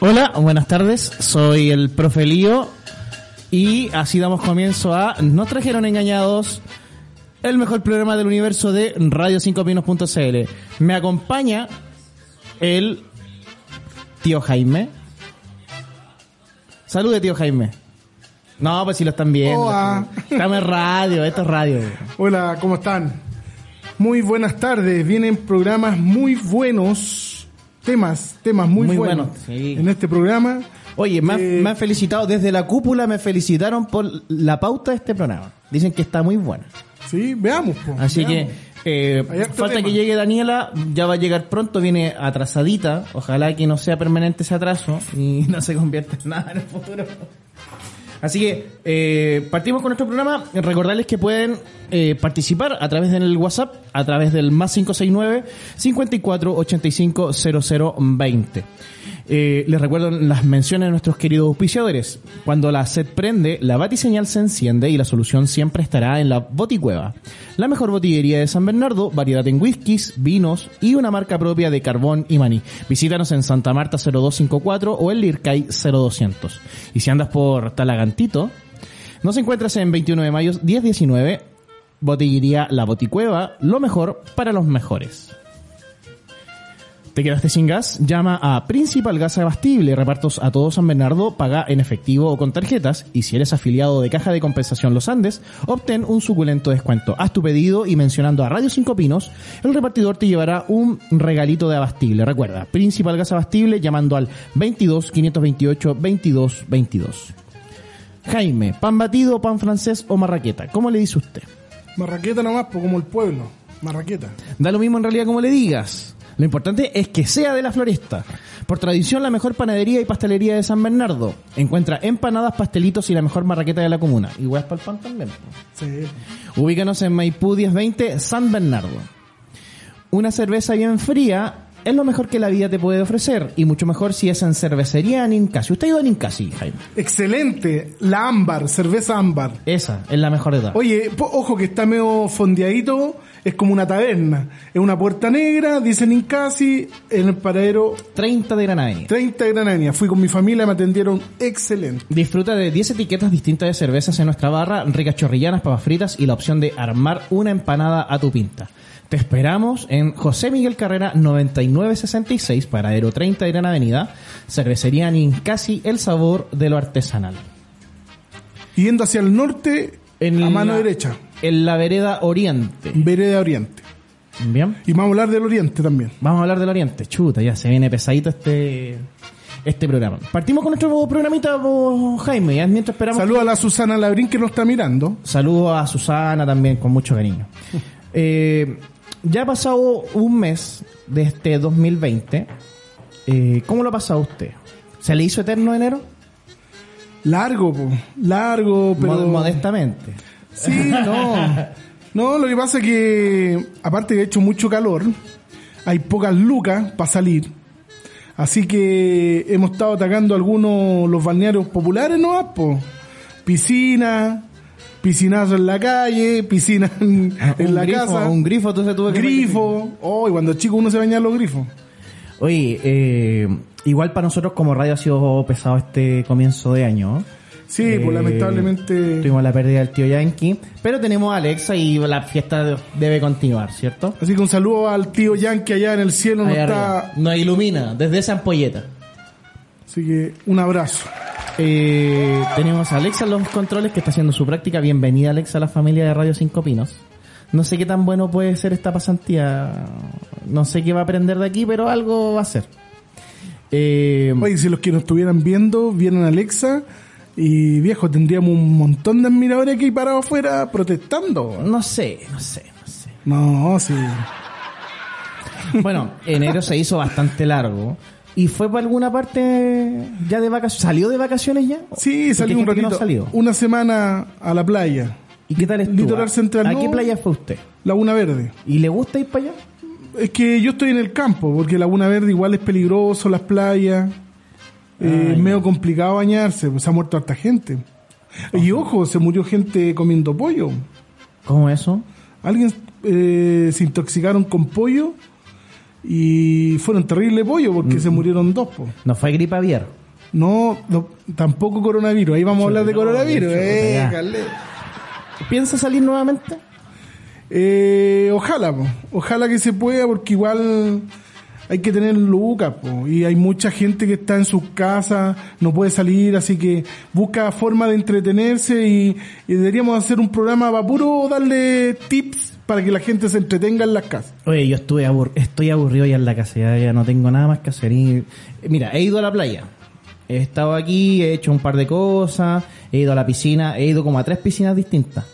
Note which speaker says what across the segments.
Speaker 1: Hola, buenas tardes. Soy el profe Lío. Y así damos comienzo a Nos trajeron engañados, el mejor programa del universo de radio 5 Pinos.cl. Me acompaña el tío Jaime. Salude, tío Jaime. No, pues si lo están viendo.
Speaker 2: Hola.
Speaker 1: Estamos en radio, esto es radio.
Speaker 2: Hola, ¿cómo están? Muy buenas tardes. Vienen programas muy buenos, temas, temas muy,
Speaker 1: Muy
Speaker 2: buenos,
Speaker 1: buenos, sí.
Speaker 2: en este programa.
Speaker 1: Oye, me, han-
Speaker 2: Eh,
Speaker 1: me han felicitado, desde la cúpula me felicitaron por la pauta de este programa. Dicen que está muy buena.
Speaker 2: Sí, veamos. po,
Speaker 1: Así que
Speaker 2: veamos.
Speaker 1: eh,
Speaker 2: Hay harto
Speaker 1: falta
Speaker 2: tema.
Speaker 1: que llegue Daniela, ya va a llegar pronto, viene atrasadita, ojalá que no sea permanente ese atraso y no se convierta en nada en el futuro. Así que eh, partimos con nuestro programa. Recordarles que pueden eh, participar a través del WhatsApp, a través del más 569 54 85 0020. Eh, les recuerdo las menciones de nuestros queridos auspiciadores. Cuando la sed prende, la batiseñal se enciende y la solución siempre estará en la Boticueva. La mejor botillería de San Bernardo, variedad en whiskies, vinos y una marca propia de carbón y maní. Visítanos en Santa Marta 0254 o en Lircay 0200. Y si andas por Talagantito, nos encuentras en 21 de mayo 1019, Botillería La Boticueva, lo mejor para los mejores. ¿Te quedaste sin gas? Llama a Principal Gas Abastible, repartos a todo San Bernardo, paga en efectivo o con tarjetas y si eres afiliado de Caja de Compensación Los Andes, obtén un suculento descuento. Haz tu pedido y mencionando a Radio 5 Pinos, el repartidor te llevará un regalito de abastible. Recuerda, Principal Gas Abastible llamando al 22 528 22 22. Jaime, pan batido, pan francés o marraqueta, ¿cómo le dice usted?
Speaker 2: Marraqueta nomás, po, como el pueblo. Marraqueta.
Speaker 1: Da lo mismo en realidad como le digas. Lo importante es que sea de la floresta. Por tradición, la mejor panadería y pastelería de San Bernardo. Encuentra empanadas, pastelitos y la mejor marraqueta de la comuna. Y huevas para pan también.
Speaker 2: Sí.
Speaker 1: Ubícanos en Maipú 1020, San Bernardo. Una cerveza bien fría es lo mejor que la vida te puede ofrecer. Y mucho mejor si es en cervecería Ninkasi. ¿Usted ha ido a Ninkasi, Jaime?
Speaker 2: Excelente. La ámbar, cerveza ámbar.
Speaker 1: Esa es la mejor edad.
Speaker 2: Oye, po- ojo que está medio fondeadito, es como una taberna. Es una puerta negra, dicen Incasi, en el paradero
Speaker 1: 30 de Gran Avenida.
Speaker 2: 30 de Granania. Fui con mi familia, me atendieron excelente.
Speaker 1: Disfruta de 10 etiquetas distintas de cervezas en nuestra barra, ricas chorrillanas, papas fritas y la opción de armar una empanada a tu pinta. Te esperamos en José Miguel Carrera 9966, paradero 30 de Gran Avenida, cervecería Ninkasi, el sabor de lo artesanal.
Speaker 2: Yendo hacia el norte,
Speaker 1: En
Speaker 2: a mano
Speaker 1: la-
Speaker 2: derecha,
Speaker 1: En la vereda Oriente.
Speaker 2: vereda Oriente.
Speaker 1: Bien.
Speaker 2: Y vamos a hablar del Oriente también.
Speaker 1: Vamos a hablar del Oriente. Chuta, ya se viene pesadito este este programa. Partimos con nuestro programita, po, Jaime, ya mientras esperamos
Speaker 2: Saluda a la Susana Labrín que nos está mirando.
Speaker 1: Saludo a Susana también con mucho cariño. Eh, ya ha pasado un mes de este 2020. Eh, ¿Cómo lo ha pasado a usted? ¿Se le hizo eterno enero?
Speaker 2: Largo, po. largo, pero...
Speaker 1: Mod- Modestamente.
Speaker 2: Sí, no. No, lo que pasa es que, aparte que ha hecho mucho calor, hay pocas lucas para salir. Así que hemos estado atacando algunos los balnearios populares, ¿no? Po. Piscina, piscinazo en la calle, piscina en, en
Speaker 1: Ah, Un
Speaker 2: la
Speaker 1: grifo,
Speaker 2: casa,
Speaker 1: Un grifo, entonces tuve que...
Speaker 2: grifo. Oh, y cuando chico uno se baña en los grifos.
Speaker 1: Oye, eh, igual para nosotros como radio ha sido pesado este comienzo de año. ¿eh?
Speaker 2: Sí,
Speaker 1: Eh,
Speaker 2: pues lamentablemente.
Speaker 1: Tuvimos la pérdida del tío Yankee. Pero tenemos a Alexa y la fiesta debe continuar, ¿cierto?
Speaker 2: Así que un saludo al tío Jan que allá en el cielo nos
Speaker 1: Ahí
Speaker 2: está.
Speaker 1: arriba. Nos ilumina desde esa ampolleta.
Speaker 2: Así que un abrazo.
Speaker 1: Eh, tenemos a Alexa en los controles que está haciendo su práctica. Bienvenida Alexa a la familia de Radio Cinco Pinos. No sé qué tan bueno puede ser esta pasantía. No sé qué va a aprender de aquí, pero algo va a ser. Eh,
Speaker 2: Oye, si los que nos estuvieran viendo vieran a Alexa y viejo, tendríamos un montón de admiradores aquí parados afuera protestando.
Speaker 1: no sé, no sé, no sé.
Speaker 2: No, sí.
Speaker 1: Bueno, enero se hizo bastante largo. ¿Y fue para alguna parte ya de vacaciones? ¿Salió de vacaciones ya?
Speaker 2: Sí,
Speaker 1: Porque
Speaker 2: salió
Speaker 1: hay
Speaker 2: un
Speaker 1: gente que no
Speaker 2: ratito.
Speaker 1: salió.
Speaker 2: Una semana a la playa,
Speaker 1: ¿Y qué tal estuvo?
Speaker 2: Litoral Central,
Speaker 1: ¿A qué
Speaker 2: no.
Speaker 1: playa fue usted?
Speaker 2: Laguna Verde.
Speaker 1: ¿Y le gusta ir para allá?
Speaker 2: Es que yo estoy en el campo, porque Laguna Verde igual es peligroso, las playas. Eh, es medio complicado bañarse, pues se ha muerto harta gente. Y ojo, se murió gente comiendo pollo.
Speaker 1: ¿Cómo eso?
Speaker 2: Alguien eh, se intoxicaron con pollo y fueron terrible pollo porque se murieron dos. po.
Speaker 1: No fue gripe aviar.
Speaker 2: No, no, tampoco coronavirus. Ahí vamos a hablar de
Speaker 1: no,
Speaker 2: coronavirus.
Speaker 1: chuta,
Speaker 2: Eh,
Speaker 1: ya.
Speaker 2: Carlet.
Speaker 1: ¿Piensa salir nuevamente?
Speaker 2: Eh, ojalá, po. ojalá que se pueda, porque igual hay que tener lucas, po. y hay mucha gente que está en sus casas, no puede salir, así que busca forma de entretenerse y, y deberíamos hacer un programa para puro darle tips para que la gente se entretenga en las casas.
Speaker 1: Oye, yo estuve abur- estoy aburrido ya en la casa, ya, ya no tengo nada más que hacer. Y- eh, mira, he ido a la playa. He estado aquí, he hecho un par de cosas, he ido a la piscina, he ido como a tres piscinas distintas.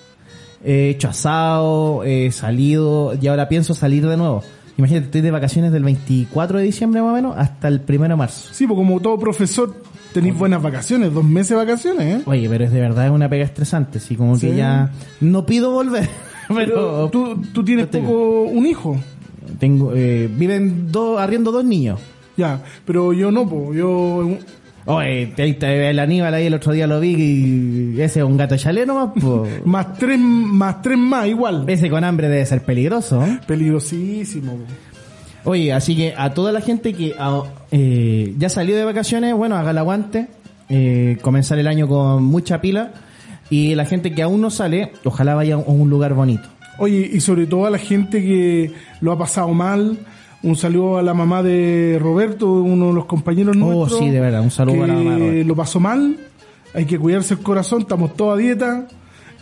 Speaker 1: He hecho asado, he salido y ahora pienso salir de nuevo. Imagínate, estoy de vacaciones del 24 de diciembre más o menos hasta el 1 de marzo.
Speaker 2: Sí, pues como todo profesor, tenéis buenas vacaciones, dos meses de vacaciones, ¿eh?
Speaker 1: Oye, pero es de verdad es una pega estresante, sí, como que
Speaker 2: Sí.
Speaker 1: ya no pido volver. Pero
Speaker 2: Tú, tú tienes
Speaker 1: Yo tengo-
Speaker 2: poco un hijo.
Speaker 1: tengo eh, viven dos arriendo dos niños.
Speaker 2: Ya, pero yo no, po. yo
Speaker 1: Oye, ahí está el Aníbal ahí el otro día lo vi y ese es un gato chalé nomás, po.
Speaker 2: más tres más tres más igual.
Speaker 1: Ese con hambre debe ser peligroso. ¿eh?
Speaker 2: Peligrosísimo. po.
Speaker 1: Oye, así que a toda la gente que ah, eh, ya salió de vacaciones, bueno, haga el aguante, eh, comenzar el año con mucha pila y la gente que aún no sale, ojalá vaya a un lugar bonito.
Speaker 2: Oye, y sobre todo a la gente que lo ha pasado mal. Un saludo a la mamá de Roberto, uno de los compañeros
Speaker 1: Oh,
Speaker 2: nuestros.
Speaker 1: sí, de verdad, un saludo
Speaker 2: que
Speaker 1: a la mamá de Roberto.
Speaker 2: Eh, Lo pasó mal, hay que cuidarse el corazón, estamos todos a dieta.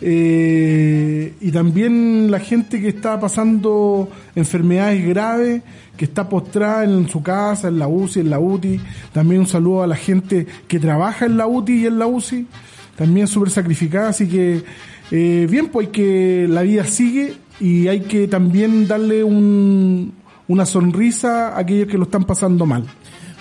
Speaker 2: Eh, y también la gente que está pasando enfermedades graves, que está postrada en su casa, en la UCI, en la UTI. También un saludo a la gente que trabaja en la UTI y en la UCI. También súper sacrificada, así que eh, bien, pues hay que la vida sigue y hay que también darle un, una sonrisa a aquellos que lo están pasando mal.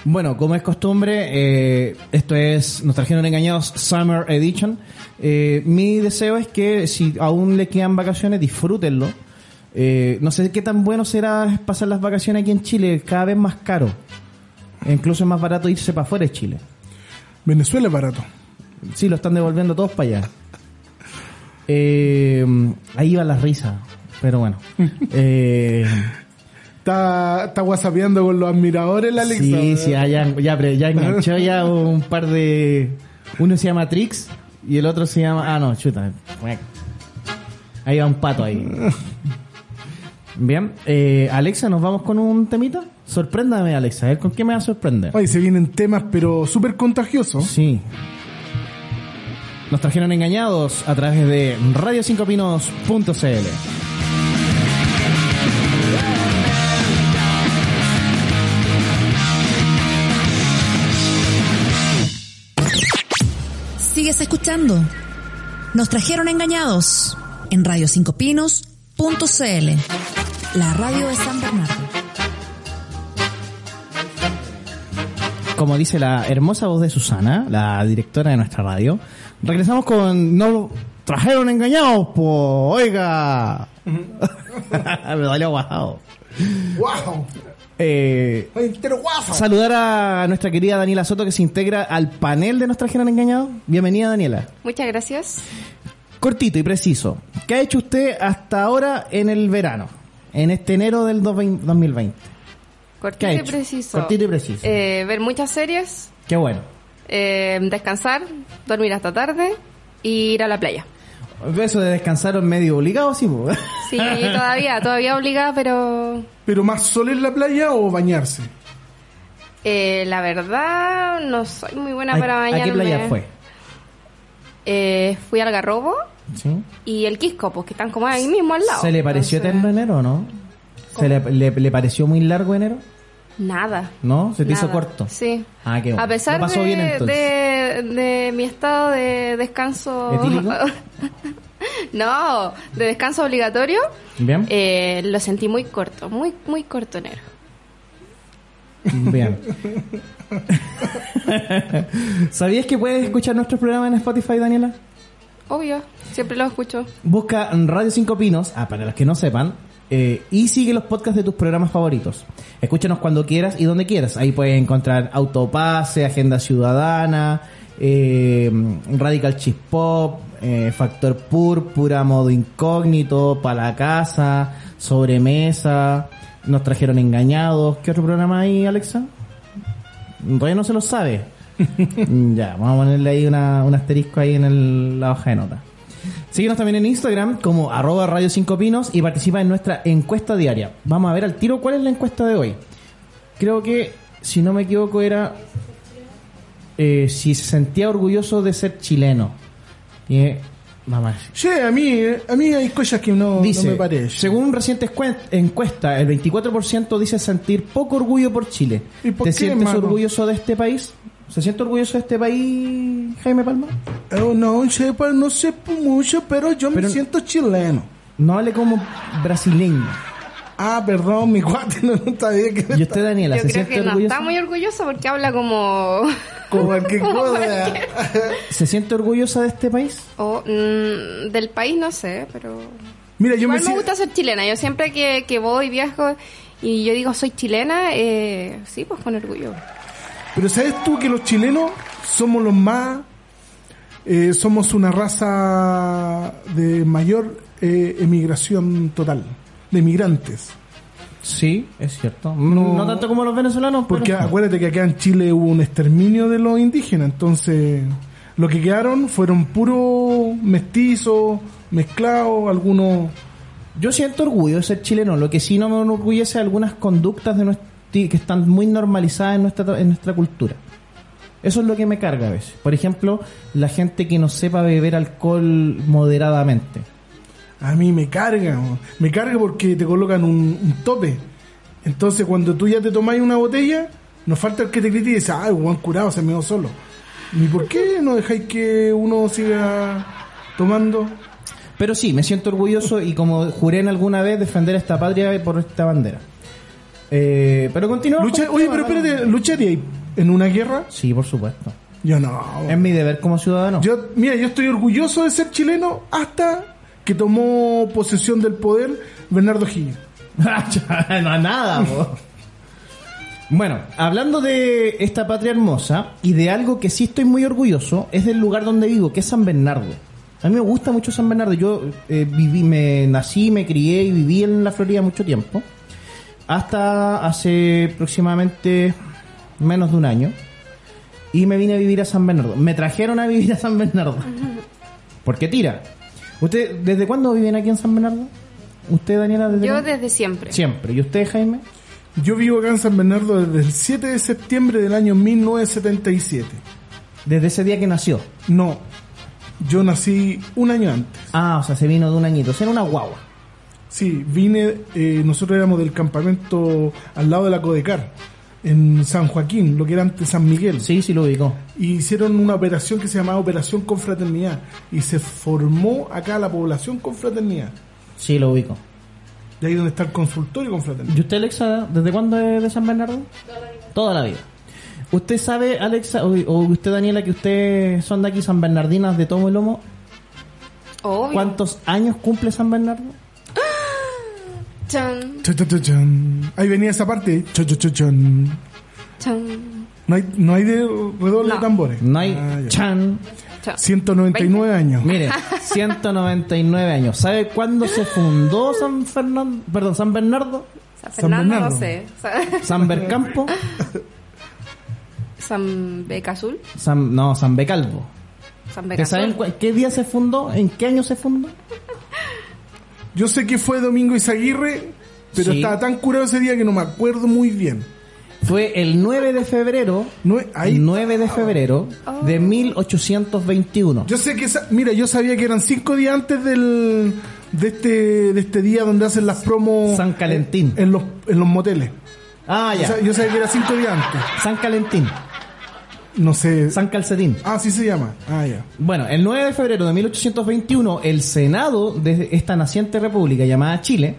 Speaker 1: Bueno, como es costumbre, eh, esto es, nos trajeron engañados Summer Edition. Eh, mi deseo es que si aún le quedan vacaciones, disfrútenlo. Eh, no sé qué tan bueno será pasar las vacaciones aquí en Chile, cada vez más caro. Incluso es más barato irse para afuera de Chile.
Speaker 2: Venezuela es barato.
Speaker 1: Sí, lo están devolviendo todos para allá. Eh, ahí iban las risas, pero bueno. Eh,
Speaker 2: Está, está whatsappeando con los admiradores la Alexa.
Speaker 1: Sí, sí, ah, ya, ya, pero ya enganchó ya un par de... Uno se llama Trix y el otro se llama... Ah, no, chuta. Bueno. Ahí va un pato ahí. Bien, eh, Alexa, ¿nos vamos con un temita? Sorpréndame, Alexa, a ver, ¿con qué me va a sorprender?
Speaker 2: Oye, se vienen temas, pero súper contagiosos.
Speaker 1: Sí. Nos trajeron engañados a través de radio5pinos.cl.
Speaker 3: Sigues escuchando. Nos trajeron engañados en radio5pinos.cl, la radio de San Bernardo.
Speaker 1: como dice la hermosa voz de Susana, la directora de nuestra radio, regresamos con No trajeron engañados, po, oiga. Me dolió guajado.
Speaker 2: ¡Wow!
Speaker 1: Eh,
Speaker 2: Oye, entero guapo.
Speaker 1: saludar a nuestra querida Daniela Soto que se integra al panel de Nos trajeron engañados. Bienvenida, Daniela.
Speaker 4: Muchas gracias.
Speaker 1: Cortito y preciso. ¿Qué ha hecho usted hasta ahora en el verano? En este enero del 2020. ¿Qué
Speaker 4: Cortito
Speaker 1: ha
Speaker 4: y
Speaker 1: hecho?
Speaker 4: preciso.
Speaker 1: Cortito y preciso.
Speaker 4: Eh, ver muchas series,
Speaker 1: Qué bueno.
Speaker 4: eh, descansar, dormir hasta tarde y ir a la playa.
Speaker 1: Eso de descansaron medio obligado, sí, po.
Speaker 4: Sí, todavía, todavía obligada, pero
Speaker 2: ¿Pero más sol en la playa o bañarse?
Speaker 4: eh, la verdad no soy muy buena
Speaker 1: ¿A-
Speaker 4: para bañarme.
Speaker 1: ¿A qué playa fue?
Speaker 4: Eh, fui al Garrobo
Speaker 1: ¿Sí?
Speaker 4: y el Quisco, pues que están como ahí mismo al lado.
Speaker 1: ¿Se le pareció
Speaker 4: Entonces,
Speaker 1: eterno enero, no? ¿Se le, le- le pareció muy largo enero?
Speaker 4: Nada.
Speaker 1: ¿No? ¿Se te hizo
Speaker 4: nada.
Speaker 1: corto?
Speaker 4: Sí.
Speaker 1: Ah, qué bueno.
Speaker 4: A pesar
Speaker 1: Lo pasó
Speaker 4: de,
Speaker 1: bien, entonces.
Speaker 4: de- de mi estado de descanso.
Speaker 1: ¿Etílico?
Speaker 4: no, de descanso obligatorio,
Speaker 1: ¿Bien?
Speaker 4: eh, lo sentí muy corto, muy, muy corto enero.
Speaker 1: Bien. ¿Sabías que puedes escuchar nuestros programas en Spotify, Daniela?
Speaker 4: Obvio, siempre lo escucho.
Speaker 1: Busca Radio 5 Pinos, ah, para los que no sepan, eh, y sigue los podcasts de tus programas favoritos. Escúchanos cuando quieras y donde quieras. Ahí puedes encontrar Autopase, Agenda Ciudadana, eh, Radical Chispop, eh, Factor Púrpura, Modo Incógnito, Para la Casa, Sobremesa, Nos Trajeron Engañados. ¿Qué otro programa hay, Alexa? Todavía no se lo sabe. ya, vamos a ponerle ahí una- un asterisco ahí en el- la hoja de nota. Síguenos también en Instagram como arroba radio 5 pinos y participa en nuestra encuesta diaria. Vamos a ver al tiro cuál es la encuesta de hoy. Creo que, si no me equivoco, era eh, si se sentía orgulloso de ser chileno. Y, eh, vamos a ver.
Speaker 2: Che, a mí, a mí hay cosas que no, no
Speaker 1: Dice,
Speaker 2: me parecen.
Speaker 1: según un reciente escuen- encuesta, el 24% dice sentir poco orgullo por Chile.
Speaker 2: ¿Y por
Speaker 1: ¿Te
Speaker 2: qué,
Speaker 1: sientes
Speaker 2: mano?
Speaker 1: orgulloso de este país? ¿Se siente orgulloso de este país, Jaime Palma?
Speaker 2: Oh, no, sé, pues, no sé mucho, pero yo
Speaker 1: Pero-
Speaker 2: me siento chileno.
Speaker 1: No hable como brasileño.
Speaker 2: Ah, perdón, mi cuate no, no está bien. Que
Speaker 1: ¿Y usted, Daniela,
Speaker 4: Yo
Speaker 1: se
Speaker 4: creo
Speaker 1: siente
Speaker 4: que no
Speaker 1: orgulloso?
Speaker 4: está muy orgulloso porque habla como...
Speaker 2: Como cualquier
Speaker 4: Como
Speaker 2: cosa.
Speaker 1: ¿Se siente orgullosa de este país?
Speaker 4: o, mm, del país no sé, pero...
Speaker 2: Mira, yo
Speaker 4: Igual
Speaker 2: me,
Speaker 4: me,
Speaker 2: si-
Speaker 4: gusta ser chilena. Yo siempre que, que voy, viajo y yo digo soy chilena, eh, sí, pues con orgullo.
Speaker 2: Pero ¿sabes tú que los chilenos somos los más... eh, somos una raza de mayor eh, emigración total, de migrantes.
Speaker 1: Sí, es cierto. No, tanto como los venezolanos,
Speaker 2: Porque
Speaker 1: pero-
Speaker 2: acuérdate que acá en Chile hubo un exterminio de los indígenas, entonces lo que quedaron fueron puros mestizos, mezclados, algunos...
Speaker 1: Yo siento orgullo de ser chileno, lo que sí no me enorgullece algunas conductas de nues- ti- que están muy normalizadas en nuestra, en nuestra cultura. Eso es lo que me carga a veces. Por ejemplo, la gente que no sepa beber alcohol moderadamente.
Speaker 2: A mí me carga, weón. me carga porque te colocan un, un tope. Entonces cuando tú ya te tomáis una botella, nos falta el que te critique y dice, ay, Juan curado, se me dio solo. ¿Y por qué no dejáis que uno siga tomando?
Speaker 1: Pero sí, me siento orgulloso y como juré en alguna vez defender a esta patria y por esta bandera. Eh, pero continuamos.
Speaker 2: Lucha-
Speaker 1: con el
Speaker 2: oye,
Speaker 1: tema,
Speaker 2: pero
Speaker 1: ¿no?
Speaker 2: espérate, ¿lucharía en una guerra?
Speaker 1: Sí, por supuesto.
Speaker 2: Yo no. weón.
Speaker 1: Es mi deber como ciudadano.
Speaker 2: Yo, mira, yo estoy orgulloso de ser chileno hasta que tomó posesión del poder Bernardo Higgins.
Speaker 1: no a nada, po. Bueno, hablando de esta patria hermosa y de algo que sí estoy muy orgulloso, es del lugar donde vivo, que es San Bernardo. A mí me gusta mucho San Bernardo. Yo eh, viví, me nací, me crié y viví en la Florida mucho tiempo. Hasta hace aproximadamente menos de un año. Y me vine a vivir a San Bernardo. Me trajeron a vivir a San Bernardo. ¿Por qué tira? ¿Usted, desde cuándo viven aquí en San Bernardo? ¿Usted, Daniela? Desde
Speaker 4: Yo
Speaker 1: cuándo?
Speaker 4: desde siempre.
Speaker 1: Siempre. ¿Y usted, Jaime?
Speaker 2: Yo vivo acá en San Bernardo desde el 7 de septiembre del año 1977.
Speaker 1: Desde ese día que nació.
Speaker 2: No, yo nací un año antes.
Speaker 1: Ah, o sea, se vino de un añito. O sea, era una guagua.
Speaker 2: Sí, vine, eh, nosotros éramos del campamento al lado de la Codecar, en San Joaquín, lo que era antes San Miguel.
Speaker 1: Sí, sí lo ubicó.
Speaker 2: Y hicieron una operación que se llamaba Operación Confraternidad. Y se formó acá la población Confraternidad.
Speaker 1: Sí lo ubicó.
Speaker 2: De ahí donde está el consultorio Confraternidad.
Speaker 1: ¿Y usted, Alexa, desde cuándo es de San Bernardo? Toda la vida. ¿Usted sabe, Alexa, o, o usted, Daniela, que usted son de aquí San Bernardinas de tomo y lomo?
Speaker 4: Obvio.
Speaker 1: ¿Cuántos años cumple San Bernardo?
Speaker 4: Chan,
Speaker 2: Cha, cha, cha, chan. Ahí venía esa parte. Cha, cha, cha, chan.
Speaker 4: chan,
Speaker 2: No hay, no hay de redoble de
Speaker 4: No.
Speaker 2: tambores.
Speaker 1: No hay
Speaker 2: Ah, ya.
Speaker 1: chan.
Speaker 4: chan.
Speaker 2: 199 años.
Speaker 1: Mire, 199 años. ¿Sabe cuándo se fundó San Fernando? Perdón, San Bernardo.
Speaker 4: San
Speaker 2: San
Speaker 4: Fernando,
Speaker 2: Bernardo.
Speaker 4: no sé. Sa-
Speaker 1: San Bercampo.
Speaker 4: San Beca Azul.
Speaker 1: San, no, San Becalvo.
Speaker 4: San
Speaker 1: ¿Que
Speaker 4: Beca
Speaker 1: saben
Speaker 4: Azul.
Speaker 1: cu- qué día se fundó? ¿En qué año se fundó?
Speaker 2: Yo sé que fue Domingo Izaguirre, pero
Speaker 1: Sí.
Speaker 2: estaba tan curado ese día que no me acuerdo muy bien.
Speaker 1: Fue el 9 de febrero,
Speaker 2: No, es- ahí, Oh.
Speaker 1: el 9 de febrero de 1821.
Speaker 2: Yo sé que, esa- mira, yo sabía que eran cinco días antes del, de, este, de este día donde hacen las promos.
Speaker 1: San Calentín.
Speaker 2: En, en los, en los moteles.
Speaker 1: Ah,
Speaker 2: O sea,
Speaker 1: ya.
Speaker 2: yo sabía que era cinco días antes.
Speaker 1: San Calentín,
Speaker 2: No sé.
Speaker 1: San Calcetín.
Speaker 2: Ah, sí se llama. Ah, ya.
Speaker 1: Bueno, el 9 de febrero de 1821, el Senado de esta naciente república llamada Chile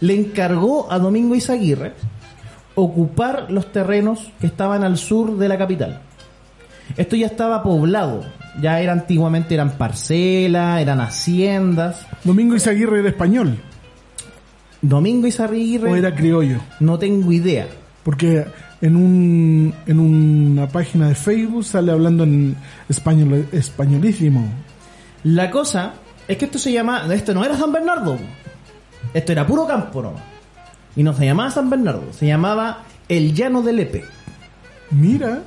Speaker 1: le encargó a Domingo Izaguirre ocupar los terrenos que estaban al sur de la capital. Esto ya estaba poblado, ya era antiguamente eran parcelas, eran haciendas.
Speaker 2: Domingo Izaguirre era español
Speaker 1: Domingo Izaguirre,
Speaker 2: o era criollo.
Speaker 1: no tengo idea.
Speaker 2: Porque en, un, en una página de Facebook sale hablando en español, españolísimo.
Speaker 1: La cosa es que esto se llama. Esto no era San Bernardo. Esto era puro campo nomás. Y no se llamaba San Bernardo, se llamaba El Llano de Lepe.
Speaker 2: Mira,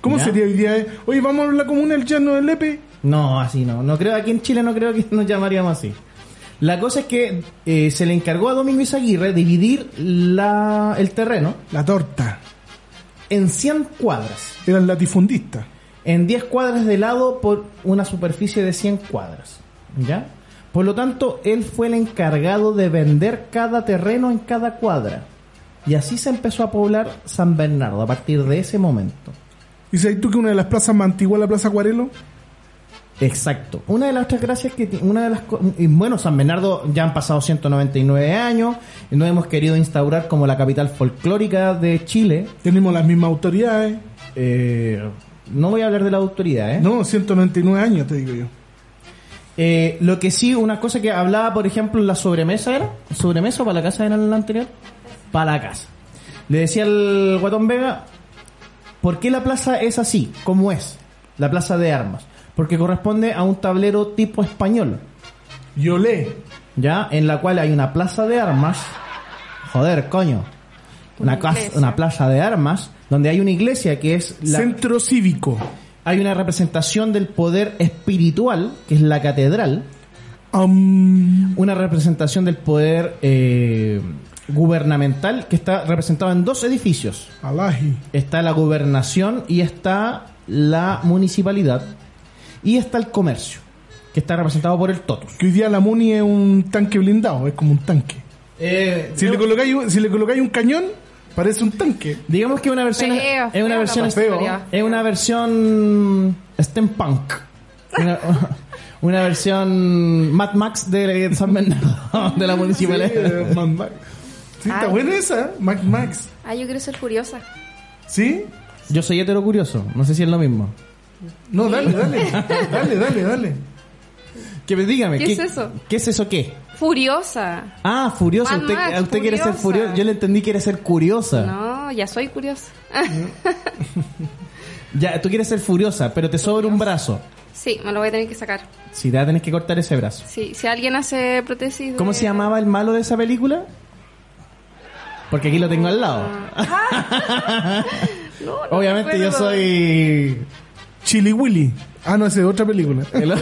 Speaker 2: ¿Cómo
Speaker 1: Ya.
Speaker 2: sería hoy día? eh? Oye, vamos a la comuna del Cherno del Lepe.
Speaker 1: No, así no. No creo, aquí en Chile no creo que nos llamaríamos así. La cosa es que eh, se le encargó a Domingo Izaguirre dividir la, el terreno
Speaker 2: La torta.
Speaker 1: en 100 cuadras.
Speaker 2: Era el latifundista.
Speaker 1: En 10 cuadras de lado por una superficie de 100 cuadras. ¿Ya? Por lo tanto, él fue el encargado de vender cada terreno en cada cuadra. Y así se empezó a poblar San Bernardo a partir de ese momento.
Speaker 2: ¿Y sabes tú que una de las plazas más antiguas, la Plaza Acuarelo?
Speaker 1: Exacto. Una de las otras gracias que ti- una de las co- y bueno, San Bernardo ya han pasado 199 años, y nos hemos querido instaurar como la capital folclórica de Chile.
Speaker 2: Tenemos las mismas autoridades.
Speaker 1: Eh, no voy a hablar de la autoridad, ¿eh?
Speaker 2: No, 199 años, te digo yo.
Speaker 1: Eh, lo que sí, una cosa que hablaba, por ejemplo, en la sobremesa era, sobremesa o para la casa era la anterior, para la casa. Le decía al Guatón Vega, ¿por qué la plaza es así, como es? La plaza de armas, porque corresponde a un tablero tipo español.
Speaker 2: Yolé.
Speaker 1: ¿ya? En la cual hay una plaza de armas. Joder, coño. Una,
Speaker 4: Una
Speaker 1: casa-
Speaker 4: iglesia.
Speaker 1: una plaza de armas donde hay una iglesia que es la,
Speaker 2: Centro Cívico.
Speaker 1: hay una representación del poder espiritual que es la catedral
Speaker 2: Am,
Speaker 1: una representación del poder eh, gubernamental que está representado en dos edificios
Speaker 2: Alaji.
Speaker 1: está la gobernación y está la municipalidad y está el comercio que está representado por el totus
Speaker 2: Que hoy día la Muni es un tanque blindado, es como un tanque.
Speaker 1: Eh,
Speaker 2: Si le colocáis un, si le colocáis un cañón, parece un tanque.
Speaker 1: Digamos que una versión
Speaker 4: Feo,
Speaker 1: es una
Speaker 4: feo
Speaker 1: versión
Speaker 4: la
Speaker 1: feo,
Speaker 4: postura.
Speaker 1: es una versión steampunk. Una, una versión Mad Max de San Bernardo de la municipalidad.
Speaker 2: Sí, eh, Mad Max. Sí, está
Speaker 4: Ah.
Speaker 2: buena esa, Mac Max.
Speaker 4: Ah, yo quiero ser furiosa.
Speaker 2: ¿Sí?
Speaker 1: Yo soy hetero curioso, no sé si es lo mismo.
Speaker 2: No, dale, dale. Dale, dale, dale.
Speaker 1: Que me dígame,
Speaker 4: ¿Qué es eso?
Speaker 1: ¿Qué es eso qué?
Speaker 4: Furiosa.
Speaker 1: Ah, furiosa,
Speaker 4: Mad
Speaker 1: usted,
Speaker 4: Max,
Speaker 1: a usted quiere ser
Speaker 4: furiosa.
Speaker 1: furiosa. Yo le entendí que era ser curiosa.
Speaker 4: No, ya soy Ah, curiosa.
Speaker 1: Ya, tú quieres ser furiosa, pero te sobra un brazo.
Speaker 4: sí, me lo voy a tener que sacar.
Speaker 1: Si te tenés que cortar ese brazo.
Speaker 4: Sí, si alguien hace prótesis. de-
Speaker 1: ¿Cómo se llamaba el malo de esa película? Porque aquí lo tengo al lado.
Speaker 4: Ah, No, no
Speaker 1: Obviamente yo
Speaker 4: recuerdo.
Speaker 1: soy...
Speaker 2: Chili Willy. Ah, no, esa es otra película.
Speaker 1: El-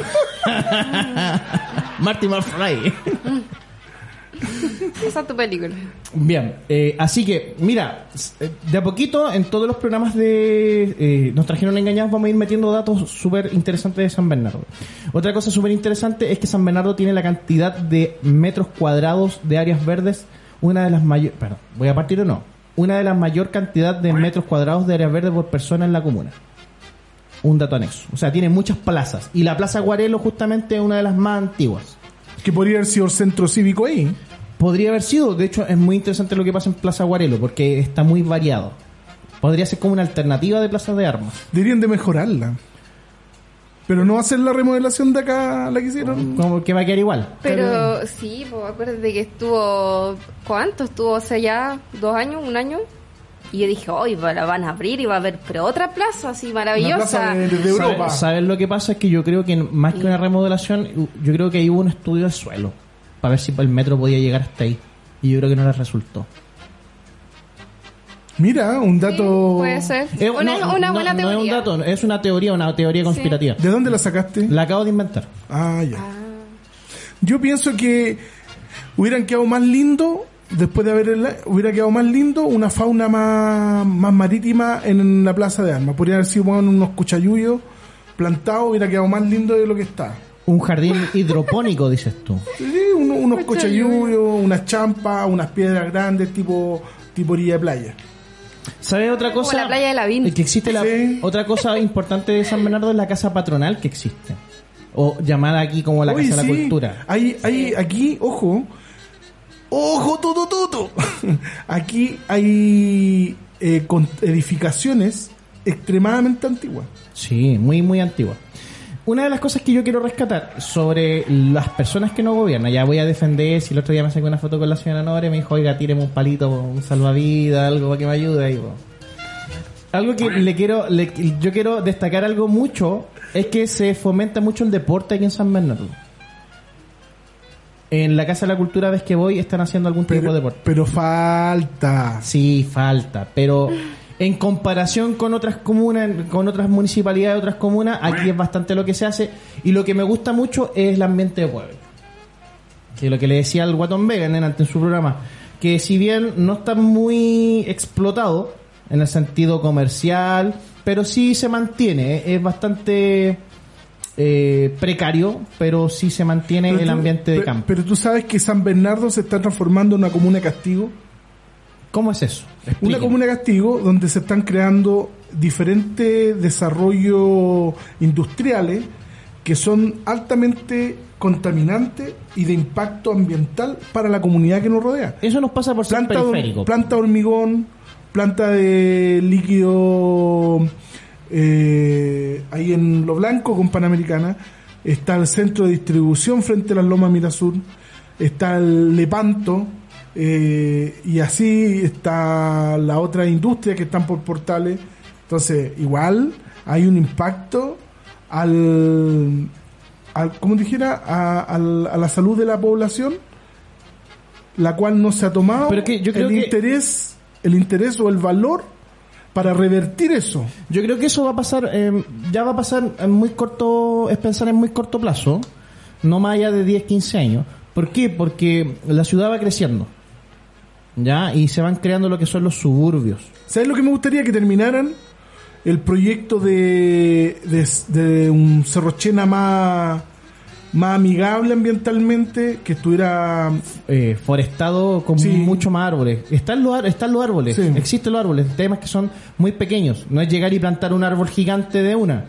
Speaker 1: Marty McFly.
Speaker 4: Esa es tu película.
Speaker 1: Bien, eh, así que, mira, s- eh, de a poquito en todos los programas de eh, Nos trajeron engañados vamos a ir metiendo datos súper interesantes de San Bernardo. Otra cosa súper interesante es que San Bernardo tiene la cantidad de metros cuadrados de áreas verdes, una de las mayores, perdón, voy a partir o no, una de las mayor cantidad de metros cuadrados de áreas verdes por persona en la comuna. Un dato anexo. O sea, tiene muchas plazas. Y la Plaza Guarelo justamente es una de las más antiguas.
Speaker 2: Que podría haber sido el centro cívico ahí.
Speaker 1: Podría haber sido, de hecho es muy interesante lo que pasa en Plaza Guarelo, porque está muy variado. Podría ser como una alternativa de Plaza de Armas.
Speaker 2: Deberían de mejorarla. Pero no hacer la remodelación de acá, la que hicieron.
Speaker 1: Como que va a quedar igual.
Speaker 4: Pero sí, pues acuérdate que estuvo. ¿Cuánto? Estuvo, o sea, ya dos años, un año. Y yo dije, hoy la van a abrir y va a haber pero otra plaza así maravillosa.
Speaker 2: Una plaza de, de
Speaker 1: ¿Sabes-
Speaker 2: Europa.
Speaker 1: ¿Sabes lo que pasa? Es que yo creo que más que una remodelación, yo creo que ahí hubo un estudio de suelo para ver si el metro podía llegar hasta ahí. Y yo creo que no les resultó.
Speaker 2: Mira, un
Speaker 4: Sí,
Speaker 2: dato.
Speaker 4: puede ser.
Speaker 1: Eh,
Speaker 4: una
Speaker 1: no,
Speaker 4: una
Speaker 1: no,
Speaker 4: buena
Speaker 1: no
Speaker 4: teoría.
Speaker 1: es un dato, no, es una teoría, una teoría conspirativa.
Speaker 2: ¿De dónde la sacaste?
Speaker 1: La acabo de inventar.
Speaker 2: Ah, ya. Yo pienso que hubieran quedado más lindo, después de haber, el- hubiera quedado más lindo una fauna más, más marítima en la plaza de armas. Podrían haber sido bueno, unos cuchayuyos plantados, hubiera quedado más lindo de lo que está.
Speaker 1: Un jardín hidropónico, dices tú.
Speaker 2: Sí, uno- unos cochayuyos, unas champas, unas piedras grandes, tipo, tipo orilla de playa.
Speaker 1: ¿Sabes otra
Speaker 4: Como
Speaker 1: cosa?
Speaker 4: la playa de Lavín.
Speaker 1: Eh, Que existe la,
Speaker 2: Sí.
Speaker 1: Otra cosa importante de San Bernardo es la casa patronal que existe. O llamada aquí como la
Speaker 2: Oye,
Speaker 1: Casa de
Speaker 2: sí,
Speaker 1: la Cultura.
Speaker 2: Hay, hay aquí, ojo, ojo, tuto, tuto. aquí hay eh, con- edificaciones extremadamente antiguas.
Speaker 1: Sí, muy, muy antigua. Una de las cosas que yo quiero rescatar sobre las personas que no gobiernan, ya voy a defender, si el otro día me saqué una foto con la señora Nore, me dijo, oiga, tíreme un palito, un salvavidas, algo para que me ayude. Y, bueno. Algo que le quiero, le- yo quiero destacar algo mucho, es que se fomenta mucho el deporte aquí en San Bernardo. En la Casa de la Cultura, ves que voy, están haciendo algún tipo de
Speaker 2: Pero,
Speaker 1: deporte.
Speaker 2: pero falta.
Speaker 1: Sí, falta, pero en comparación con otras comunas, con otras municipalidades, otras comunas, aquí es bastante lo que se hace. Y lo que me gusta mucho es el ambiente de pueblo. Que lo que le decía al Guatón Vega en, en su programa, que si bien no está muy explotado en el sentido comercial, pero sí se mantiene, eh, es bastante eh, precario, pero sí se mantiene
Speaker 2: Pero
Speaker 1: el
Speaker 2: tú-
Speaker 1: ambiente de
Speaker 2: pe-
Speaker 1: campo.
Speaker 2: Pero tú sabes que San Bernardo se está transformando en una comuna de castigo.
Speaker 1: ¿Cómo es eso?
Speaker 2: Una
Speaker 1: Explíqueme.
Speaker 2: comuna de castigo donde se están creando diferentes desarrollos industriales que son altamente contaminantes y de impacto ambiental para la comunidad que nos rodea.
Speaker 1: Eso nos pasa por ser
Speaker 2: Planta, de-
Speaker 1: periférico.
Speaker 2: planta de hormigón, planta de líquido eh, ahí en Lo Blanco con Panamericana, está el centro de distribución frente a las Lomas Mirasur, está el Lepanto, eh, y así está la otra industria que están por portales. Entonces, igual hay un impacto al, al- como dijera, a, al- a la salud de la población, la cual no se ha tomado
Speaker 1: Pero que yo creo
Speaker 2: el
Speaker 1: que-
Speaker 2: interés, el interés o el valor para revertir eso.
Speaker 1: Yo creo que eso va a pasar, eh, ya va a pasar en muy corto, es pensar en muy corto plazo, no más allá de 10, 15 años. ¿Por qué? Porque la ciudad va creciendo, ¿ya? Y se van creando lo que son los suburbios.
Speaker 2: ¿Sabes lo que me gustaría que terminaran? El proyecto de, de, de un Cerrochena más, más amigable ambientalmente, que estuviera
Speaker 1: eh, forestado con
Speaker 2: Sí.
Speaker 1: mucho más árboles. Están los, ar- están los árboles,
Speaker 2: Sí.
Speaker 1: existen los árboles, temas que son muy pequeños. No es llegar y plantar un árbol gigante de una.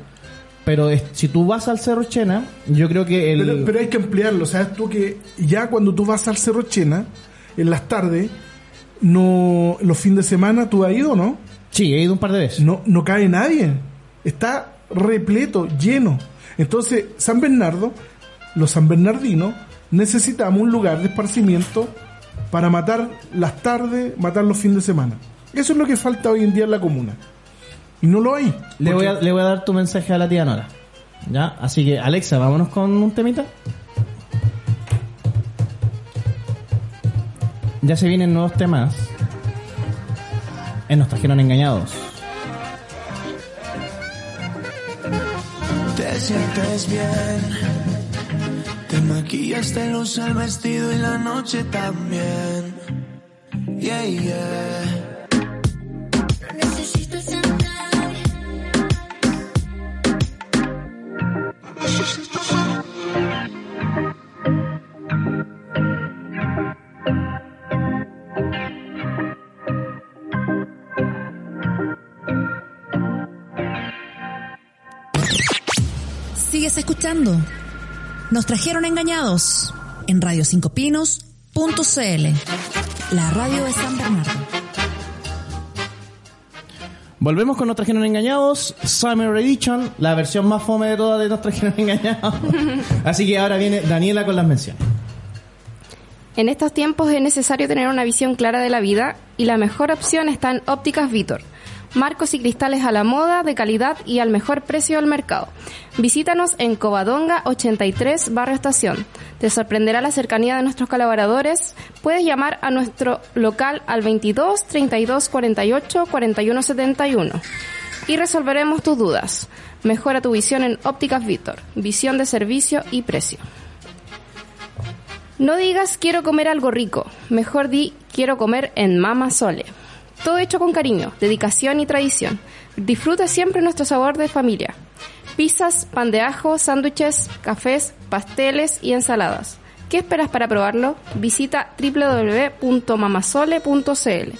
Speaker 1: Pero es- si tú vas al Cerro Chena, yo creo que el...
Speaker 2: Pero, pero hay que ampliarlo, ¿sabes tú que ya cuando tú vas al Cerro Chena, en las tardes, no, los fines de semana, ¿tú has ido o no?
Speaker 1: sí, he ido un par de veces.
Speaker 2: No, no cae nadie. Está repleto, lleno. Entonces, San Bernardo, los san bernardinos, necesitamos un lugar de esparcimiento para matar las tardes, matar los fines de semana. Eso es lo que falta hoy en día en la comuna. Y no lo hay.
Speaker 1: Le voy,
Speaker 2: Porque-
Speaker 1: a, le voy a dar tu mensaje a la tía Nora. ¿Ya? Así que, Alexa, vámonos con un temita. Ya se vienen nuevos temas. En Nos trajeron engañados.
Speaker 5: Te sientes bien. Te maquillas, te luce el vestido y la noche también. Yeah, yeah.
Speaker 6: Necesito sentar.
Speaker 3: Sigues escuchando. Nos trajeron engañados en radio5pinos.cl. La radio de San Bernardo.
Speaker 1: Volvemos con Nos trajeron engañados, Summer Edition, la versión más fome de todas de Nos trajeron engañados. Así que ahora viene Daniela con las menciones.
Speaker 4: En estos tiempos es necesario tener una visión clara de la vida y la mejor opción está en Ópticas Vitor. Marcos y cristales a la moda, de calidad y al mejor precio del mercado. Visítanos en Covadonga 83 Barrio Estación. Te sorprenderá la cercanía de nuestros colaboradores. Puedes llamar a nuestro local al 22 32 48 41 71 y resolveremos tus dudas. Mejora tu visión en Ópticas Vitor. Visión de servicio y precio. No digas quiero comer algo rico, mejor di quiero comer en Mama Sole. Todo hecho con cariño, dedicación y tradición. Disfruta siempre nuestro sabor de familia. Pizzas, pan de ajo, sándwiches, cafés, pasteles y ensaladas. ¿Qué esperas para probarlo? Visita www.mamasole.cl.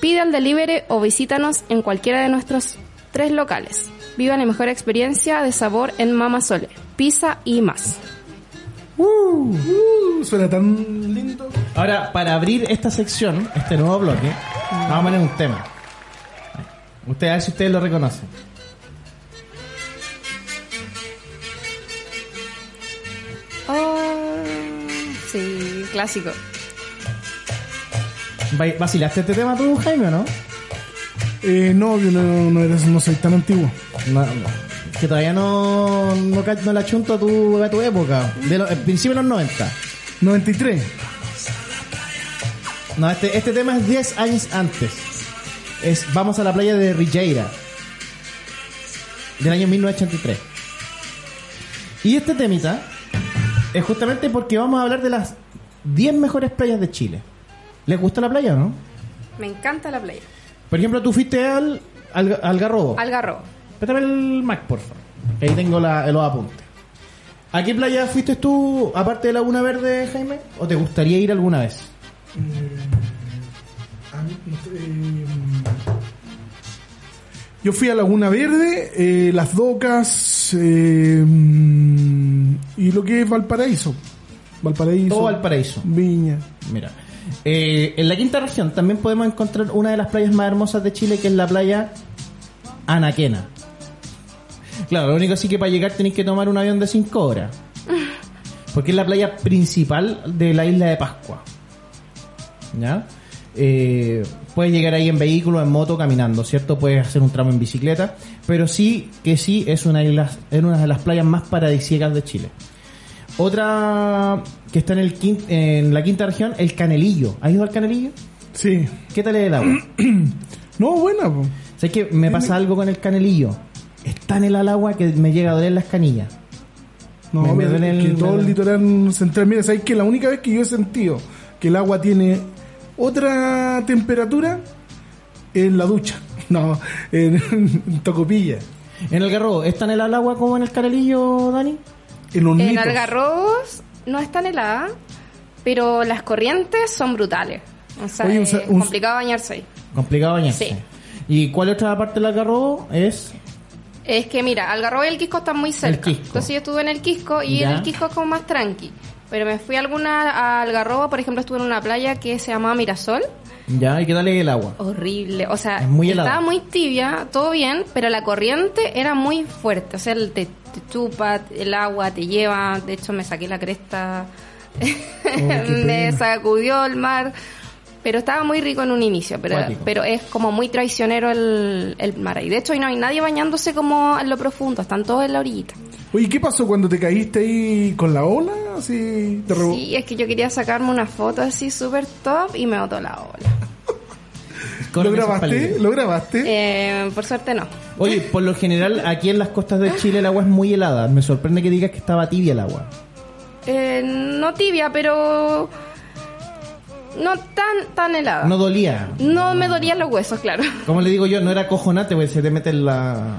Speaker 4: Pide al delivery o visítanos en cualquiera de nuestros tres locales. Viva la mejor experiencia de sabor en Mama Sole, pizza y más.
Speaker 2: Uh, suena tan lindo.
Speaker 1: Ahora, para abrir esta sección, este nuevo bloque, vamos a poner un tema. Ustedes, a ver si ustedes lo reconocen.
Speaker 4: Oh, sí, clásico.
Speaker 1: Vai- ¿Vacilaste este tema tú, Jaime, o no?
Speaker 2: Eh, no, yo no, no, eres- no soy tan antiguo.
Speaker 1: No, no. Que todavía no, no, ca- no la chunto a tu, a tu época. De los, principio de los 90.
Speaker 2: 93.
Speaker 1: No, este, este tema es 10 años antes. es Vamos a la playa de Rijeira, del año 1983. Y este temita es justamente porque vamos a hablar de las 10 mejores playas de Chile. ¿Les gusta la playa o no?
Speaker 4: Me encanta la playa.
Speaker 1: Por ejemplo, tú fuiste al, al, al Garrobo.
Speaker 4: Algarrobo.
Speaker 1: Pétame el Mac, por favor. Que ahí tengo la- los apuntes. ¿A qué playa fuiste tú, aparte de Laguna Verde, Jaime? ¿O te gustaría ir alguna vez?
Speaker 2: A mí, eh, Yo fui a Laguna Verde, eh, Las Docas eh, y lo que es Valparaíso. Valparaíso.
Speaker 1: Todo Valparaíso.
Speaker 2: Viña.
Speaker 1: Mira. Eh, en la quinta región también podemos encontrar una de las playas más hermosas de Chile, que es la playa Anaquena. Claro, lo único sí que para llegar tenéis que tomar un avión de 5 horas. Porque es la playa principal de la isla de Pascua. ¿Ya? Eh, puedes llegar ahí en vehículo, en moto, caminando, ¿cierto? Puedes hacer un tramo en bicicleta. Pero sí que sí es una, isla, es una de las playas más paradisíacas de Chile. Otra que está en, el quin- en la quinta región, el Canelillo. ¿Has ido al Canelillo?
Speaker 2: Sí.
Speaker 1: ¿Qué tal es el agua?
Speaker 2: No, buena. po.
Speaker 1: ¿Sabes que me pasa algo con el Canelillo? Es tan helada el agua que me llega a doler las canillas.
Speaker 2: No,
Speaker 1: Me- me
Speaker 2: pero
Speaker 1: duele
Speaker 2: es
Speaker 1: el-
Speaker 2: que
Speaker 1: me
Speaker 2: todo el
Speaker 1: duele.
Speaker 2: litoral central. Mira, ¿sabes que la única vez que yo he sentido que el agua tiene otra temperatura en la ducha? No, en, en Tocopilla.
Speaker 1: En el Garrobo, ¿es tan helada el agua como en el Canelillo, Dani?
Speaker 2: En los
Speaker 4: En Algarrobos no es tan helada, pero las corrientes son brutales. O sea,
Speaker 2: Oye, un
Speaker 4: es
Speaker 2: sa- un-
Speaker 4: complicado bañarse ahí.
Speaker 1: Complicado bañarse.
Speaker 4: Sí.
Speaker 1: ¿Y cuál otra parte del Algarrobo es?
Speaker 4: Es que mira, Algarrobo y el Quisco están muy cerca.
Speaker 1: Quisco.
Speaker 4: Entonces yo estuve en el Quisco y
Speaker 1: Ya.
Speaker 4: en el Quisco es como más tranqui. Pero me fui a alguna a Algarrobo, por ejemplo, estuve en una playa que se llamaba Mirasol.
Speaker 1: ¿Ya? ¿Y qué tal es el agua?
Speaker 4: Horrible, o sea,
Speaker 1: Es muy helado.
Speaker 4: estaba muy tibia, todo bien, pero la corriente era muy fuerte, o sea, el- te, te chupa, el agua te lleva, de hecho me saqué la cresta, me sacudió el mar, pero estaba muy rico en un inicio, pero,
Speaker 1: Cuático.
Speaker 4: pero es como muy traicionero el, el mar, y de hecho hoy no hay nadie bañándose como en lo profundo, están todos en la orillita.
Speaker 2: Oye, ¿qué pasó cuando te caíste ahí con la ola? Así, te rebotó.
Speaker 4: Sí, es que yo quería sacarme una foto así súper top y me botó la ola.
Speaker 1: Corre
Speaker 2: ¿Lo
Speaker 1: que es un
Speaker 2: grabaste?
Speaker 1: peligro.
Speaker 2: ¿Lo grabaste?
Speaker 4: Eh, por suerte no.
Speaker 1: Oye, por lo general, aquí en las costas de Chile el agua es muy helada. Me sorprende que digas que estaba tibia el agua.
Speaker 4: Eh, no tibia, pero no tan tan helada.
Speaker 1: No
Speaker 4: No,
Speaker 1: dolía.
Speaker 4: me dolían los huesos, claro.
Speaker 1: Como le digo yo, no era cojonate, porque se te meten la,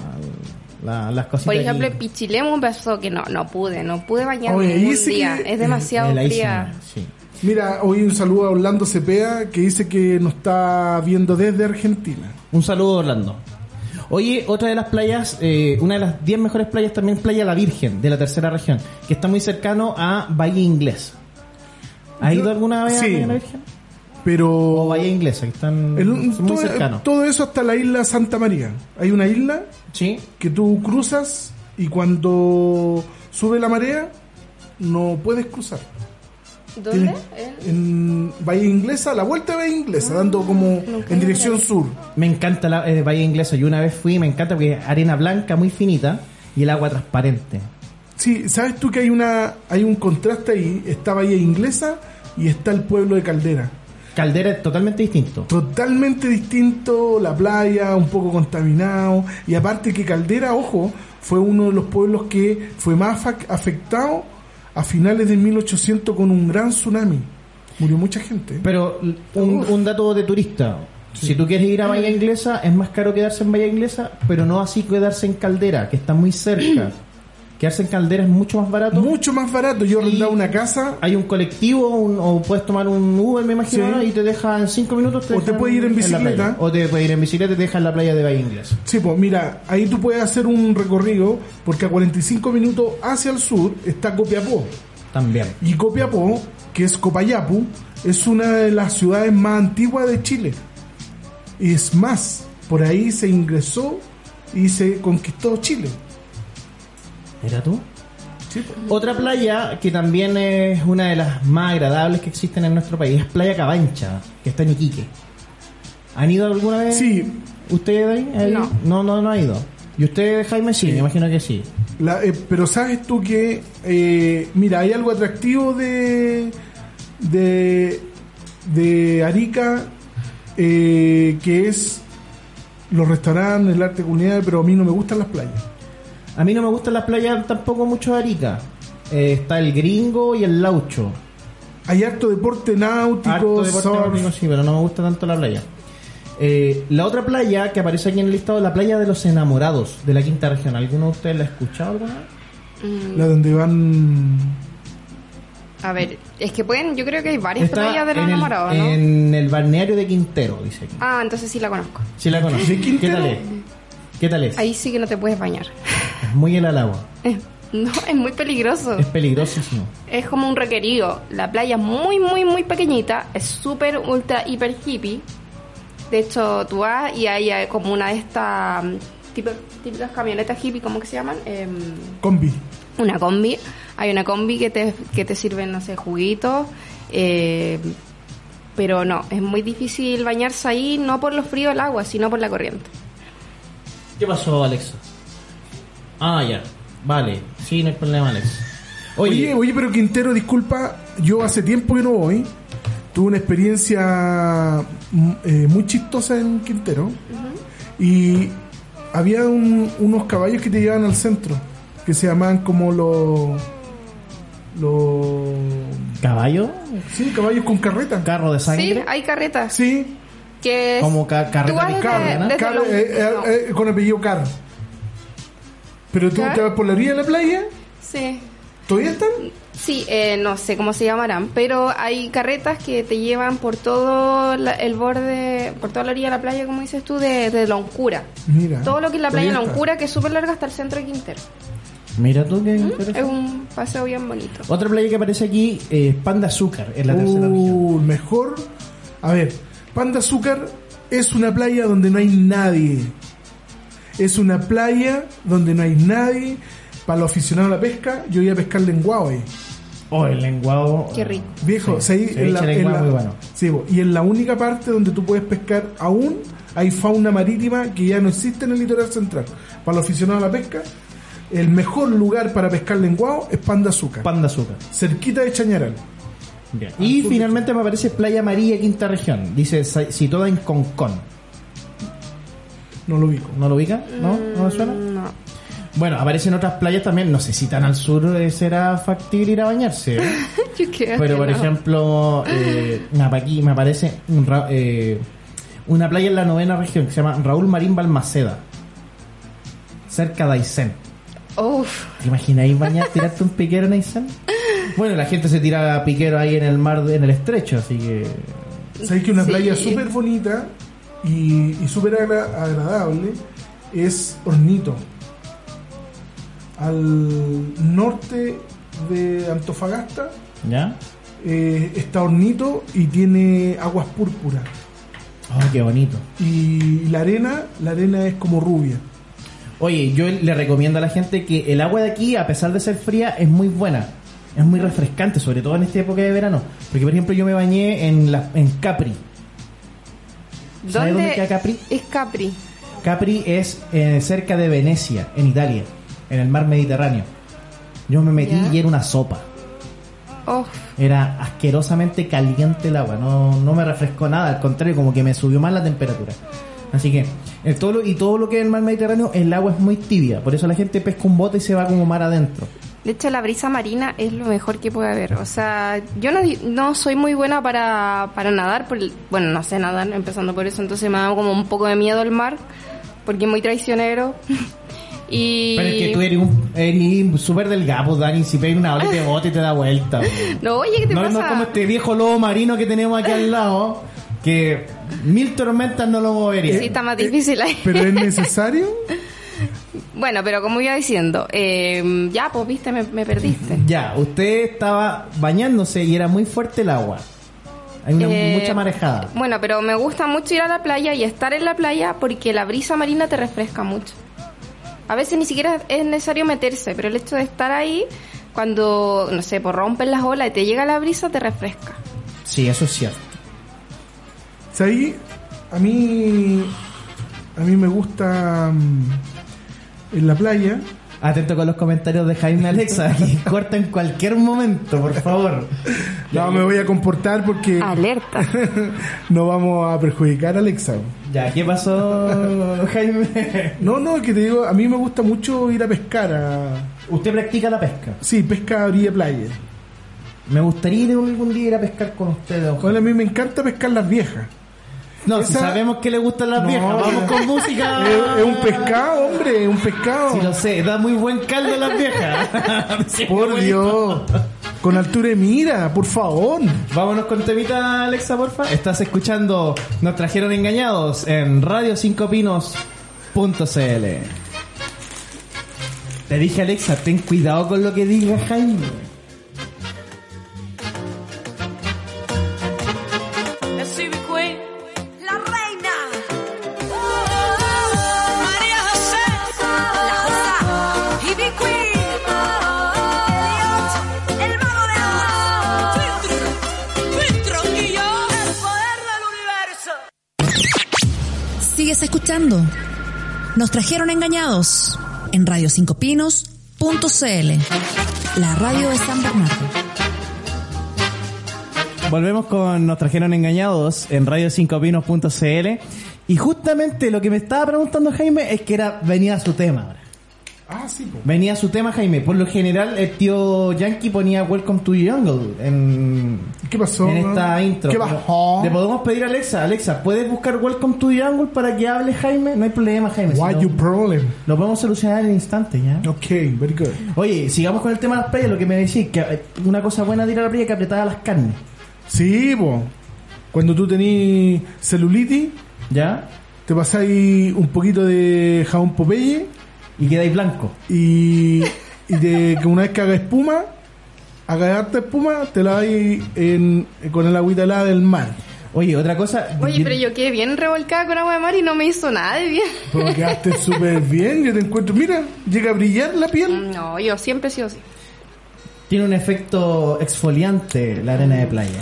Speaker 1: la- las cositas.
Speaker 4: Por ejemplo,
Speaker 1: ahí.
Speaker 4: en Pichilemu pasó que no, no pude, no pude bañarme
Speaker 2: Oye,
Speaker 4: ningún
Speaker 2: y sí
Speaker 4: día.
Speaker 2: que-
Speaker 4: Es demasiado
Speaker 1: En la
Speaker 4: fría.
Speaker 1: isla, sí.
Speaker 2: Mira, hoy un saludo a Orlando Cepeda que dice que nos está viendo desde Argentina.
Speaker 1: Un saludo, Orlando. Oye, otra de las playas, eh, una de las 10 mejores playas también, Playa La Virgen, de la tercera región, que está muy cercano a Valle Inglés. ¿Has
Speaker 2: Yo-
Speaker 1: ido alguna vez
Speaker 2: sí.
Speaker 1: a Playa La Virgen? O
Speaker 2: Pero
Speaker 1: Valle Inglesa, que están
Speaker 2: el-
Speaker 1: son muy
Speaker 2: todo, eh,
Speaker 1: cercanos.
Speaker 2: todo eso hasta la isla Santa María. Hay una isla
Speaker 1: Sí.
Speaker 2: que tú cruzas y cuando sube la marea no puedes cruzar.
Speaker 4: ¿Dónde?
Speaker 2: Tienes-
Speaker 4: ¿Eh?
Speaker 2: En Bahía Inglesa, a la vuelta de Bahía Inglesa, dando como en dirección sur.
Speaker 1: Me encanta la eh, Bahía Inglesa. Yo una vez fui, me encanta porque es arena blanca, muy finita, y el agua transparente.
Speaker 2: Sí, ¿sabes tú que hay una hay un contraste ahí? Está Bahía Inglesa y está el pueblo de Caldera.
Speaker 1: Caldera es totalmente distinto.
Speaker 2: Totalmente distinto, la playa un poco contaminado y aparte que Caldera, ojo, fue uno de los pueblos que fue más afac- afectado a finales de 1800 con un gran tsunami. Murió mucha gente.
Speaker 1: Pero l- un, un dato de turista. Si tú quieres ir
Speaker 2: Mm.
Speaker 1: a Bahía Inglesa, es más caro quedarse en Bahía Inglesa, pero no así quedarse en Caldera, que está muy cerca. quedarse en Caldera es mucho más barato.
Speaker 2: Mucho más barato, yo
Speaker 1: Y-
Speaker 2: arrendaba una casa
Speaker 1: Hay un colectivo un- o puedes tomar un Uber, me imagino,
Speaker 2: Sí.
Speaker 1: ¿no? y te deja en 5 minutos.
Speaker 2: O te
Speaker 1: dejan
Speaker 2: puedes ir en
Speaker 1: la
Speaker 2: bicicleta.
Speaker 1: playa. O te puedes ir en bicicleta y te deja en la playa de Bahía Inglesa.
Speaker 2: Sí, pues mira, ahí tú puedes hacer un recorrido porque a 45 minutos hacia el sur está Copiapó.
Speaker 1: También.
Speaker 2: Y Copiapó, que es Copayapu, es una de las ciudades más antiguas de Chile. Y es más, por ahí se ingresó y se conquistó Chile. pues.
Speaker 1: ¿Era tú? Otra playa que también es una de las más agradables que existen en nuestro país es Playa Cabancha, que está en Iquique. ¿Han ido alguna vez?
Speaker 2: Sí,
Speaker 1: ¿Usted ahí? ¿Ha ido?
Speaker 4: No.
Speaker 1: No, no, no ha ido. ¿Y usted, Jaime? Sí, me imagino que sí.
Speaker 2: la- eh, pero sabes tú que, eh, mira, hay algo atractivo de, de, de Arica eh, que es los restaurantes, el arte culinario, pero a mí no me gustan las playas.
Speaker 1: A mí no me gustan las playas tampoco mucho de Arica. Eh, está el gringo y el laucho.
Speaker 2: Hay harto deporte náutico,
Speaker 1: Harto deporte
Speaker 2: surf.
Speaker 1: náutico, sí, pero no me gusta tanto la playa. Eh, la otra playa que aparece aquí en el listado es la playa de los enamorados de la quinta región. ¿Alguno de ustedes la ha escuchado alguna vez?
Speaker 2: la donde van
Speaker 4: A ver, es que pueden, yo creo que hay varias
Speaker 1: Está
Speaker 4: playas de los
Speaker 1: en el-
Speaker 4: enamorados, ¿no?
Speaker 1: En el balneario de Quintero, dice aquí.
Speaker 4: Ah, entonces sí la conozco.
Speaker 1: Sí la conoces.
Speaker 2: ¿De
Speaker 1: ¿Qué
Speaker 2: Quintero?
Speaker 1: tal es? ¿Qué tal es?
Speaker 4: Ahí sí que no te puedes bañar.
Speaker 1: Es muy helada el agua.
Speaker 4: Eh, No, es muy peligroso.
Speaker 1: Es peligrosísimo.
Speaker 4: Es como un requerido. La playa es muy, muy, muy pequeñita. Es súper, ultra, hiper hippie. De hecho, tú vas y ahí hay como una de estas mm, tipo- típicas camionetas hippie, ¿cómo que se llaman? Em,
Speaker 2: combi.
Speaker 4: una combi. Hay una combi que te, que te sirven, no sé, juguitos. eh, pero no, es muy difícil bañarse ahí, no por lo frío del agua, sino por la corriente.
Speaker 1: ¿Qué pasó, Alexa? Ah, ya. Vale. Sí, no hay problema, Alexa.
Speaker 2: Oye, oye, pero Quintero, disculpa, yo hace tiempo que no voy. Tuve una experiencia mm, eh, muy chistosa en Quintero. Y había un- unos caballos que te llevaban al centro, que se llamaban como los... Los...
Speaker 1: ¿Caballo?
Speaker 2: Sí, caballos con carreta.
Speaker 1: ¿Carro de
Speaker 4: Sí,
Speaker 1: sangre?
Speaker 4: hay carretas.
Speaker 2: sí,
Speaker 4: Que es-
Speaker 1: Como ca-
Speaker 4: tú vas
Speaker 1: carreta de
Speaker 4: desde-
Speaker 1: carne, ¿no?
Speaker 4: desde
Speaker 2: Car-
Speaker 4: los-
Speaker 2: eh, eh,
Speaker 4: no.
Speaker 2: eh, con apellido Car. Pero tú
Speaker 4: Car.
Speaker 2: te vas por la orilla de la playa,
Speaker 4: Sí.
Speaker 2: ¿todavía están?
Speaker 4: Sí, eh, no sé cómo se llamarán, pero hay carretas que te llevan por todo la- el borde, por toda la orilla de la playa, como dices tú, de, de Loncura.
Speaker 2: Mira.
Speaker 4: Todo lo que es la playa de
Speaker 2: todavía está.
Speaker 4: Loncura, que es súper larga hasta el centro de Quintero.
Speaker 1: Mira tú qué interesante.
Speaker 4: Es un paseo bien bonito.
Speaker 1: Otra playa que aparece aquí es Pan de Azúcar, en la tercera región.
Speaker 2: Uh, mejor. A ver, Pan de Azúcar es una playa donde no hay nadie. Es una playa donde no hay nadie. Para los aficionados a la pesca, yo iba a pescar lenguado ahí.
Speaker 1: Oh, el lenguado.
Speaker 4: Qué rico.
Speaker 2: Viejo,
Speaker 1: Sí,
Speaker 2: sí,
Speaker 1: ceviche lenguado muy bueno.
Speaker 2: sí, bo, y en la única parte donde tú puedes pescar aún hay fauna marítima que ya no existe en el litoral central. Para los aficionados a la pesca, el mejor lugar para pescar lenguado es Pan de Azúcar,
Speaker 1: Pan de Azúcar.
Speaker 2: cerquita de Chañaral.
Speaker 1: Bien. Y finalmente me aparece Playa María, quinta región. Dice sa- situada en Concón.
Speaker 2: No lo ubico.
Speaker 1: ¿No lo ubica? ¿No? ¿No me suena?
Speaker 4: Mm, No.
Speaker 1: Bueno, aparecen otras playas también. No sé si tan al sur eh, será factible ir a bañarse. ¿eh?
Speaker 4: Yo
Speaker 1: Pero
Speaker 4: creo que
Speaker 1: por
Speaker 4: no.
Speaker 1: ejemplo, eh, nada, pa' aquí me aparece un ra- eh, una playa en la novena región que se llama Raúl Marín Balmaceda. Cerca de Aysén.
Speaker 4: Uf,
Speaker 1: ¿Te imagináis bañar, tirarte un piquero en Aysén? Bueno, la gente se tira a piquero ahí en el mar, en el estrecho, así que...
Speaker 2: ¿Sabes que una
Speaker 4: Sí.
Speaker 2: playa súper bonita y, y súper agra- agradable es Hornito? Al norte de Antofagasta
Speaker 1: ¿Ya?
Speaker 2: eh, está Hornito y tiene aguas púrpuras.
Speaker 1: Oh, qué bonito.
Speaker 2: Y la arena, la arena es como rubia.
Speaker 1: Oye, yo le recomiendo a la gente que el agua de aquí, a pesar de ser fría, es muy buena. Es muy refrescante, sobre todo en esta época de verano. Porque, por ejemplo, yo me bañé en, la, en Capri. ¿Sabes
Speaker 4: ¿dónde
Speaker 1: dónde queda Capri?
Speaker 4: Es Capri.
Speaker 1: Capri es eh, cerca de Venecia, en Italia, en el mar Mediterráneo. Yo me metí
Speaker 4: Ya.
Speaker 1: y era una sopa.
Speaker 4: Oh,
Speaker 1: Era asquerosamente caliente el agua, no, no me refrescó nada, al contrario, como que me subió más la temperatura. Así que, eh, todo lo- y todo lo que es el mar Mediterráneo, el agua es muy tibia, por eso la gente pesca un bote y se va como mar adentro.
Speaker 4: De hecho, la brisa marina es lo mejor que puede haber. O sea, yo no, no soy muy buena para, para nadar. Por, el- bueno, no sé nadar, empezando por eso. Entonces me da como un poco de miedo el mar, porque es muy traicionero. y...
Speaker 1: Pero es que tú eres un eres súper delgado, pues, Dani, si pegas una ola y te bote y te da vuelta. pues.
Speaker 4: No, oye, Ah. ¿qué te
Speaker 1: No,
Speaker 4: pasa?
Speaker 1: no como este viejo lobo marino que tenemos aquí al lado, que mil tormentas no lo moverían.
Speaker 4: Sí, está más difícil ahí.
Speaker 2: ¿Pero es necesario?
Speaker 4: Bueno, pero como iba diciendo, eh, ya, pues viste, me, me perdiste.
Speaker 1: Ya, usted estaba bañándose y era muy fuerte el agua. Hay una,
Speaker 4: Eh,
Speaker 1: mucha marejada.
Speaker 4: Bueno, pero me gusta mucho ir a la playa y estar en la playa porque la brisa marina te refresca mucho. A veces ni siquiera es necesario meterse, pero el hecho de estar ahí, cuando, no sé, pues rompen las olas y te llega la brisa, te refresca.
Speaker 1: Sí, eso es cierto.
Speaker 2: ¿Sabes? A mí, a mí me gusta mm, en la playa.
Speaker 1: Atento con los comentarios de Jaime Alexa, que corta en cualquier momento, por favor.
Speaker 2: No, me voy a comportar porque
Speaker 4: Alerta.
Speaker 2: no vamos a perjudicar a Alexa.
Speaker 1: Ya, ¿qué pasó, Jaime?
Speaker 2: No, no, es que te digo, a mí me gusta mucho ir a pescar. A...
Speaker 1: Usted practica la pesca.
Speaker 2: Sí, pesca a orilla de playa.
Speaker 1: Me gustaría ir algún día ir a pescar con usted, don
Speaker 2: Bueno, a
Speaker 1: Jaime.
Speaker 2: mí me encanta pescar las viejas.
Speaker 1: No, si
Speaker 2: esa-
Speaker 1: sabemos que le gustan las
Speaker 2: No,
Speaker 1: viejas. Vamos
Speaker 2: es-
Speaker 1: con música.
Speaker 2: Es, es un pescado, hombre, es un pescado.
Speaker 1: Sí, lo sé, da muy buen caldo a las viejas. Sí,
Speaker 2: Por
Speaker 1: güey.
Speaker 2: Dios. Con altura de mira, por favor.
Speaker 1: Vámonos con temita, Alexa, porfa. Estás escuchando Nos trajeron engañados en radio 5 pinoscl Te dije, Alexa, ten cuidado con lo que diga Jaime.
Speaker 7: La reina. María José. La Josa. Ivy Queen. Elliot, El mago de Oz. Filtro. Filtro y yo. El poder del universo.
Speaker 3: Sigues escuchando. Nos trajeron engañados en radio5pinos.cl, la radio de San Bernardo.
Speaker 1: Volvemos con Nos trajeron engañados en radio 5 pinoscl Y justamente lo que me estaba preguntando Jaime es que era venía su tema ahora.
Speaker 2: Ah, sí, po.
Speaker 1: Venía su tema, Jaime. Por lo general, el tío Yankee ponía Welcome to Jungle en,
Speaker 2: ¿Qué pasó?
Speaker 1: en esta
Speaker 2: weón?
Speaker 1: intro.
Speaker 2: ¿Qué bajó?
Speaker 1: Le podemos pedir a Alexa, Alexa, ¿puedes buscar Welcome to Jungle para que hable Jaime? No hay problema, Jaime.
Speaker 2: Why
Speaker 1: si
Speaker 2: you
Speaker 1: no-
Speaker 2: problem?
Speaker 1: lo podemos solucionar en el instante ya.
Speaker 2: Ok, very good.
Speaker 1: Oye, sigamos con el tema de las playas. Lo que me decís, que eh, una cosa buena de ir a la playa es que apretaba las carnes.
Speaker 2: Sí, po. Cuando tú tenés celulitis,
Speaker 1: ¿Ya?
Speaker 2: te pasáis un poquito de jabón Popeye
Speaker 1: Y quedáis blanco.
Speaker 2: y, y te- que una vez que haga espuma, haga harta espuma, te la dais en- con el agüita helada del mar.
Speaker 1: Oye, otra cosa.
Speaker 4: Oye, pero yo quedé bien revolcada con agua de mar y no me hizo nada de bien.
Speaker 2: Pero quedaste súper bien, yo te encuentro. Mira, llega a brillar la piel.
Speaker 4: No, yo siempre he sido así.
Speaker 1: Tiene un efecto exfoliante la arena de playa.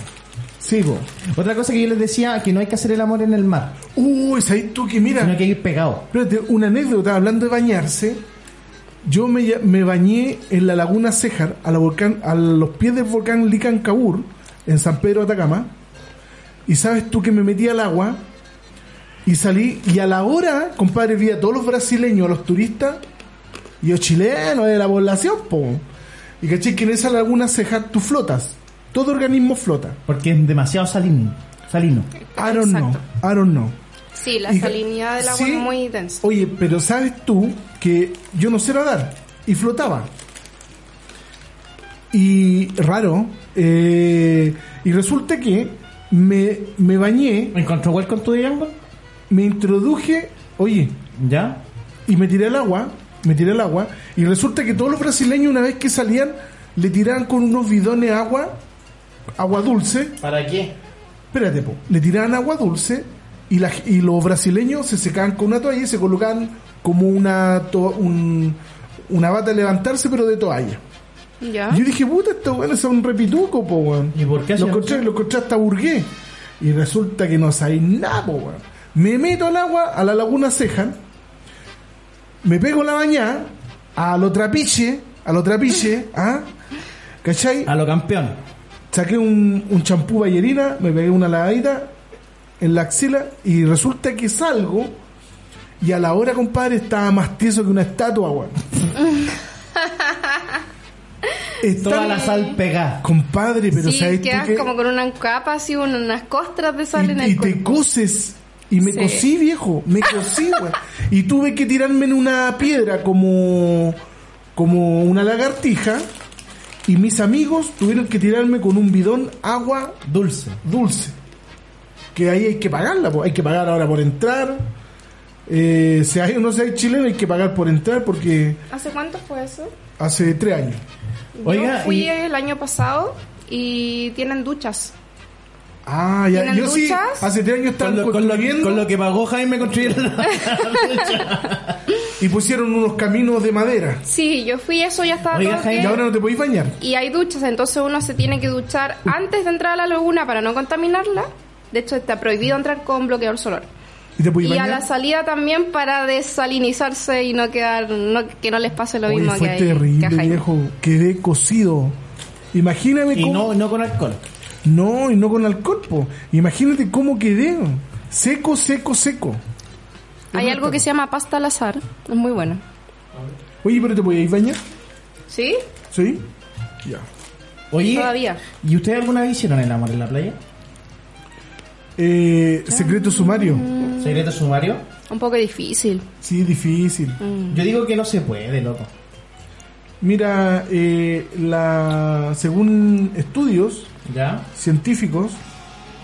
Speaker 2: Sí, po.
Speaker 1: Otra cosa que yo les decía, que no hay que hacer el amor en el mar,
Speaker 2: Uy, ¿sabes tú que mira?
Speaker 1: sino que hay que ir pegado.
Speaker 2: Espérate, una anécdota, hablando de bañarse, yo me, ya- me bañé en la laguna Cejar, a, la volcán, a los pies del volcán Licancabur, en San Pedro de Atacama, y sabes tú que me metí al agua y salí, y a la hora, compadre, vi a todos los brasileños, a los turistas, y los chilenos de la población, po. Y caché que en esa laguna Cejar tú flotas, todo organismo flota.
Speaker 1: Porque es demasiado salino. salino.
Speaker 2: I don't know, I don't know.
Speaker 4: Sí, la
Speaker 2: Y-
Speaker 4: salinidad del agua
Speaker 2: sí.
Speaker 4: es muy densa.
Speaker 2: Oye, pero sabes tú que yo no sé nadar y flotaba. Y raro. eh, y resulta que me, me bañé,
Speaker 1: ¿Encontró hueco en tu diango?
Speaker 2: me introduje, oye,
Speaker 1: ¿Ya?
Speaker 2: y me tiré al agua, me tiré al agua, y resulta que todos los brasileños una vez que salían le tiraban con unos bidones agua, agua dulce,
Speaker 1: ¿Para qué?
Speaker 2: Espérate, po. le tiraban agua dulce y, la- y los brasileños se secaban con una toalla y se colocaban como una, to- un- una bata a levantarse, pero de toalla.
Speaker 4: ¿Ya?
Speaker 2: Yo dije, puta, estos weones son repituco, po, weón.
Speaker 1: ¿Y por qué
Speaker 2: Los
Speaker 1: hacían
Speaker 2: encontré,
Speaker 1: eso?
Speaker 2: los encontré hasta burgués. Y resulta que no sabéis nada, po, weón. Me meto al agua, a la laguna ceja, me pego la bañada, a lo trapiche, a lo trapiche, ¿ah? ¿Cachai?
Speaker 1: A lo campeón.
Speaker 2: saqué un, un champú ballerina, me pegué una lavadita en la axila y resulta que salgo y a la hora, compadre, estaba más tieso que una estatua, weón. Estaba-
Speaker 1: Toda la sal pegada.
Speaker 2: Compadre, pero
Speaker 4: sí,
Speaker 2: ¿sabes tú
Speaker 4: quedas
Speaker 2: qué?
Speaker 4: como con una capa así, un- unas costras de sal en
Speaker 2: y,
Speaker 4: el
Speaker 2: y te
Speaker 4: cuerpo.
Speaker 2: coces. Y me
Speaker 4: Sí.
Speaker 2: cosí, viejo. Me cosí, weón. Y tuve que tirarme en una piedra como, como una lagartija. Y mis amigos tuvieron que tirarme con un bidón agua
Speaker 1: Dulce.
Speaker 2: dulce. Que ahí hay que pagarla, po. hay que pagar ahora por entrar. Eh, si hay o no se hay chileno, hay que pagar por entrar porque
Speaker 4: ¿Hace cuánto fue eso?
Speaker 2: hace tres años.
Speaker 1: Oiga,
Speaker 4: yo fui
Speaker 1: y-
Speaker 4: el año pasado y tienen duchas.
Speaker 2: Ah, ya,
Speaker 4: ¿Tienen
Speaker 2: yo sí,
Speaker 4: duchas?
Speaker 2: hace tres años
Speaker 1: Con
Speaker 2: estaban
Speaker 1: lo, con lo-
Speaker 2: construyendo
Speaker 1: con lo que pagó Jaime construyeron la...
Speaker 2: y pusieron unos caminos de madera.
Speaker 4: Sí, yo fui eso, ya estaba
Speaker 1: Oiga,
Speaker 4: todo
Speaker 1: Jaime,
Speaker 2: Y
Speaker 4: bien.
Speaker 2: ahora no te podéis bañar.
Speaker 4: y hay duchas, entonces uno se tiene que duchar antes de entrar a la laguna para no contaminarla. De hecho, está prohibido entrar con bloqueador solar.
Speaker 2: Y te podéis
Speaker 4: Y a
Speaker 2: bañar.
Speaker 4: la salida también para desalinizarse y no quedar, no, que no les pase lo
Speaker 2: Oye,
Speaker 4: mismo
Speaker 2: fue
Speaker 4: que hay.
Speaker 2: terrible,
Speaker 4: que a Jaime.
Speaker 2: viejo. Quedé cocido. Imagíname
Speaker 1: Y
Speaker 2: cómo.
Speaker 1: no, no con alcohol.
Speaker 2: No, y no con alcohol, po. Imagínate cómo quedé. Seco, seco, seco.
Speaker 4: Hay algo que se llama pasta al azar. Es muy bueno.
Speaker 2: Oye, pero te podías bañar.
Speaker 4: ¿Sí?
Speaker 2: ¿Sí? Ya.
Speaker 1: Oye,
Speaker 4: Todavía.
Speaker 1: ¿y ustedes alguna vez hicieron el amor en la playa?
Speaker 2: Eh, secreto sumario.
Speaker 1: ¿Secreto sumario?
Speaker 4: Un poco difícil.
Speaker 2: Sí, difícil.
Speaker 1: Yo digo que no se puede, loco.
Speaker 2: Mira, eh, la, según estudios
Speaker 1: ¿Ya?
Speaker 2: científicos,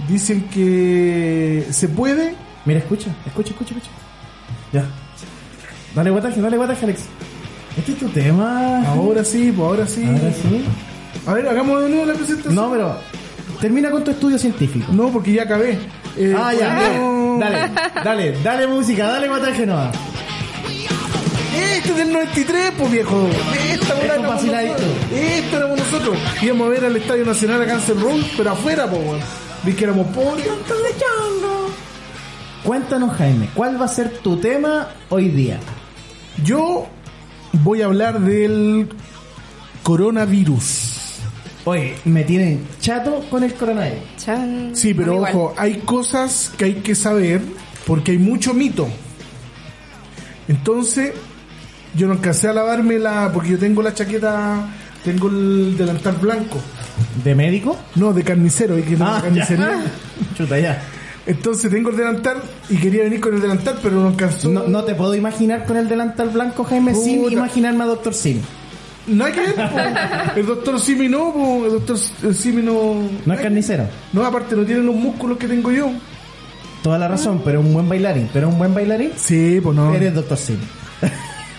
Speaker 2: dicen que se puede.
Speaker 1: Mira, escucha, escucha, escucha, escucha. Ya. Dale guataje, dale guataje, Alex. Este es tu tema.
Speaker 2: Ahora sí, pues ahora sí.
Speaker 1: Ahora sí.
Speaker 2: A ver, hagamos de nuevo la presentación.
Speaker 1: No, pero termina con tu estudio científico.
Speaker 2: No, porque ya acabé. Eh,
Speaker 1: Ah, ya,
Speaker 2: podemos-
Speaker 1: dale, dale, dale, dale música, dale guataje nueva.
Speaker 2: Este es del 93, pues viejo. Esta weá
Speaker 1: Esto
Speaker 2: éramos
Speaker 1: vaciladito.
Speaker 2: nosotros. Esto éramos nosotros. Íbamos a ver al Estadio Nacional a Cancel Room, pero afuera, pues, weón. Vi que éramos pobres. ¡Están lechando!
Speaker 1: Cuéntanos, Jaime, ¿cuál va a ser tu tema hoy día?
Speaker 2: Yo voy a hablar del coronavirus.
Speaker 1: Oye, me tienen chato con el coronavirus.
Speaker 4: Chan.
Speaker 2: Sí,
Speaker 4: A
Speaker 2: pero
Speaker 4: mí Ah, igual.
Speaker 2: ojo, hay cosas que hay que saber porque hay mucho mito. Entonces, yo no alcancé a lavarme la. porque yo tengo la chaqueta, tengo el delantal blanco.
Speaker 1: ¿De médico?
Speaker 2: No, de carnicero, hay que tener
Speaker 1: Ah,
Speaker 2: carnicería.
Speaker 1: ya. Chuta, ya.
Speaker 2: Entonces tengo el delantal y quería venir con el delantal, pero no alcanzó.
Speaker 1: No, no te puedo imaginar con el delantal blanco, Jaime, sin
Speaker 2: Puta.
Speaker 1: imaginarme a Doctor Sim.
Speaker 2: Nada que ver, po. El doctor Simi no, po. El doctor Simi no.
Speaker 1: No es carnicero.
Speaker 2: No, aparte no tiene los músculos que tengo yo.
Speaker 1: Toda la razón, pero un buen bailarín. Pero un buen bailarín,
Speaker 2: Sí, pues no.
Speaker 1: eres Doctor Sim.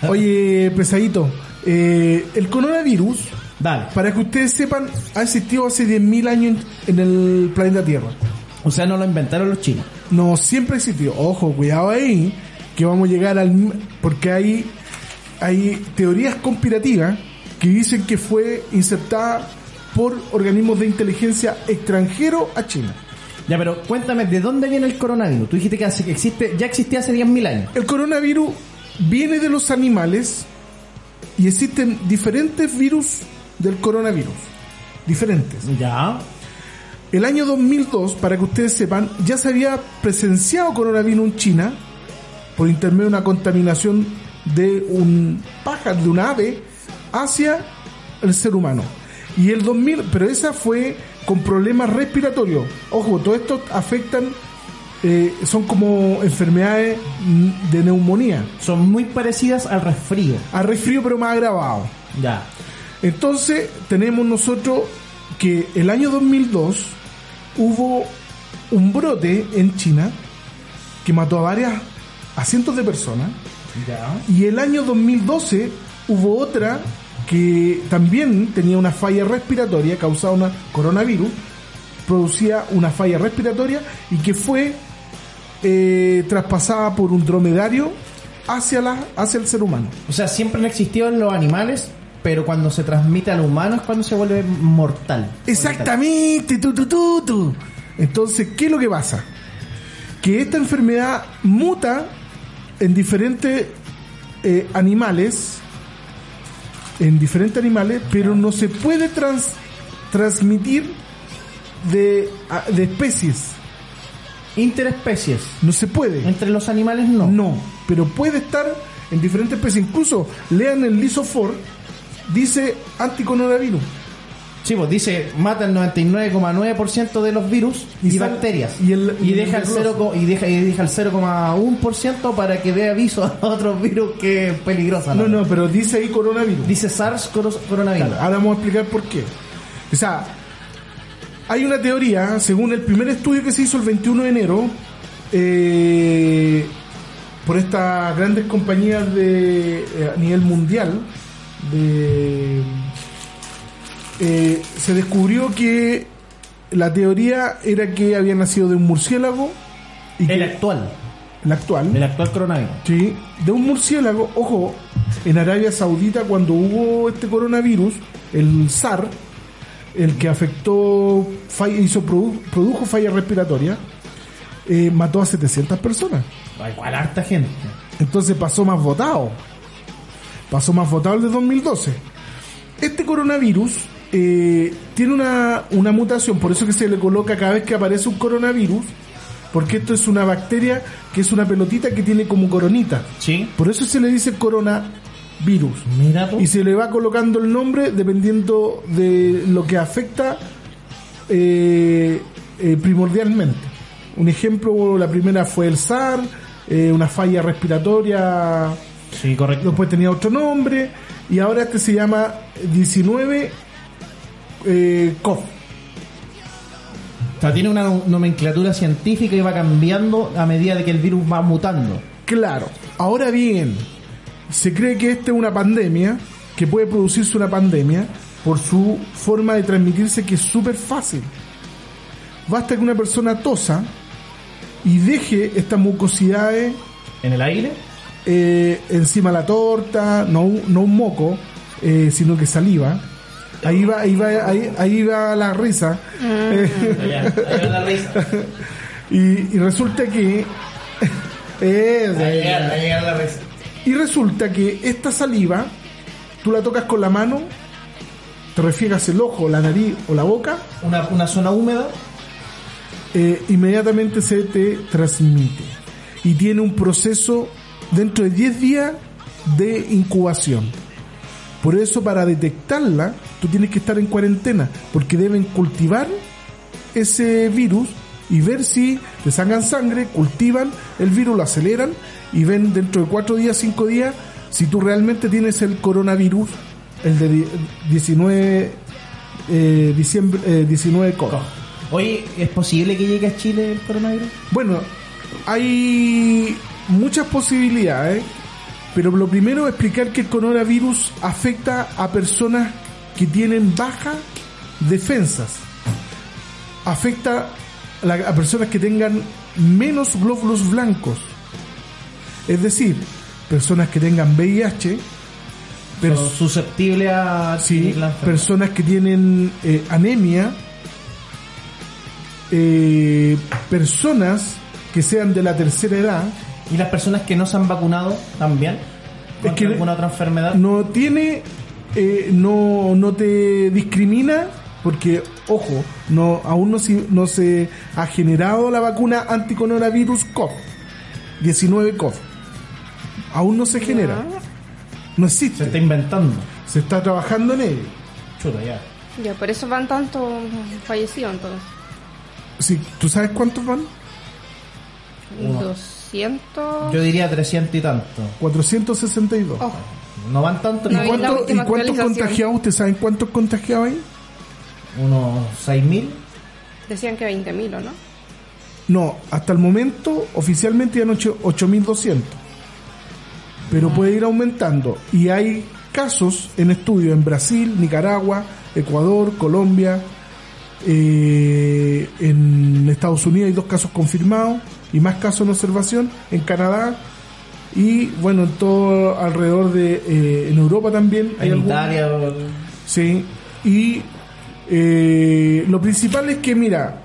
Speaker 2: Oye, pesadito. eh, el coronavirus,
Speaker 1: Dale.
Speaker 2: para que ustedes sepan, ha existido hace 10.000 años en el planeta Tierra.
Speaker 1: O sea, no lo inventaron los chinos.
Speaker 2: No, siempre existió. Ojo, cuidado ahí, que vamos a llegar al... Porque hay, hay teorías conspirativas que dicen que fue insertada por organismos de inteligencia extranjero a China.
Speaker 1: Ya, pero cuéntame, ¿de dónde viene el coronavirus? Tú dijiste que, hace- que existe, ya existía hace 10.000 años.
Speaker 2: El coronavirus viene de los animales y existen diferentes virus del coronavirus. Diferentes.
Speaker 1: Ya.
Speaker 2: El año 2002, para que ustedes sepan, ya se había presenciado coronavirus en China por intermedio de una contaminación de un pájaro, de un ave, hacia el ser humano. Y el 2000, pero esa fue con problemas respiratorios. Ojo, todo esto afectan, eh, son como enfermedades mm, de neumonía.
Speaker 1: Son muy parecidas al resfrío.
Speaker 2: A resfrío, pero más agravado.
Speaker 1: Ya.
Speaker 2: Entonces tenemos nosotros que el año 2002 hubo un brote en China que mató a varias, a cientos de personas.
Speaker 1: Ya.
Speaker 2: Y el año 2012 hubo otra que también tenía una falla respiratoria causada una coronavirus, producía una falla respiratoria y que fue eh, traspasada por un dromedario hacia, la, hacia el ser humano.
Speaker 1: O sea, siempre han existido en los animales, pero cuando se transmite al humano es cuando se vuelve mortal.
Speaker 2: Exactamente, tu, tu, tu, tu. Entonces, ¿qué es lo que pasa? Que esta enfermedad muta en diferentes eh, animales, en diferentes animales, pero no se puede trans- transmitir de, a- de especies.
Speaker 1: Interespecies.
Speaker 2: No se puede.
Speaker 1: Entre los animales no.
Speaker 2: No, pero puede estar en diferentes especies. Incluso lean el lisofor, dice anticoronavirus.
Speaker 1: Sí, pues dice, mata el 99,9% de los virus y,
Speaker 2: Y sal-
Speaker 1: bacterias.
Speaker 2: y el- y el
Speaker 1: deja el
Speaker 2: tuberculosis.
Speaker 1: 0, co- y deja y deja el 0,1% para que dé aviso a otros virus que es peligrosa. la
Speaker 2: No,
Speaker 1: verdad.
Speaker 2: no, pero dice ahí coronavirus.
Speaker 1: Dice SARS coros- coronavirus. Ah,
Speaker 2: Claro, ahora vamos a explicar por qué. O sea, hay una teoría, según el primer estudio que se hizo el 21 de enero, eh, por estas grandes compañías de, eh, a nivel mundial, de, eh, se descubrió que la teoría era que había nacido de un murciélago, y que,
Speaker 1: El actual.
Speaker 2: el actual,
Speaker 1: El actual coronavirus.
Speaker 2: Sí, de un murciélago, ojo, en Arabia Saudita cuando hubo este coronavirus, el SAR, el que afectó, falla- hizo, produ- produjo falla respiratoria, eh, mató a 700 personas.
Speaker 1: Ay, Igual harta gente.
Speaker 2: Entonces pasó más votado. Pasó más votado el de 2012. Este coronavirus eh, tiene una, una mutación, por eso que se le coloca cada vez que aparece un coronavirus, Porque esto es una bacteria que es una pelotita que tiene como coronita.
Speaker 1: Sí.
Speaker 2: Por eso se le dice coronavirus.
Speaker 1: Mira, tú.
Speaker 2: Y se le va colocando el nombre dependiendo de lo que afecta eh, eh, primordialmente. Un ejemplo, la primera fue el SAR, eh, una falla respiratoria,
Speaker 1: Sí, correcto.
Speaker 2: después tenía otro nombre, y ahora este se llama 19 eh, COF.
Speaker 1: O sea, tiene una nomenclatura científica y va cambiando a medida de que el virus va mutando.
Speaker 2: Claro, ahora bien, se cree que esta es una pandemia, que puede producirse una pandemia por su forma de transmitirse que es súper fácil. Basta que una persona tosa y deje estas mucosidades
Speaker 1: ¿En el aire?
Speaker 2: eh, encima de la torta, no, un- no un moco, eh, sino que saliva. Ahí va, ahí va, ahí, ahí va la risa.
Speaker 1: Allá, allá en la risa.
Speaker 2: Y, y resulta que... Eso,
Speaker 1: Allá, allá, allá en la risa.
Speaker 2: Y resulta que esta saliva, tú la tocas con la mano, te refiegas el ojo, la nariz o la boca,
Speaker 1: Una, una zona húmeda.
Speaker 2: eh, inmediatamente se te transmite. Y tiene un proceso dentro de 10 días de incubación. Por eso para detectarla, tú tienes que estar en cuarentena, porque deben cultivar ese virus y ver si te sacan sangre, cultivan el virus, lo aceleran y ven dentro de 4 días, 5 días, si tú realmente tienes el coronavirus, el de di- 19, eh, diciembre, eh, 19 COVID.
Speaker 1: Oye, ¿es posible que llegue a Chile el coronavirus?
Speaker 2: Bueno, hay muchas posibilidades, pero lo primero es explicar que el coronavirus afecta a personas que tienen bajas defensas. Afecta a, la- a personas que tengan menos glóbulos blancos. Es decir, personas que tengan VIH,
Speaker 1: Pero
Speaker 2: pers-
Speaker 1: susceptible a
Speaker 2: Sí,
Speaker 1: adquirir la enfermedad.
Speaker 2: personas que tienen eh, anemia, eh, personas que sean de la tercera edad,
Speaker 1: ¿Y las personas que no se han vacunado también? ¿Contra
Speaker 2: Es que-
Speaker 1: alguna otra enfermedad?
Speaker 2: no tiene, eh, no, no te discrimina, porque, ojo, no, aún no, se- no se ha generado la vacuna anticoronavirus COV, 19 COV. Aún no se genera.
Speaker 4: Ah,
Speaker 2: No
Speaker 1: Se está
Speaker 2: existe.
Speaker 1: inventando.
Speaker 2: Se está trabajando en ello.
Speaker 1: Chuta, ya.
Speaker 4: Ya, por eso van tantos fallecidos entonces.
Speaker 2: Sí, ¿Tú sabes cuántos van?
Speaker 1: Uno.
Speaker 4: 200.
Speaker 1: Yo diría 300 y tanto.
Speaker 2: 462.
Speaker 4: Ojo.
Speaker 1: No van tanto,
Speaker 2: ¿Y,
Speaker 4: No, y la
Speaker 2: cuánto- y
Speaker 4: última
Speaker 2: cuántos
Speaker 4: actualización.
Speaker 2: contagiados? ¿Ustedes saben cuántos contagiados hay?
Speaker 1: unos 6.000.
Speaker 4: Decían que 20.000, ¿o no?
Speaker 2: No, hasta el momento oficialmente ya han hecho 8.200. Pero puede ir aumentando. Y hay casos en estudio en Brasil, Nicaragua, Ecuador, Colombia, eh, en Estados Unidos hay dos casos confirmados y más casos en observación, en Canadá y bueno, en todo alrededor de... eh, en Europa también hay
Speaker 1: En
Speaker 2: algunos.
Speaker 1: Italia.
Speaker 2: Sí, y eh, lo principal es que, mira,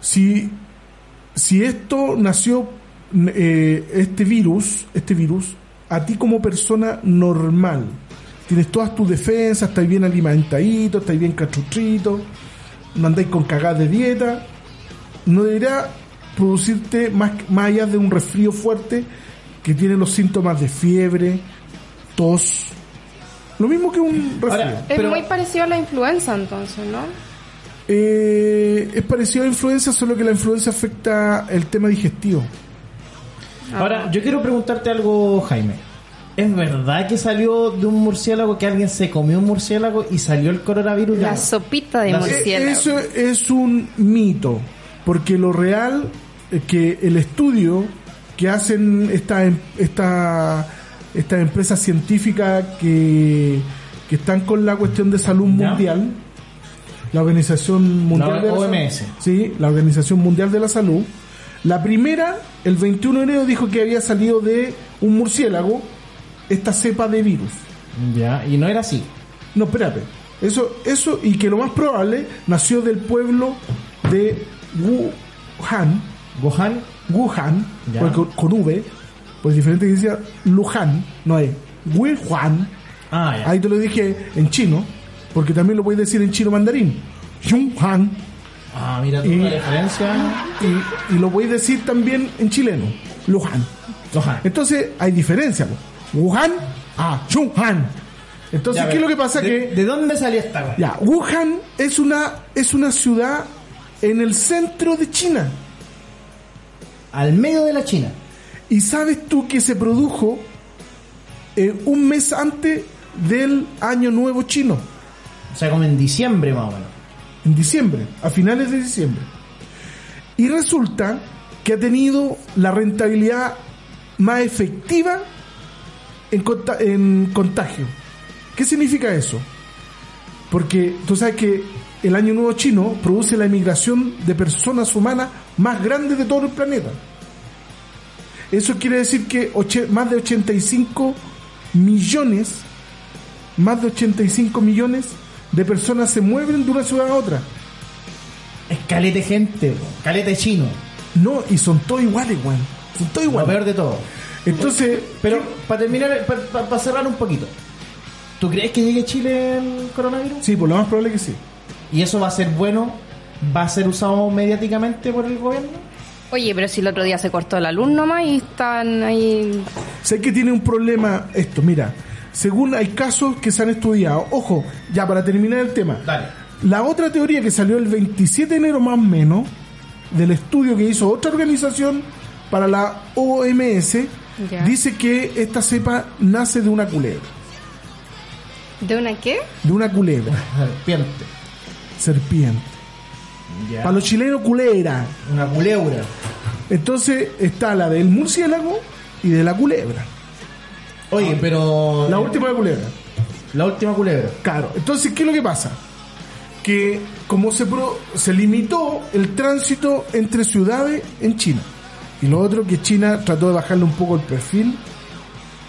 Speaker 2: si, si esto nació, n- eh, este virus, este virus, a ti como persona normal, tienes todas tus defensas, estás bien alimentadito, estás bien cachuchito, no andáis con cagadas de dieta, no deberá producirte más, más allá de un resfrío fuerte que tiene los síntomas de fiebre, tos, lo mismo que un resfrío.
Speaker 1: Ahora,
Speaker 4: Es
Speaker 1: Pero-
Speaker 4: muy parecido a la influenza entonces, ¿no?
Speaker 2: Eh, es parecido a la influenza, solo que la influenza afecta el tema digestivo.
Speaker 1: Ahora, yo quiero preguntarte algo, Jaime. ¿Es verdad que salió de un murciélago, que alguien se comió un murciélago y salió el coronavirus?
Speaker 4: La sopita de
Speaker 1: La-
Speaker 4: murciélago.
Speaker 2: Eh, Eso es un mito, porque lo real es que el estudio que hacen estas em- esta, estas empresas científicas que, que están con la cuestión de salud
Speaker 1: Ya.
Speaker 2: mundial, la Organización Mundial
Speaker 1: La
Speaker 2: de la
Speaker 1: OMS.
Speaker 2: Salud, sí, la Organización Mundial de la Salud, la primera, el 21 de enero, dijo que había salido de un murciélago esta cepa de virus.
Speaker 1: Ya, y no era así.
Speaker 2: No, espérate. Eso, eso, y que lo más probable nació del pueblo de Wuhan,
Speaker 1: Gohan,
Speaker 2: Wuhan,
Speaker 1: Ya.
Speaker 2: porque con, con V, pues diferente que decía Luján, no es Wuhan.
Speaker 1: Ah, ya.
Speaker 2: Ahí te lo dije en chino, porque también lo puedes decir en chino mandarín. Yunhan.
Speaker 1: Ah, mira tú
Speaker 2: Y-
Speaker 1: la diferencia.
Speaker 2: Y, y lo podéis decir también en chileno, Luján.
Speaker 1: Ojalá.
Speaker 2: Entonces hay diferencia. po. Wuhan a Chunghan. Entonces,
Speaker 1: Ya,
Speaker 2: ¿qué es lo que
Speaker 1: pero,
Speaker 2: pasa?
Speaker 1: ¿de-
Speaker 2: que
Speaker 1: ¿De dónde salió esta weá?
Speaker 2: Ya, Wuhan es una, es una ciudad en el centro de China.
Speaker 1: Al medio de la China.
Speaker 2: Y sabes tú que se produjo eh, un mes antes del Año Nuevo Chino,
Speaker 1: O sea, como en diciembre más o menos.
Speaker 2: en diciembre, a finales de diciembre. Y resulta que ha tenido la rentabilidad más efectiva en, conta- en contagio. ¿Qué significa eso? Porque tú sabes que el Año Nuevo Chino produce la emigración de personas humanas más grande de todo el planeta. Eso quiere decir que oche- más de 85 millones, más de 85 millones de personas se mueven de una ciudad a otra.
Speaker 1: Es calete gente, po. calete chino.
Speaker 2: No, y son todos iguales, weón. Son todos
Speaker 1: Lo
Speaker 2: iguales.
Speaker 1: peor de todo.
Speaker 2: Entonces,
Speaker 1: Pero para terminar, para cerrar un poquito. ¿Tú crees que llegue a Chile el coronavirus?
Speaker 2: sí, por lo más probable que sí.
Speaker 1: ¿Y eso va a ser bueno? ¿Va a ser usado mediáticamente por el gobierno?
Speaker 4: Oye, pero si el otro día se cortó la luz nomás y están ahí...
Speaker 2: Sé que tiene un problema esto, mira. Según hay casos que se han estudiado, ojo, ya para terminar el tema.
Speaker 1: Dale.
Speaker 2: La otra teoría que salió el 27 de enero más o menos, del estudio que hizo otra organización para la OMS,
Speaker 4: Ya.
Speaker 2: dice que esta cepa nace de una culebra.
Speaker 4: ¿De una qué?
Speaker 2: De una culebra,
Speaker 1: Serpiente.
Speaker 2: serpiente.
Speaker 1: Ya.
Speaker 2: Para los chilenos, culebra.
Speaker 1: Una culebra.
Speaker 2: Entonces está la del murciélago y de la culebra.
Speaker 1: Oye, pero.
Speaker 2: La última de la culebra.
Speaker 1: La última culebra.
Speaker 2: Claro, entonces, ¿qué es lo que pasa? Que como se, pro- se limitó el tránsito entre ciudades en China. Y lo otro que China trató de bajarle un poco el perfil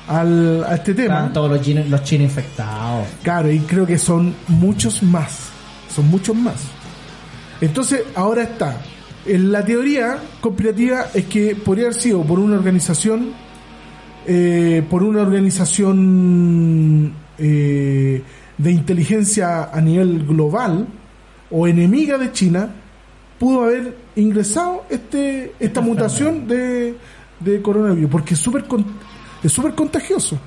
Speaker 2: al, a este tema.
Speaker 1: Están todos los chinos, los chinos infectados.
Speaker 2: Claro, y creo que son muchos más. Son muchos más. Entonces, ahora está. En la teoría conspirativa es que podría haber sido por una organización, eh, por una organización eh, de inteligencia a nivel global o enemiga de China, pudo haber ingresado este esta mutación de, de coronavirus, porque es súper con- es súper contagioso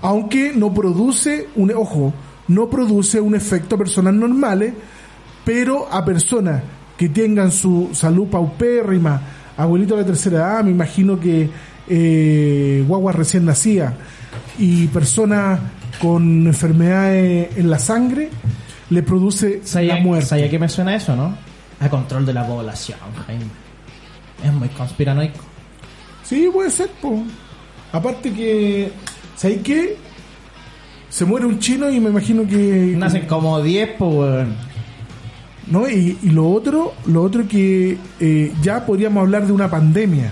Speaker 2: aunque no produce un ojo, no produce un efecto a personas normales, pero a personas que tengan su salud paupérrima, abuelito de la tercera edad, me imagino que eh, guagua recién nacida y personas con enfermedades en la sangre, le produce
Speaker 1: ¿Sabía,
Speaker 2: la muerte.
Speaker 1: ¿sabía que me suena eso, no? A control de la población, Jaime. Es muy conspiranoico.
Speaker 2: Sí, puede ser, po. Aparte que, ¿sabéis qué? Se muere un chino y me imagino que...
Speaker 1: Nacen como 10, pues, weón.
Speaker 2: ¿no? Y, y lo otro, lo otro que eh, ya podríamos hablar de una pandemia.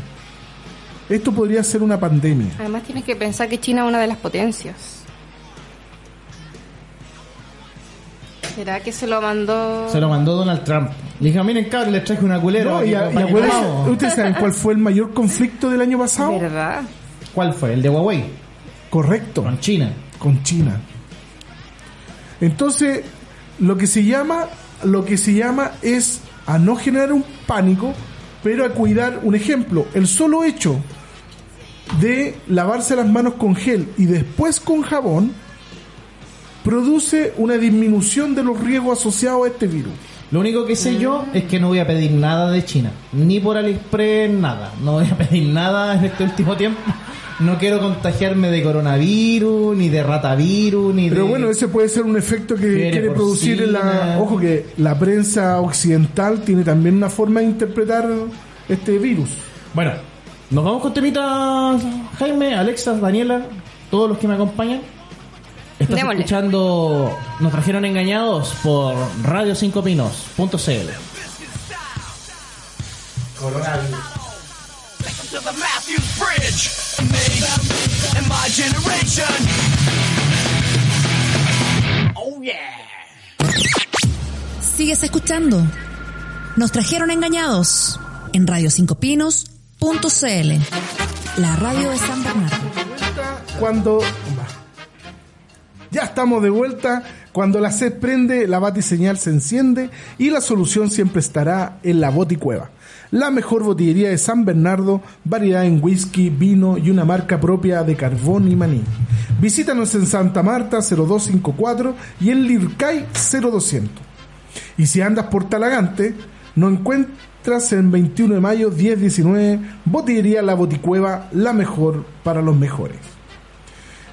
Speaker 2: Esto podría ser una pandemia.
Speaker 4: Además tienes que pensar que China es una de las potencias. ¿Será que se lo mandó?
Speaker 1: Se lo mandó Donald Trump. Le dijo, miren, cabrón, les traje una culera.
Speaker 2: No,
Speaker 1: para
Speaker 2: y,
Speaker 1: que-
Speaker 2: a- y
Speaker 1: para que
Speaker 2: acuérdense-
Speaker 1: comamos".
Speaker 2: ¿Ustedes saben cuál fue el mayor conflicto del año pasado?
Speaker 4: ¿Verdad?
Speaker 1: ¿Cuál fue? El de Huawei.
Speaker 2: Correcto,
Speaker 1: Con China.
Speaker 2: con China. Entonces, lo que se llama, lo que se llama es a no generar un pánico, pero a cuidar un ejemplo. El solo hecho de lavarse las manos con gel y después con jabón produce una disminución de los riesgos asociados a este virus.
Speaker 1: Lo único que sé yo es que no voy a pedir nada de China. Ni por AliExpress, nada. No voy a pedir nada en este último tiempo. No quiero contagiarme de coronavirus, ni de ratavirus, ni
Speaker 2: Pero
Speaker 1: de...
Speaker 2: bueno, ese puede ser un efecto que
Speaker 1: Fiebre
Speaker 2: quiere producir en la...
Speaker 1: porcina.
Speaker 2: Ojo que la prensa occidental tiene también una forma de interpretar este virus.
Speaker 1: Bueno, nos vamos con temitas, Jaime, Alexa, Daniela, todos los que me acompañan. Estás
Speaker 4: Démosle.
Speaker 1: escuchando Nos trajeron engañados por radio 5 pinos.cl.
Speaker 8: to the Matthews Bridge. Me and my generation. Oh yeah.
Speaker 3: Sigues escuchando. Nos trajeron engañados en radio5pinos.cl. La radio de San Bernardo.
Speaker 2: cuando ya estamos de vuelta Cuando la sed prende, la batiseñal se enciende y la solución siempre estará en la boticueva. La mejor botillería de San Bernardo, variedad en whisky, vino y una marca propia de carbón y maní. Visítanos en Santa Marta 0254 y en Lircay 0200. Y si andas por Talagante, no encuentras en 21 de mayo 1019 Botillería La Boticueva, la mejor para los mejores.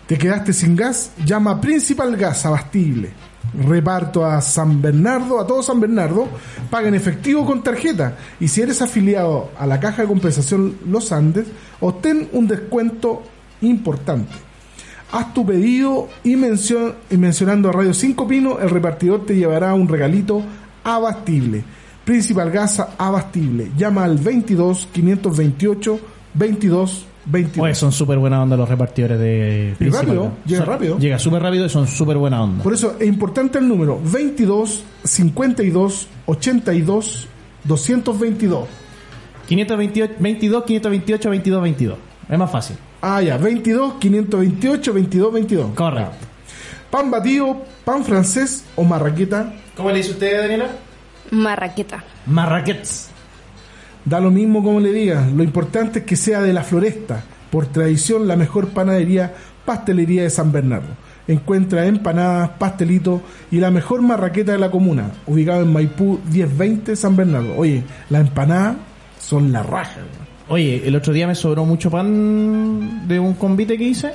Speaker 2: ¿Te quedaste sin gas? Llama a Principal Gas Abastible. Reparto a San Bernardo, a todo San Bernardo, paga en efectivo con tarjeta. Y si eres afiliado a la Caja de Compensación Los Andes, obtén un descuento importante. Haz tu pedido y, mencio- y mencionando a Radio 5 Pino, el repartidor te llevará un regalito abastible. Principal Gasa abastible. Llama al 22 528 22 22.
Speaker 1: Oye, son súper buena onda los repartidores de
Speaker 2: Y rápido,
Speaker 1: Principal.
Speaker 2: llega
Speaker 1: Son-
Speaker 2: rápido.
Speaker 1: Llega súper rápido y son súper buena onda.
Speaker 2: Por eso es importante el número 22 52 82 222.
Speaker 1: 528, 22, 528, 22, 22. Es más fácil.
Speaker 2: Ah, ya, 22 528 22 22.
Speaker 1: Correcto.
Speaker 2: Pan batido, pan francés o marraqueta,
Speaker 1: ¿Cómo le dice usted, Daniela?
Speaker 4: Marraqueta.
Speaker 1: Marraquets.
Speaker 2: Da lo mismo como le digas, lo importante es que sea de la floresta, por tradición la mejor panadería, pastelería de San Bernardo. Encuentra empanadas, pastelitos y la mejor marraqueta de la comuna, ubicado en Maipú 1020 San Bernardo. Oye, las empanadas son la raja. weón.
Speaker 1: Oye, el otro día me sobró mucho pan de un convite que hice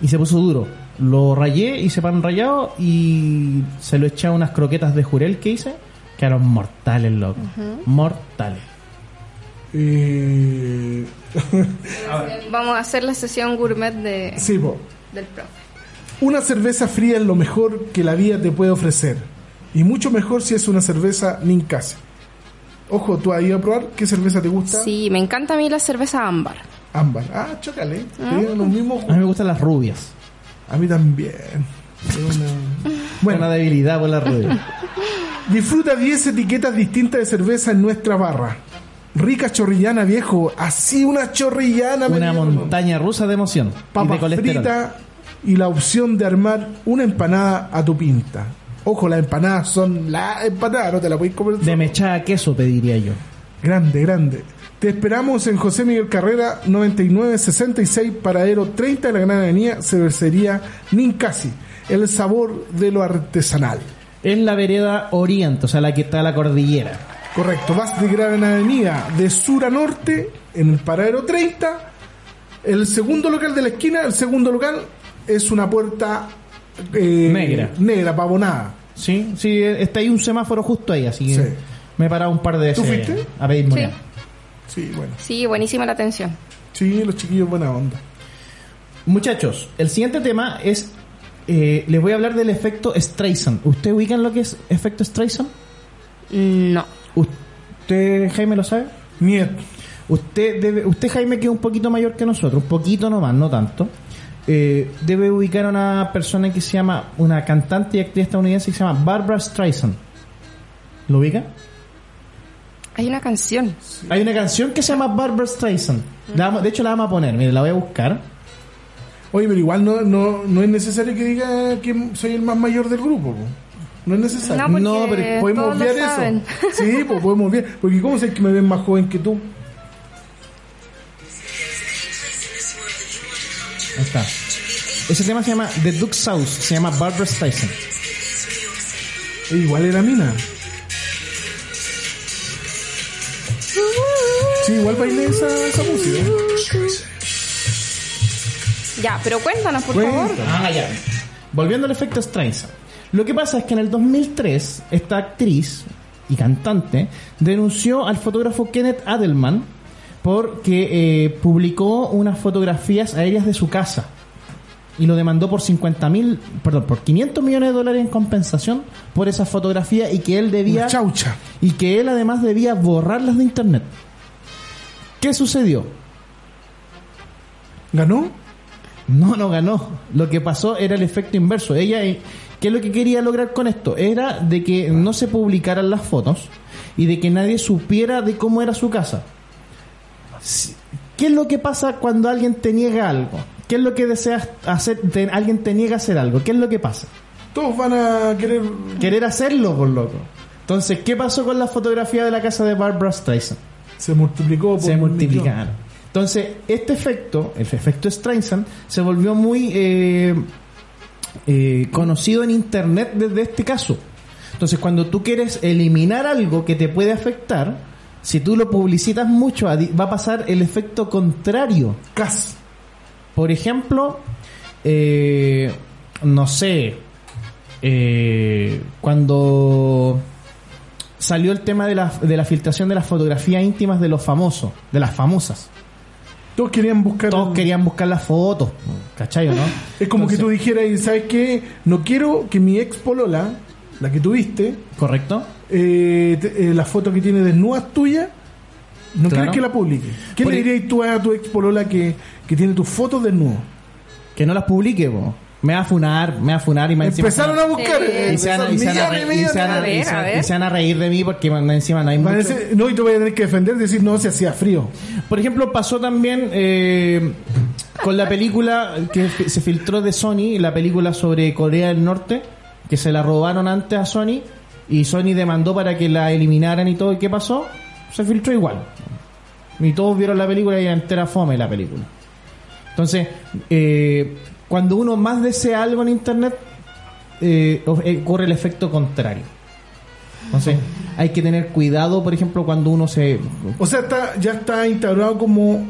Speaker 1: y se puso duro. Lo rayé, hice pan rayado y se lo eché a unas croquetas de jurel que hice. Quedaron mortales, loco. Mortales.
Speaker 2: Eh,
Speaker 4: Vamos a hacer la sesión gourmet de,
Speaker 2: sí, po.
Speaker 4: del profe.
Speaker 2: Una cerveza fría es lo mejor que la vida te puede ofrecer. Y mucho mejor si es una cerveza Ninkasi. Ojo, tú has ido a probar qué cerveza te gusta.
Speaker 4: Sí, me encanta a mí la cerveza ámbar.
Speaker 2: Ámbar. Ah, chócale. Tienen los mismos
Speaker 1: A mí me gustan las rubias.
Speaker 2: A mí también.
Speaker 1: Bueno, una debilidad por las rubias.
Speaker 2: Disfruta 10 etiquetas distintas de cerveza en nuestra barra. Rica chorrillana, viejo. Así una chorrillana.
Speaker 1: una
Speaker 2: me dieron.
Speaker 1: montaña rusa de emoción. y de
Speaker 2: Papas
Speaker 1: colesterol.
Speaker 2: fritas y la opción de armar una empanada a tu pinta. Ojo, las empanadas son la empanada, no te la puedes comer.
Speaker 1: De
Speaker 2: sola.
Speaker 1: mechada queso pediría yo.
Speaker 2: Grande, grande. Te esperamos en José Miguel Carrera 9966 Paradero 30 de la Gran Avenida, cervecería Ninkasi. El sabor de lo artesanal.
Speaker 1: Es la vereda oriente, o sea, la que está a la cordillera.
Speaker 2: Correcto, vas de Gran Avenida de sur a norte, en el paradero 30. El segundo local de la esquina, el segundo local es una puerta eh,
Speaker 1: Negra.
Speaker 2: negra, pavonada.
Speaker 1: Sí, sí, está ahí un semáforo justo ahí, así que
Speaker 2: Sí.
Speaker 1: me he parado un par de veces.
Speaker 2: ¿Tú fuiste?
Speaker 1: A pedir moneda.
Speaker 2: Sí, bueno.
Speaker 4: Sí, buenísima la atención.
Speaker 2: Sí, los chiquillos buena onda.
Speaker 1: Muchachos, el siguiente tema es. eh, les voy a hablar del efecto Streisand. ¿Usted ubican lo que es efecto Streisand?
Speaker 4: No.
Speaker 1: ¿Usted, Jaime, lo sabe?
Speaker 2: Niet,
Speaker 1: Usted, debe, usted Jaime, que es un poquito mayor que nosotros, un poquito nomás, no tanto, eh, debe ubicar a una persona que se llama, una cantante y actriz estadounidense que se llama Barbara Streisand. ¿Lo ubica?
Speaker 4: Hay una canción.
Speaker 1: Hay una canción que se llama Barbara Streisand. La vamos- de hecho, la vamos a poner, mire, la voy a buscar.
Speaker 2: Oye, pero igual no, no, no es necesario que diga que soy el más mayor del grupo. po. No es necesario.
Speaker 4: No, porque
Speaker 2: podemos
Speaker 4: todos lo
Speaker 2: obviar
Speaker 4: saben.
Speaker 2: eso. Sí, pues podemos obviar. Porque ¿cómo sé que me ven más joven que tú?
Speaker 1: Ahí está. Ese tema se llama The Duke South, se llama Barbara Streisand.
Speaker 2: E igual era mina. Sí, igual bailé esa, esa música.
Speaker 4: Ya, pero cuéntanos, por
Speaker 2: Cuéntanos.
Speaker 4: favor.
Speaker 1: Ah, ya. Volviendo al efecto Streisand. Lo que pasa es que en el 2003 esta actriz y cantante denunció al fotógrafo Kenneth Adelman porque eh, publicó unas fotografías aéreas de su casa y lo demandó por 50 mil, perdón, por 500 millones de dólares en compensación por esa fotografía y que él debía
Speaker 2: Una chaucha.
Speaker 1: y que él además debía borrarlas de internet. ¿Qué sucedió?
Speaker 2: ¿Ganó?
Speaker 1: No, no ganó. Lo que pasó era el efecto inverso. Ella, eh, ¿qué es lo que quería lograr con esto? Era de que no se publicaran las fotos y de que nadie supiera de cómo era su casa. Si- ¿Qué es lo que pasa cuando alguien te niega algo? ¿Qué es lo que deseas hacer? te- alguien te niega hacer algo. ¿Qué es lo que pasa?
Speaker 2: Todos van a querer.
Speaker 1: Querer hacerlo, por loco. Entonces, ¿qué pasó con la fotografía de la casa de Barbara Streisand?
Speaker 2: Se multiplicó por.
Speaker 1: se
Speaker 2: un
Speaker 1: multiplicaron. Entonces, este efecto, el efecto Streisand, se volvió muy eh, eh, conocido en Internet desde este caso. Entonces, cuando tú quieres eliminar algo que te puede afectar, si tú lo publicitas mucho, a ti- va a pasar el efecto contrario.
Speaker 2: millón. Cas.
Speaker 1: Por ejemplo, eh, no sé, eh, cuando salió el tema de la, de la filtración de las fotografías íntimas de los famosos, de las famosas.
Speaker 2: Todos querían buscar.
Speaker 1: Todos querían buscar las fotos, ¿cachai o no?
Speaker 2: Es como que tú
Speaker 1: Entonces,
Speaker 2: dijeras, ¿sabes qué? No quiero que mi ex polola, la que tuviste,
Speaker 1: ¿Correcto?
Speaker 2: eh, te- eh, la foto que tiene desnudas tuya, no
Speaker 1: Claro.
Speaker 2: quieres que la publique. ¿Qué
Speaker 1: Por
Speaker 2: le
Speaker 1: e-
Speaker 2: dirías tú a tu ex polola que, que tiene tus fotos desnudas?
Speaker 1: Que no las publique, po. Me va a funar, me va a funar y me encima-
Speaker 2: Empezaron a buscar.
Speaker 4: Sí.
Speaker 2: eh,
Speaker 1: y se van a- y se van a
Speaker 2: empezaron
Speaker 1: re- y se van
Speaker 4: A
Speaker 1: a-
Speaker 4: ver,
Speaker 1: y se
Speaker 4: a ver.
Speaker 1: van- y se van a reír de mí porque más encima no hay
Speaker 2: Van a
Speaker 1: mucho.
Speaker 2: decir, no, y te voy a tener que defender, decir, no, se hacía frío.
Speaker 1: Por ejemplo, pasó también eh, con la película que fi- se filtró de Sony, la película sobre Corea del Norte, que se la robaron antes a Sony y Sony demandó para que la eliminaran y todo. ¿Y qué pasó? Se filtró igual. Y todos vieron la película y era entera fome la película. Entonces, eh, cuando uno más desea algo en Internet, eh, of- eh, ocurre el efecto contrario. Entonces, hay que tener cuidado, por ejemplo, cuando uno se
Speaker 2: O sea, está, ya está instaurado como,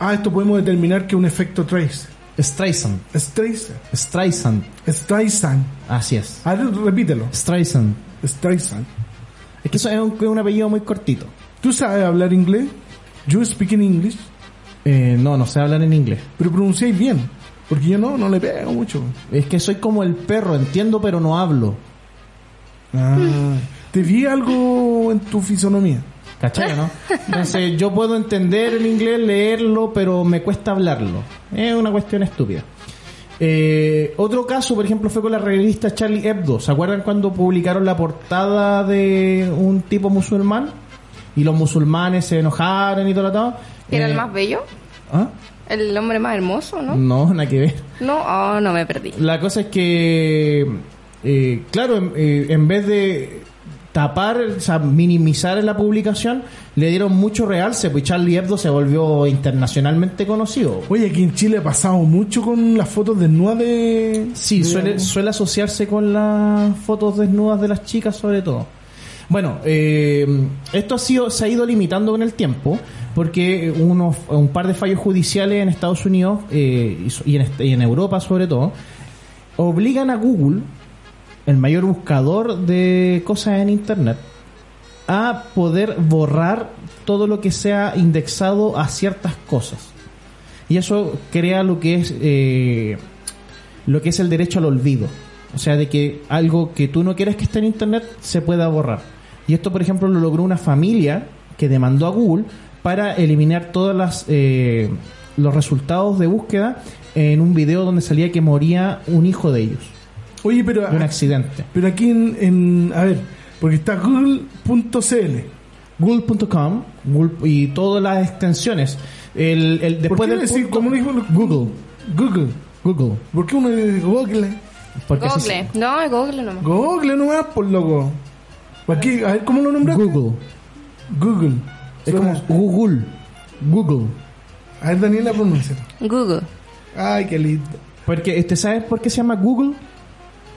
Speaker 2: ah, esto podemos determinar que un efecto trace.
Speaker 1: Streisand.
Speaker 2: Streisand.
Speaker 1: Streisand.
Speaker 2: Streisand.
Speaker 1: Así es.
Speaker 2: A ver, repítelo.
Speaker 1: Streisand.
Speaker 2: Streisand.
Speaker 1: Es que eso es un, es un apellido muy cortito.
Speaker 2: ¿Tú sabes hablar inglés? You speak in English.
Speaker 1: Eh, no, no sé hablar en inglés.
Speaker 2: Pero pronunciáis bien. Porque yo no, no le pego mucho.
Speaker 1: Es que soy como el perro, entiendo pero no hablo.
Speaker 2: Ah, Te vi algo en tu fisonomía.
Speaker 1: ¿Cachai, o no? Entonces yo puedo entender el inglés, leerlo, pero me cuesta hablarlo. Es una cuestión estúpida. Eh, otro caso, por ejemplo, fue con la revista Charlie Hebdo. ¿Se acuerdan cuando publicaron la portada de un tipo musulmán? Y los musulmanes se enojaron y todo lo todo.
Speaker 4: ¿Era el
Speaker 1: Eh,
Speaker 4: más bello?
Speaker 1: ¿Ah?
Speaker 4: ¿El hombre más hermoso, no?
Speaker 1: No, nada que ver.
Speaker 4: No, oh, no me perdí.
Speaker 1: La cosa es que, eh, claro, en, eh, en vez de tapar, o sea, minimizar la publicación, le dieron mucho realce, pues Charlie Hebdo se volvió internacionalmente conocido.
Speaker 2: Oye, aquí en Chile ha pasado mucho con las fotos desnudas de...
Speaker 1: Sí,
Speaker 2: de-
Speaker 1: suele, suele asociarse con las fotos desnudas de las chicas sobre todo. Bueno, eh, esto ha sido, se ha ido limitando con el tiempo porque unos, un par de fallos judiciales en Estados Unidos eh, y so- y, en, este- y en Europa sobre todo obligan a Google, el mayor buscador de cosas en Internet, a poder borrar todo lo que sea indexado a ciertas cosas. Y eso crea lo que es... eh, lo que es el derecho al olvido. O sea, de que algo que tú no quieres que esté en Internet se pueda borrar. Y esto, por ejemplo, lo logró una familia que demandó a Google para eliminar todos los resultados de búsqueda en un video donde salía que moría un hijo de ellos,
Speaker 2: Oye, pero,
Speaker 1: de un accidente.
Speaker 2: pero aquí en, en- A ver, porque está google.cl.
Speaker 1: Google.com Google- y todas las extensiones. El, el-
Speaker 2: ¿Por
Speaker 1: después
Speaker 2: qué
Speaker 1: del
Speaker 2: decir
Speaker 1: punto-
Speaker 2: como dijo
Speaker 1: Google.
Speaker 2: Google.
Speaker 1: Google.
Speaker 2: ¿Por qué uno dice Google?
Speaker 1: Porque así
Speaker 4: Google. No, es Google nomás.
Speaker 2: Google nomás, por loco. ¿Por qué? A ver, ¿cómo lo
Speaker 1: se-
Speaker 2: nombraste?
Speaker 1: Google.
Speaker 2: Google.
Speaker 1: Es como
Speaker 2: Suena-
Speaker 1: Google. Google.
Speaker 2: A ver, Daniela, pronuncia.
Speaker 4: Google.
Speaker 2: Ay, qué lindo.
Speaker 1: Porque, este, ¿sabes por qué se llama Google?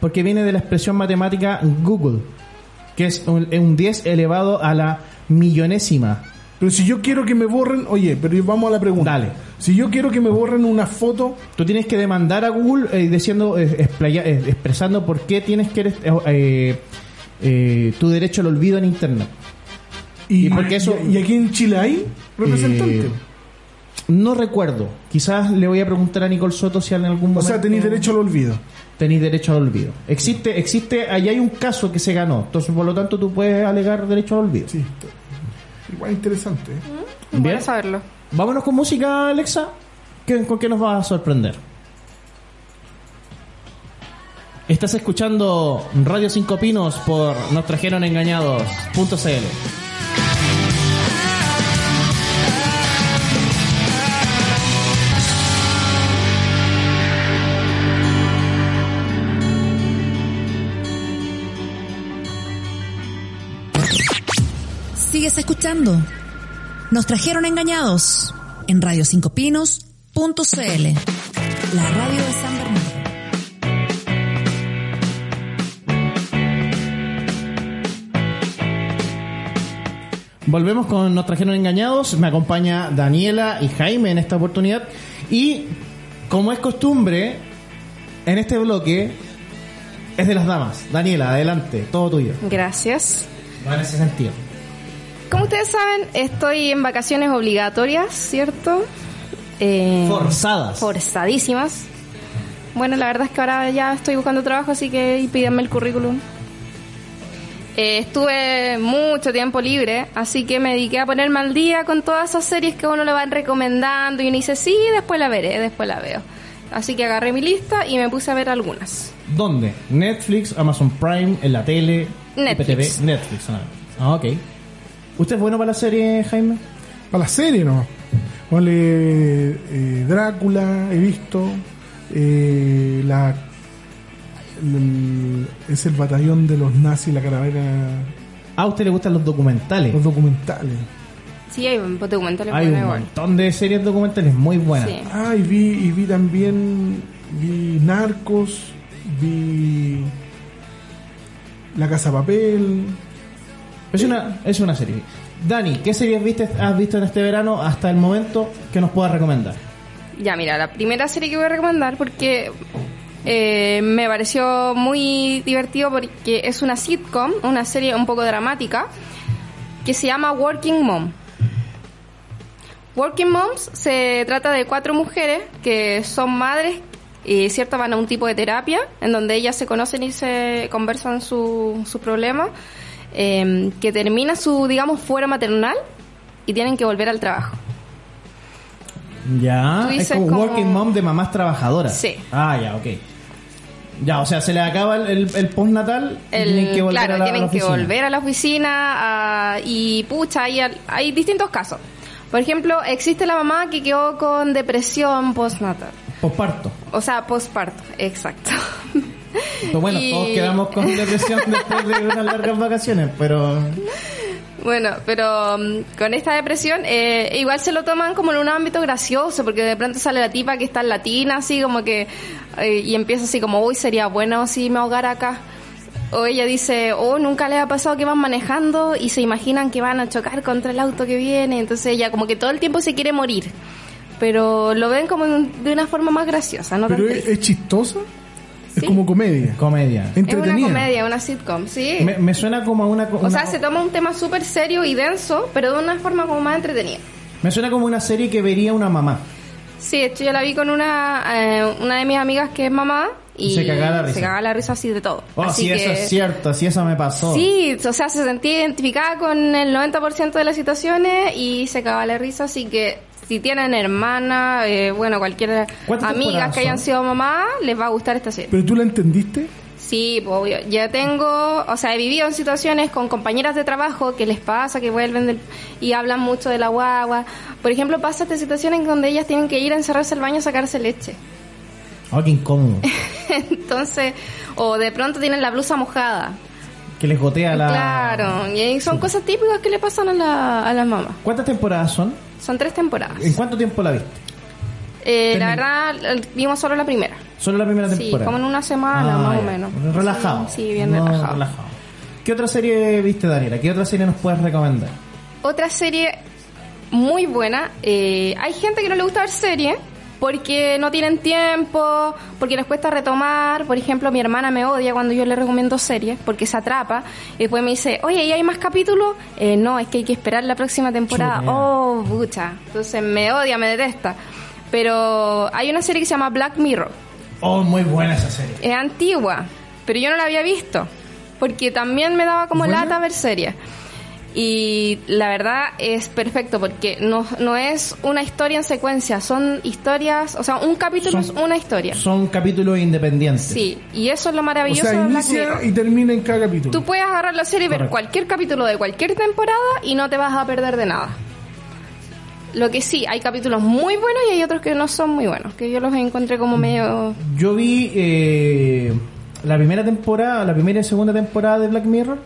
Speaker 1: Porque viene de la expresión matemática Google, que es un, un 10 elevado a la millonésima.
Speaker 2: Pero si yo quiero que me borren, oye, pero vamos a la pregunta.
Speaker 1: Dale.
Speaker 2: Si yo quiero que me borren una foto,
Speaker 1: Tú tienes que demandar a Google eh, diciendo, eh, explaya- eh, expresando por qué tienes que eres- eh, eh, tu derecho al olvido en Internet.
Speaker 2: y,
Speaker 1: ¿Y por qué eso?
Speaker 2: y- y aquí en Chile hay representante.
Speaker 1: Eh, No recuerdo. Quizás le voy a preguntar a Nicole Soto si en algún
Speaker 2: o
Speaker 1: momento...
Speaker 2: sea, tenéis derecho al olvido.
Speaker 1: tenéis derecho al olvido. Existe, existe, allá hay un caso que se ganó. Entonces, por lo tanto, tú puedes alegar derecho al olvido.
Speaker 2: Sí, está- igual interesante. ¿eh?
Speaker 4: Bueno saberlo.
Speaker 1: Vámonos con música, Alexa. ¿Qué- ¿Con qué nos vas a sorprender? Estás escuchando Radio 5 Pinos por Nos Trajeron Engañados.cl.
Speaker 3: sigues escuchando. Nos trajeron engañados en radiocincopinos.cl, la radio de San Bernardo.
Speaker 1: Volvemos con Nos trajeron engañados. Me acompaña Daniela y Jaime en esta oportunidad. Y como es costumbre, en este bloque es de las damas. Daniela, adelante, todo tuyo.
Speaker 4: Gracias.
Speaker 1: Va en ese sentido.
Speaker 4: Como ustedes saben, estoy en vacaciones obligatorias, ¿cierto? Eh,
Speaker 1: Forzadas.
Speaker 4: Forzadísimas. Bueno, la verdad es que ahora ya estoy buscando trabajo, así que ahí pídanme el currículum. Eh, estuve mucho tiempo libre, así que me dediqué a ponerme al día con todas esas series que a uno le van recomendando y uno dice, sí, después la veré, después la veo. Así que agarré mi lista y me puse a ver algunas.
Speaker 1: ¿Dónde? Netflix, Amazon Prime, en la tele,
Speaker 4: Netflix.
Speaker 1: IPTV, Netflix. Ah, ah, ok. ¿Usted es bueno para la serie, Jaime?
Speaker 2: Para la serie, ¿no? Vale, eh, Drácula, he visto. eh, la, el- es el batallón de los nazis, la caravana,
Speaker 1: Ah, ¿A usted le gustan los documentales?
Speaker 2: los documentales.
Speaker 4: Sí, pues, hay un documental
Speaker 1: Hay un montón de series documentales muy buenas.
Speaker 4: Sí.
Speaker 2: Ah, y vi, y vi también. Vi Narcos, vi. La Casa de Papel.
Speaker 1: Es una, es una serie. Dani, ¿qué series viste, has visto en este verano hasta el momento que nos puedas recomendar?
Speaker 4: Ya, mira, la primera serie que voy a recomendar porque eh, me pareció muy divertido porque es una sitcom, una serie un poco dramática, que se llama Working Mom. Working Moms se trata de cuatro mujeres que son madres y cierto van a un tipo de terapia en donde ellas se conocen y se conversan su, su problema eh, que termina su digamos fuera maternal y tienen que volver al trabajo.
Speaker 1: Ya,
Speaker 4: Tú
Speaker 1: es
Speaker 4: dices
Speaker 1: como,
Speaker 4: como-
Speaker 1: Working Mom de mamás trabajadoras.
Speaker 4: Sí.
Speaker 1: Ah, ya, ok. Ya, o sea, se le acaba el, el, el postnatal y
Speaker 4: El-
Speaker 1: tienen que volver
Speaker 4: claro,
Speaker 1: a la, a la
Speaker 4: tienen que
Speaker 1: oficina.
Speaker 4: volver a la oficina a- y pucha, hay, al- hay distintos casos. Por ejemplo, existe la mamá que quedó con depresión postnatal,
Speaker 1: Posparto.
Speaker 4: o sea, postparto, exacto.
Speaker 1: Pero Pues bueno,
Speaker 4: Y-
Speaker 1: todos quedamos con depresión después de unas largas vacaciones, pero...
Speaker 4: Bueno, pero mm, con esta depresión eh, igual se lo toman como en un ámbito gracioso, porque de pronto sale la tipa que está en latina, así como que, eh, y empieza así como, uy, sería bueno si me ahogara acá. O ella dice, oh, nunca le ha pasado que van manejando y se imaginan que van a chocar contra el auto que viene, entonces ella como que todo el tiempo se quiere morir, pero lo ven como en un- de una forma más graciosa, ¿no? tan
Speaker 2: Pero es,
Speaker 4: triste.
Speaker 2: es chistosa. Es
Speaker 4: Sí.
Speaker 2: como comedia.
Speaker 1: Comedia.
Speaker 4: es una
Speaker 2: Entretenida.
Speaker 4: comedia, una sitcom, sí.
Speaker 1: Me, me suena como a una...
Speaker 4: o sea,
Speaker 1: una-
Speaker 4: se toma un tema súper serio y denso, pero de una forma como más entretenida.
Speaker 1: Me suena como una serie que vería una mamá.
Speaker 4: Sí, de hecho yo la vi con una, eh, una de mis amigas que es mamá y
Speaker 1: Se cagaba la risa.
Speaker 4: se cagaba la risa así de todo.
Speaker 1: Oh,
Speaker 4: así
Speaker 1: sí,
Speaker 4: que,
Speaker 1: eso es cierto, sí, eso me pasó.
Speaker 4: Sí, o sea, se sentía identificada con el 90% de las situaciones y se cagaba la risa, así que si tienen hermana, eh, bueno, cualquier
Speaker 1: ¿Cuántas
Speaker 4: amigas
Speaker 1: temporadas
Speaker 4: que hayan
Speaker 1: son?
Speaker 4: sido mamá, les va a gustar esta serie.
Speaker 2: Pero tú la entendiste.
Speaker 4: Sí, pues, obvio. Ya tengo, o sea, he vivido en situaciones con compañeras de trabajo que les pasa, que vuelven del- y hablan mucho de la guagua. Por ejemplo, pasa esta situación en donde ellas tienen que ir a encerrarse al baño a sacarse leche.
Speaker 1: Oh, qué incómodo.
Speaker 4: Entonces, o de pronto tienen la blusa mojada.
Speaker 1: Que les gotea la...
Speaker 4: Claro, y ahí son cosas típicas que le pasan a, la- a las mamás.
Speaker 1: ¿Cuántas temporadas son?
Speaker 4: Son tres temporadas.
Speaker 1: ¿En cuánto tiempo la viste?
Speaker 4: Eh, la verdad, eh, vimos solo la primera.
Speaker 1: Solo la primera
Speaker 4: Sí,
Speaker 1: temporada.
Speaker 4: como en una semana,
Speaker 1: Ah,
Speaker 4: más o
Speaker 1: ya.
Speaker 4: menos.
Speaker 1: Relajado.
Speaker 4: Sí, sí, bien
Speaker 1: No,
Speaker 4: relajado.
Speaker 1: ¿Qué otra serie viste, Daniela? ¿Qué otra serie nos puedes recomendar?
Speaker 4: Otra serie muy buena. eh, hay gente que no le gusta ver series porque no tienen tiempo, porque les cuesta retomar. Por ejemplo, mi hermana me odia cuando yo le recomiendo series porque se atrapa y después me dice, oye, ¿y hay más capítulos? Eh, no, es que hay que esperar la próxima temporada.
Speaker 1: Chuta.
Speaker 4: Oh, pucha. Entonces me odia, me detesta. Pero hay una serie que se llama Black Mirror.
Speaker 1: Oh, muy buena esa serie.
Speaker 4: Es antigua, pero yo no la había visto, porque también me daba como lata ver series. Y la verdad es perfecto, porque no, no es una historia en secuencia, son historias, o sea, un capítulo
Speaker 1: Son-
Speaker 4: es una historia.
Speaker 1: Son capítulos independientes.
Speaker 4: Sí, y eso es lo
Speaker 2: O
Speaker 4: maravilloso
Speaker 2: sea,
Speaker 4: de Black
Speaker 2: inicia
Speaker 4: Mirror.
Speaker 2: y termina en cada capítulo.
Speaker 4: Tú puedes agarrar la serie y ver
Speaker 1: Correcto.
Speaker 4: cualquier capítulo de cualquier temporada y no te vas a perder de nada. Lo que sí, hay capítulos muy buenos y hay otros que no son muy buenos, que yo los encontré
Speaker 2: Mm.
Speaker 4: como medio...
Speaker 1: Yo vi eh, la primera temporada, la primera y segunda temporada de Black Mirror.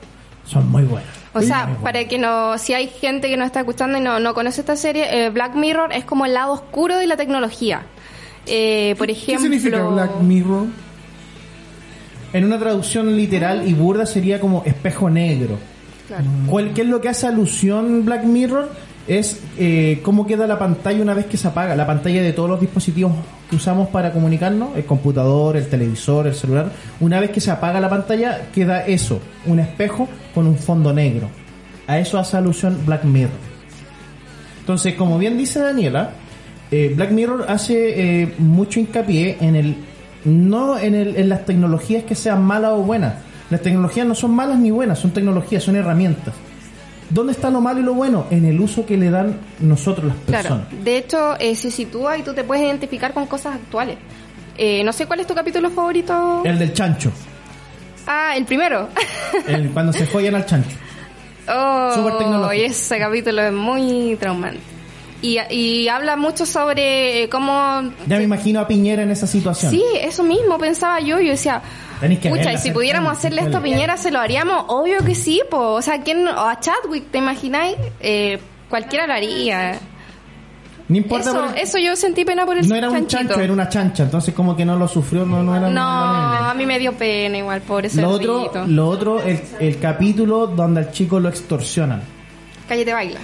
Speaker 1: Son muy buenas.
Speaker 4: O sea, para que no, si hay gente que no está escuchando y no, no conoce esta serie, eh, Black Mirror es como el lado oscuro de la tecnología. Eh, por ejemplo,
Speaker 2: ¿Qué significa Black Mirror?
Speaker 1: En una traducción literal y burda sería como espejo negro.
Speaker 4: Claro.
Speaker 1: ¿Cuál, ¿Qué es lo que hace alusión Black Mirror? Es eh, cómo queda la pantalla una vez que se apaga, la pantalla de todos los dispositivos que usamos para comunicarnos, el computador, el televisor, el celular. Una vez que se apaga la pantalla, queda eso, un espejo con un fondo negro. A eso hace alusión Black Mirror. Entonces, como bien dice Daniela, eh, Black Mirror hace eh, mucho hincapié en el no en, el- en las tecnologías que sean malas o buenas. Las tecnologías no son malas ni buenas, son tecnologías, son herramientas. ¿Dónde está lo malo y lo bueno? En el uso que le dan nosotros las
Speaker 4: Claro,
Speaker 1: personas.
Speaker 4: de hecho eh, se sitúa y tú te puedes identificar con cosas actuales. Eh, no sé cuál es tu capítulo favorito.
Speaker 1: El del chancho,
Speaker 4: Ah, el primero.
Speaker 1: el, cuando se follan al chancho. Súper
Speaker 4: oh,
Speaker 1: tecnológico.
Speaker 4: y ese capítulo es muy traumante. Y, y habla mucho sobre eh, cómo...
Speaker 1: Ya me imagino a Piñera en esa situación.
Speaker 4: Sí, eso mismo pensaba yo. Yo decía,
Speaker 1: Tenéis que
Speaker 4: pucha,
Speaker 1: verla,
Speaker 4: y si
Speaker 1: hacer-
Speaker 4: pudiéramos hacerle esto a Piñera, ¿se lo haríamos? Obvio que sí, po. O sea, ¿quién, o a Chadwick, ¿te imagináis? Eh, cualquiera lo haría.
Speaker 1: No importa,
Speaker 4: Eso,
Speaker 1: por el-
Speaker 4: eso yo sentí pena por el
Speaker 1: no era un
Speaker 4: chanchito.
Speaker 1: chancho, era una chancha, entonces como que no lo sufrió, no, no era
Speaker 4: No,
Speaker 1: no era-
Speaker 4: a mí me dio pena igual, por eso.
Speaker 1: Lo otro, lo otro el, el capítulo donde al chico lo extorsionan.
Speaker 4: Cállate baila.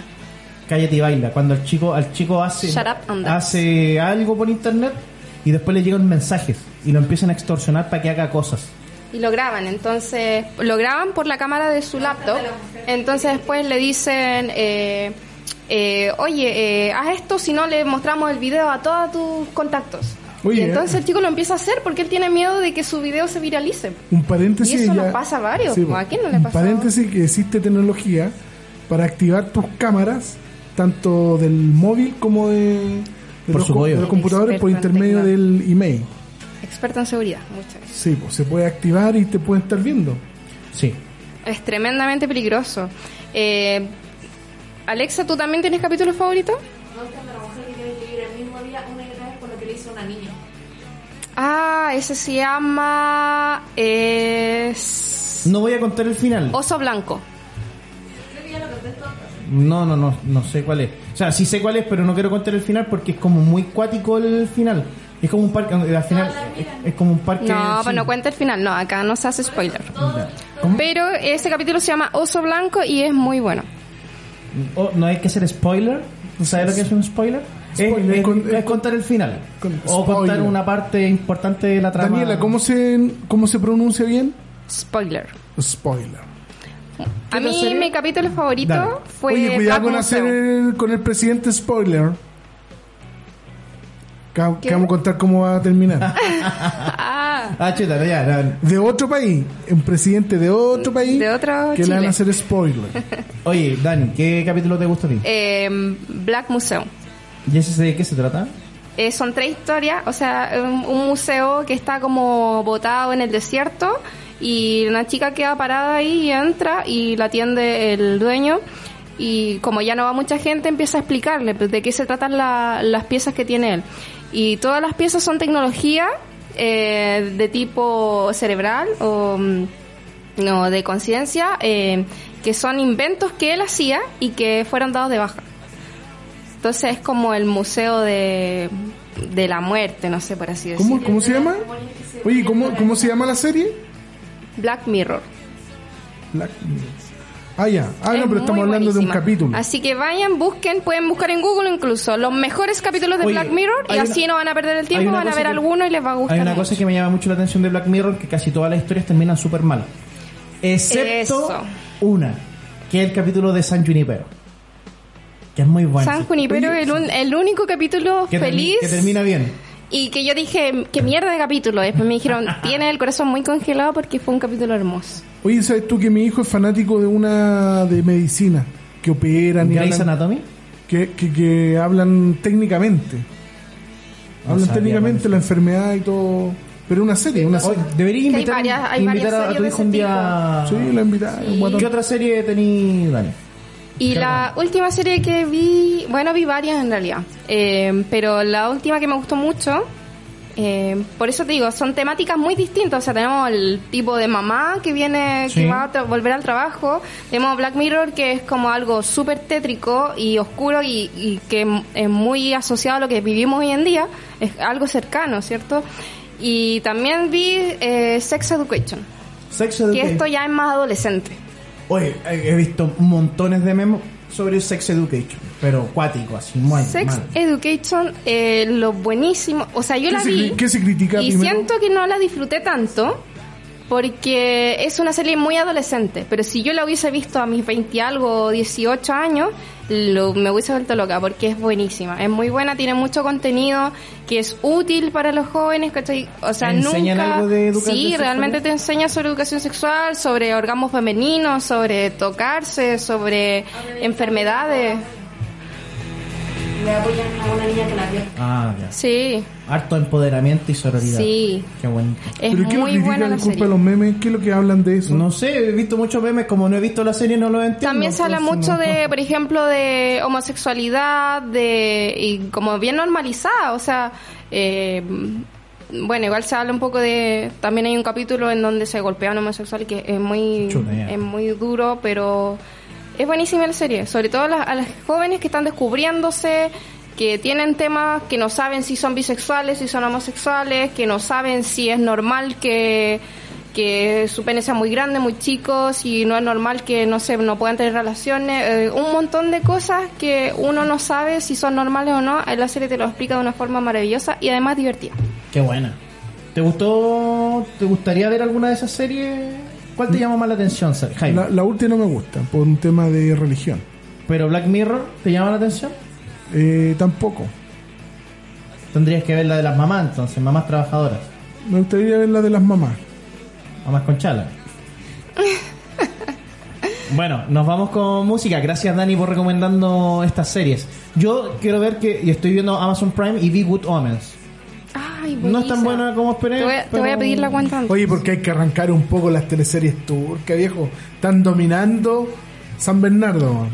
Speaker 1: Cállate y baila. Cuando el chico, al chico hace,
Speaker 4: Shut up and dance.
Speaker 1: hace algo por internet y después le llegan mensajes y lo empiezan a extorsionar para que haga cosas.
Speaker 4: Y lo graban, entonces lo graban por la cámara de su laptop. Entonces después le dicen, eh, eh, oye, eh, haz esto si no le mostramos el video a todos tus contactos.
Speaker 2: Oye,
Speaker 4: y entonces el chico lo empieza a hacer porque él tiene miedo de que su video se viralice.
Speaker 2: Un paréntesis.
Speaker 4: Y eso
Speaker 2: ya- pues.
Speaker 4: nos pasa a varios, po. ¿A quién no le
Speaker 2: un
Speaker 4: pasó?
Speaker 2: Paréntesis que existe tecnología para activar tus cámaras, tanto del móvil como de, de
Speaker 1: Por
Speaker 2: los,
Speaker 1: su
Speaker 2: co-
Speaker 1: bollo.
Speaker 2: de los computadores por
Speaker 4: Experto en
Speaker 2: intermedio del email.
Speaker 4: Experto en seguridad, muchas veces.
Speaker 2: Sí, pues, se puede activar y te pueden estar viendo.
Speaker 1: Sí.
Speaker 4: Es tremendamente peligroso. Eh, Alexa, ¿tú también tienes capítulo favorito?
Speaker 9: Me gusta cuando la mujer que tiene que vivir el mismo día una y otra vez por lo que le hizo a una niña.
Speaker 4: Ah, ese se llama es
Speaker 1: No voy a contar el final.
Speaker 4: Oso Blanco.
Speaker 1: No, no, no, no sé cuál es. O sea, sí sé cuál es, pero no quiero contar el final porque es como muy cuático el final. Es como un parque, eh, al final es, es como un parque.
Speaker 4: No,
Speaker 1: sí.
Speaker 4: pero no cuenta el final, no, acá no se hace spoiler.
Speaker 1: ¿Cómo?
Speaker 4: Pero ese capítulo se llama Oso Blanco y es muy bueno.
Speaker 1: Oh, no hay que ser spoiler. ¿Tú ¿Sabes lo que es un spoiler? Es-
Speaker 2: Spoiler,
Speaker 1: es,
Speaker 2: con-
Speaker 1: es contar el final.
Speaker 2: con-
Speaker 1: o contar
Speaker 2: spoiler.
Speaker 1: una parte importante de la trama.
Speaker 2: Daniela, ¿cómo se, ¿cómo se pronuncia bien?
Speaker 4: Spoiler.
Speaker 2: Spoiler.
Speaker 4: A mí mi capítulo favorito
Speaker 1: Dale.
Speaker 4: fue
Speaker 2: Oye, cuidado
Speaker 4: Black
Speaker 2: con
Speaker 4: Museum.
Speaker 2: hacer el- con el presidente spoiler. Ca- Que
Speaker 4: ¿Qué?
Speaker 2: vamos a contar cómo va a terminar.
Speaker 4: Ah,
Speaker 1: Ah, chuta, ya, ya.
Speaker 2: De otro país, un presidente de otro país
Speaker 4: De otro
Speaker 2: que le van
Speaker 4: Chile.
Speaker 2: a hacer spoiler.
Speaker 1: Oye, Dani, ¿qué capítulo te gusta a ti?
Speaker 4: eh, Black Museum.
Speaker 1: ¿Y ese de qué se trata?
Speaker 4: Eh, son tres historias, o sea, un, un museo que está como botado en el desierto y una chica queda parada ahí y entra y la atiende el dueño y como ya no va mucha gente empieza a explicarle pues, de qué se tratan la- las piezas que tiene él. Y todas las piezas son tecnología eh, de tipo cerebral o... mm, no, de conciencia, eh, que son inventos que él hacía y que fueron dados de baja. Entonces es como el museo de, de la muerte, no sé por así decirlo.
Speaker 2: ¿Cómo, ¿Cómo se llama? Oye, ¿cómo, ¿cómo se llama la serie?
Speaker 4: Black Mirror.
Speaker 2: Black Mirror. Ah, ya. Ah, no,
Speaker 4: Es
Speaker 2: pero estamos
Speaker 4: muy
Speaker 2: hablando de un
Speaker 4: buenísima.
Speaker 2: capítulo.
Speaker 4: Así que vayan, busquen, pueden buscar en Google incluso los mejores capítulos de
Speaker 1: Oye,
Speaker 4: Black Mirror y
Speaker 1: hay
Speaker 4: así
Speaker 1: una-
Speaker 4: no van a perder el
Speaker 1: hay
Speaker 4: tiempo,
Speaker 1: una
Speaker 4: van a
Speaker 1: cosa
Speaker 4: ver
Speaker 1: que-
Speaker 4: alguno y les va a gustar.
Speaker 1: Hay una cosa
Speaker 4: mucho.
Speaker 1: que me llama mucho la atención de Black Mirror, que casi todas las historias terminan súper mal. Excepto
Speaker 4: Eso.
Speaker 1: una, que es el capítulo de San Junipero. Que es muy bueno.
Speaker 4: San
Speaker 1: Sí.
Speaker 4: Junipero,
Speaker 1: Oye,
Speaker 4: el, un- el único capítulo
Speaker 1: que termi-
Speaker 4: feliz.
Speaker 1: que termina bien.
Speaker 4: Y que yo dije, qué mierda de capítulo. Después me dijeron, tiene el corazón muy congelado porque fue un capítulo hermoso.
Speaker 2: Oye, ¿sabes tú que mi hijo es fanático de una de medicina? Que operan y
Speaker 1: Grey's
Speaker 2: hablan-
Speaker 1: Anatomy.
Speaker 2: que, que, que hablan técnicamente.
Speaker 1: No
Speaker 2: hablan
Speaker 1: sabía,
Speaker 2: técnicamente
Speaker 1: bueno.
Speaker 2: la enfermedad y todo. Pero una serie, una
Speaker 1: Oye,
Speaker 2: serie.
Speaker 1: Deberías
Speaker 4: Que hay
Speaker 1: invitar,
Speaker 4: varias- hay
Speaker 1: invitar
Speaker 4: varias
Speaker 1: a tu
Speaker 4: series
Speaker 1: hijo
Speaker 4: de
Speaker 1: un
Speaker 4: ese
Speaker 1: día.
Speaker 2: Sí, la invitaron. guatón.
Speaker 1: ¿Qué otra serie tenías, Dani?
Speaker 4: Y
Speaker 1: Qué
Speaker 4: la última serie que vi, bueno, vi varias en realidad, eh, pero la última que me gustó mucho Eh, por eso te digo, son temáticas muy distintas. O sea, tenemos el tipo de mamá que viene,
Speaker 1: Sí.
Speaker 4: que va a tra- volver al trabajo. Tenemos Black Mirror, que es como algo súper tétrico y oscuro y, y que m- es muy asociado a lo que vivimos hoy en día. Es algo cercano, ¿cierto? Y también vi eh, Sex Education,
Speaker 1: Sex
Speaker 4: que
Speaker 1: Education.
Speaker 4: esto ya es más adolescente.
Speaker 1: Oye, he he visto montones de memes sobre Sex Education, pero cuático, así, muy
Speaker 4: Sex
Speaker 1: mal.
Speaker 4: Education, eh, lo buenísimo. O sea, yo
Speaker 2: ¿Qué
Speaker 4: la
Speaker 2: se
Speaker 4: vi.
Speaker 2: cri- qué se critica
Speaker 4: Y
Speaker 2: primero?
Speaker 4: siento que no la disfruté tanto. Porque es una serie muy adolescente. Pero si yo la hubiese visto a mis 20 y algo, 18 años, lo- me hubiese vuelto loca. Porque es buenísima. Es muy buena, tiene mucho contenido que es útil para los jóvenes. ¿cachai? O sea,
Speaker 1: ¿Enseñan
Speaker 4: nunca.
Speaker 1: algo de educación
Speaker 4: sí,
Speaker 1: sexual?
Speaker 4: realmente te enseña sobre educación sexual, sobre orgasmos femeninos, sobre tocarse, sobre enfermedades.
Speaker 9: Le apoyan a una niña que la vio.
Speaker 4: e-
Speaker 1: Ah, ya.
Speaker 4: Sí.
Speaker 1: Harto empoderamiento y sororidad.
Speaker 4: Sí.
Speaker 1: Qué bonito.
Speaker 4: Es
Speaker 2: ¿Pero qué lo
Speaker 4: muy buena
Speaker 2: critican
Speaker 4: la
Speaker 2: en culpa
Speaker 4: serie.
Speaker 2: de los memes? ¿Qué es lo que hablan de eso?
Speaker 1: No sé, he visto muchos memes, como no he visto la serie no lo entiendo.
Speaker 4: También se habla
Speaker 1: entonces
Speaker 4: mucho
Speaker 1: no-
Speaker 4: de, por ejemplo, de homosexualidad, de y como bien normalizada, o sea, eh, bueno, igual se habla un poco de, también hay un capítulo en donde se golpea a un homosexual que es muy,
Speaker 1: Chuta, ya.
Speaker 4: es muy duro, pero es buenísima la serie, sobre todo a las, a las jóvenes que están descubriéndose, que tienen temas que no saben si son bisexuales, si son homosexuales, que no saben si es normal que que su pene sea muy grande, muy chico, si no es normal que no se no puedan tener relaciones, eh, un montón de cosas que uno no sabe si son normales o no, en la serie te lo explica de una forma maravillosa y además divertida.
Speaker 1: Qué buena. ¿Te gustó? ¿Te gustaría ver alguna de esas series? ¿Cuál te llama más la atención, Sar- Jaime?
Speaker 2: La, la última no me gusta, por un tema de religión.
Speaker 1: ¿Pero Black Mirror te llama la atención?
Speaker 2: Eh, tampoco.
Speaker 1: Tendrías que ver la de las mamás entonces, mamás trabajadoras,
Speaker 2: Me gustaría ver la de las mamás.
Speaker 1: mamás con chala. Bueno, nos vamos con música. Gracias Dani por recomendando estas series. Yo quiero ver que y estoy viendo Amazon Prime y Big Good Omens.
Speaker 4: Ay,
Speaker 1: No es tan
Speaker 4: buenísima.
Speaker 1: buena como esperé.
Speaker 4: Te voy, a, te
Speaker 1: pero-
Speaker 4: voy a pedir la cuenta antes.
Speaker 2: Oye, porque hay que arrancar un poco las teleseries turcas, viejo. Están dominando San Bernardo,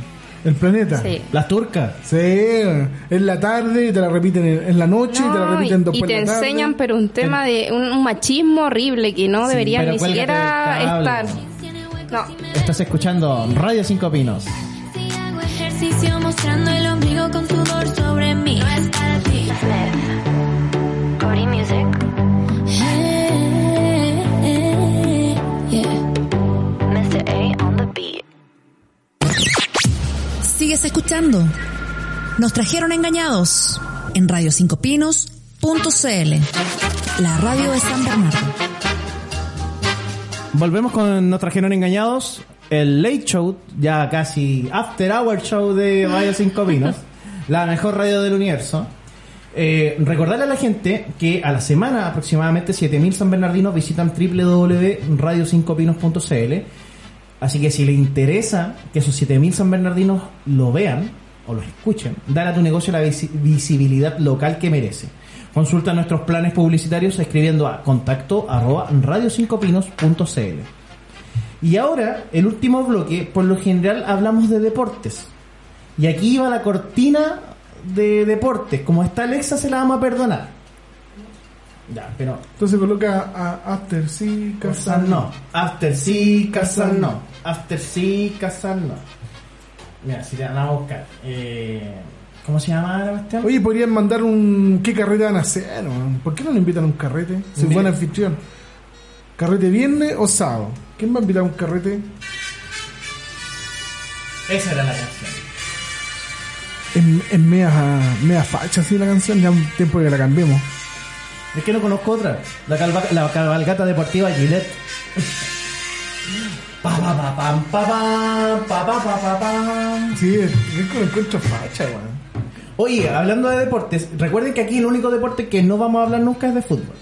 Speaker 2: el planeta.
Speaker 4: Sí.
Speaker 1: Las turcas.
Speaker 2: Sí, en la tarde, y te la repiten en, en la noche, y te la
Speaker 4: No,
Speaker 2: repiten
Speaker 4: y
Speaker 2: después
Speaker 4: te
Speaker 2: en la tarde.
Speaker 4: enseñan, pero un tema de un, un machismo horrible que no debería
Speaker 1: pero
Speaker 4: ni
Speaker 1: cuélgate
Speaker 4: siquiera
Speaker 1: del
Speaker 4: estar.
Speaker 1: cable.
Speaker 4: No,
Speaker 1: Estás escuchando Radio Cinco Pinos.
Speaker 6: Si hago ejercicio mostrando el ombligo con sudor sobre mí. No es para ti. Music.
Speaker 3: Sigues escuchando. Nos trajeron engañados en radio5pinos.cl. La radio de San Bernardo.
Speaker 1: Volvemos con Nos trajeron engañados. El late show, ya casi after hour show de Radio Cinco Pinos. la mejor radio del universo. Eh, recordarle a la gente que a la semana aproximadamente 7000 sanbernardinos visitan www.radio5pinos.cl. Así que si le interesa que esos 7000 sanbernardinos lo vean o lo escuchen, dar a tu negocio la visi- visibilidad local que merece. Consulta nuestros planes publicitarios escribiendo a contacto arroba radio5pinos.cl. Y ahora, el último bloque, por lo general hablamos de deportes. Y aquí iba la cortina de deportes. Como está Alexa, se la vamos a perdonar. Ya, pero
Speaker 2: Entonces coloca a After, sí,
Speaker 1: Casa
Speaker 2: Casa.
Speaker 1: no. After sí, casa no. After sí, casa no. Mira, si te van a buscar. Eh, ¿Cómo se llama la cuestión?
Speaker 2: Oye, podrían mandar un. ¿Qué carrete van a hacer? man? ¿Por qué no le invitan a un carrete? Si
Speaker 1: Bien.
Speaker 2: fueran anfitrión. ¿Carrete viernes o sábado? ¿Quién va a invitar a un carrete?
Speaker 1: Esa era la canción.
Speaker 2: En, en media, media facha, así la canción. Ya un tiempo que la cambiemos.
Speaker 1: Es que no conozco otra. La, calva- la cabalgata deportiva Gillette. Pa, pa, pa, pam, pa, pam, pa, pa, pa, pa, pam.
Speaker 2: Sí, es es que lo encuentro facha, weón.
Speaker 1: Oye, hablando de deportes, recuerden que aquí el único deporte que no vamos a hablar nunca es de fútbol.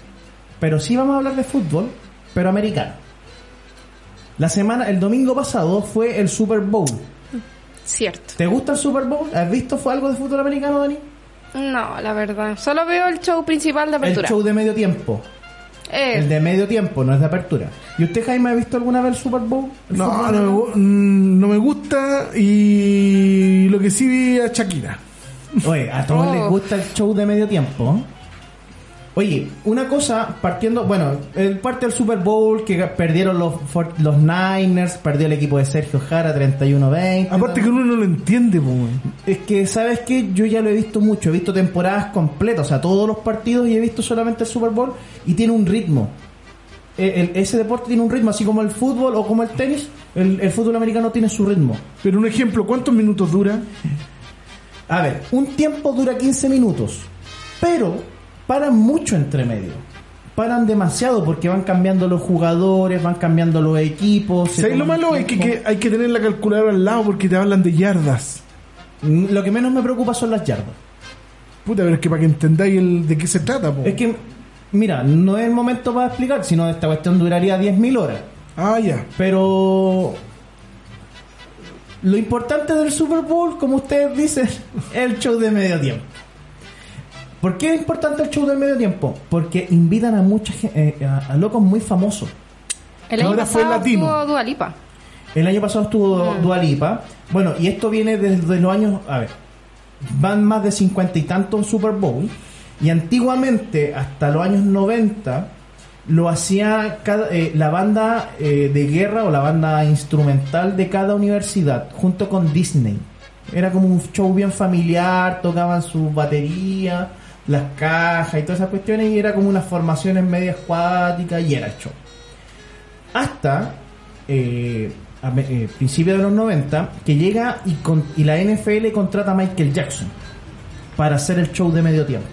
Speaker 1: Pero sí vamos a hablar de fútbol, pero americano. La semana, el domingo pasado fue el Super Bowl.
Speaker 4: cierto.
Speaker 1: ¿Te gusta el Super Bowl? ¿Has visto fue algo de fútbol americano, Dani?
Speaker 4: No, la verdad. Solo veo el show principal de
Speaker 1: El
Speaker 4: apertura.
Speaker 1: show de medio tiempo.
Speaker 4: Eh,
Speaker 1: El de medio tiempo, no es de apertura. ¿Y usted, Jaime, ha visto alguna vez el Super Bowl? ¿El fútbol
Speaker 2: No, no me,
Speaker 1: americano?
Speaker 2: gu- mm, no me gusta y lo que sí vi a Shakira.
Speaker 1: Oye, a todos
Speaker 4: Oh.
Speaker 1: les gusta el show de medio tiempo. Oye, una cosa, partiendo, bueno, el parte del Super Bowl, que perdieron los, for- los Niners, perdió el equipo de Sergio Jara 31-20.
Speaker 2: Aparte que uno no lo entiende, po, weón.
Speaker 1: Es que, ¿sabes qué? Yo ya lo he visto mucho. He visto temporadas completas, o sea, todos los partidos y he visto solamente el Super Bowl y tiene un ritmo. Eh, El- el- ese deporte tiene un ritmo, así como el fútbol o como el tenis, el, el fútbol americano tiene su ritmo.
Speaker 2: Pero un ejemplo, ¿cuántos minutos dura?
Speaker 1: A ver, un tiempo dura 15 minutos, pero paran mucho entre medio. Paran demasiado porque van cambiando los jugadores, van cambiando los equipos. se
Speaker 2: ¿Sabes lo
Speaker 1: toman
Speaker 2: malo? Es que,
Speaker 1: tiempo.
Speaker 2: que hay que tener la calculadora al lado porque te hablan de yardas.
Speaker 1: Mm, Lo que menos me preocupa son las yardas.
Speaker 2: Puta, pero es que para que entendáis el, de qué se trata, po.
Speaker 1: Es que, mira, no es el momento para explicar, sino esta cuestión duraría 10.000 horas.
Speaker 2: Ah, ya.
Speaker 1: Pero lo importante del Super Bowl, como ustedes dicen, es el show de medio tiempo. ¿Por qué es importante el show de medio tiempo? Porque invitan a mucha gen- eh, a, a locos muy famosos.
Speaker 4: El año
Speaker 2: Ahora fue
Speaker 4: pasado
Speaker 2: latino.
Speaker 4: estuvo Dua Lipa.
Speaker 1: El año pasado estuvo Dua Lipa. Bueno, y esto viene desde los años. A ver, van más de cincuenta y tantos Super Bowl. Y antiguamente, hasta los años 90, lo hacía cada- eh, la banda eh, de guerra o la banda instrumental de cada universidad, junto con Disney. Era como un show bien familiar, tocaban sus baterías, las cajas y todas esas cuestiones, y era como unas formaciones medias cuáticas, y era el show hasta eh, a me- eh, principios de los 90 que llega y, con- y la NFL contrata a Michael Jackson para hacer el show de medio tiempo.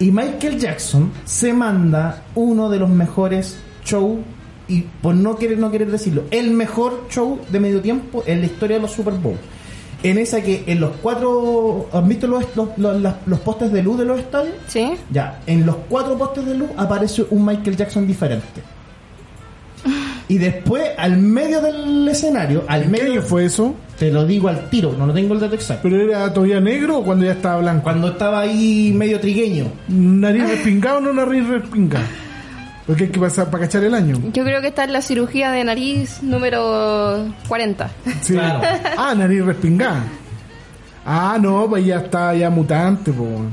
Speaker 1: Y Michael Jackson se manda uno de los mejores shows y por no querer no querer decirlo, el mejor show de medio tiempo en la historia de los Super Bowl. En esa que en los cuatro, ¿han visto los, los, los- las- los postes de luz de los estadios?
Speaker 4: ¿Sí?
Speaker 1: Ya, en los cuatro postes de luz aparece un Michael Jackson diferente. Y después, al medio del escenario, al
Speaker 2: ¿En qué año
Speaker 1: medio,
Speaker 2: fue eso?
Speaker 1: te lo digo al tiro, no lo tengo el dato exacto.
Speaker 2: ¿Pero era todavía negro o cuando ya estaba blanco?
Speaker 1: Cuando estaba ahí medio trigueño,
Speaker 2: ¿Nariz respingada o no nariz respingada? Porque hay que pasar para cachar el año.
Speaker 4: Yo creo que está en la cirugía de nariz número 40.
Speaker 2: Sí.
Speaker 1: Claro.
Speaker 2: Ah, nariz respingada. Ah, no, pues ya está ya mutante, po. weón.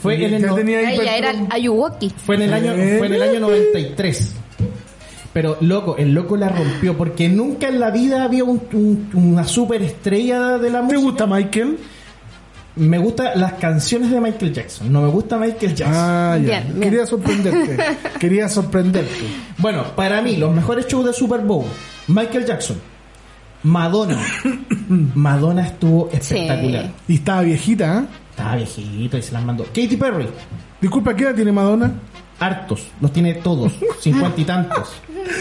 Speaker 1: fue en el,
Speaker 2: Ya
Speaker 1: no-
Speaker 2: tenía ahí
Speaker 4: Ella era
Speaker 2: hipertro-
Speaker 4: Ayuwoki.
Speaker 1: fue en el año
Speaker 2: ¿Eh?
Speaker 1: fue en el año 93. Pero loco, el loco la rompió porque nunca en la vida había un- un- una superestrella de la
Speaker 2: ¿Te
Speaker 1: música.
Speaker 2: gusta Michael?
Speaker 1: Me gustan las canciones de Michael Jackson, no me gusta Michael Jackson.
Speaker 2: Ah, ya.
Speaker 4: Bien, bien.
Speaker 2: Quería sorprenderte. Quería sorprenderte.
Speaker 1: Bueno, para mí, los mejores shows de Super Bowl, Michael Jackson, Madonna. Madonna estuvo espectacular.
Speaker 4: Sí.
Speaker 2: Y estaba viejita, ¿eh?
Speaker 1: Estaba viejito y se las mandó. Katy Perry,
Speaker 2: Disculpa, ¿qué edad tiene Madonna?
Speaker 1: hartos, los tiene todos, cincuenta y tantos.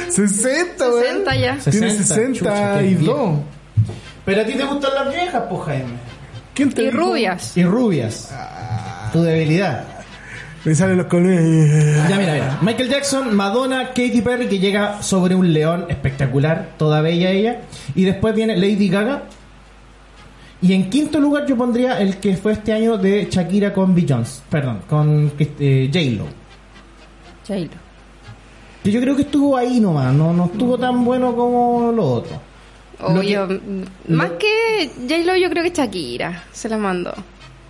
Speaker 2: 60, weón.
Speaker 4: 60 ya.
Speaker 2: Tiene
Speaker 1: 60, chucha, qué
Speaker 2: 62.
Speaker 1: bien. Pero a ti te gustan las viejas, po, Jaime.
Speaker 2: ¿Quién te
Speaker 4: Y
Speaker 2: dijo?
Speaker 4: rubias.
Speaker 1: Y rubias. Tu debilidad.
Speaker 2: Me salen los colores.
Speaker 1: Ya mira, mira. Michael Jackson, Madonna, Katy Perry que llega sobre un león espectacular, toda bella ella. Y después viene Lady Gaga. Y en quinto lugar yo pondría el que fue este año de Shakira con Beyoncé, perdón, con eh, J-Lo.
Speaker 4: Chairo.
Speaker 1: Que yo creo que estuvo ahí nomás, no, no estuvo tan bueno como lo otro. Lo que-
Speaker 4: Obvio. mm, Más que J-Lo, yo creo que Shakira se la mandó.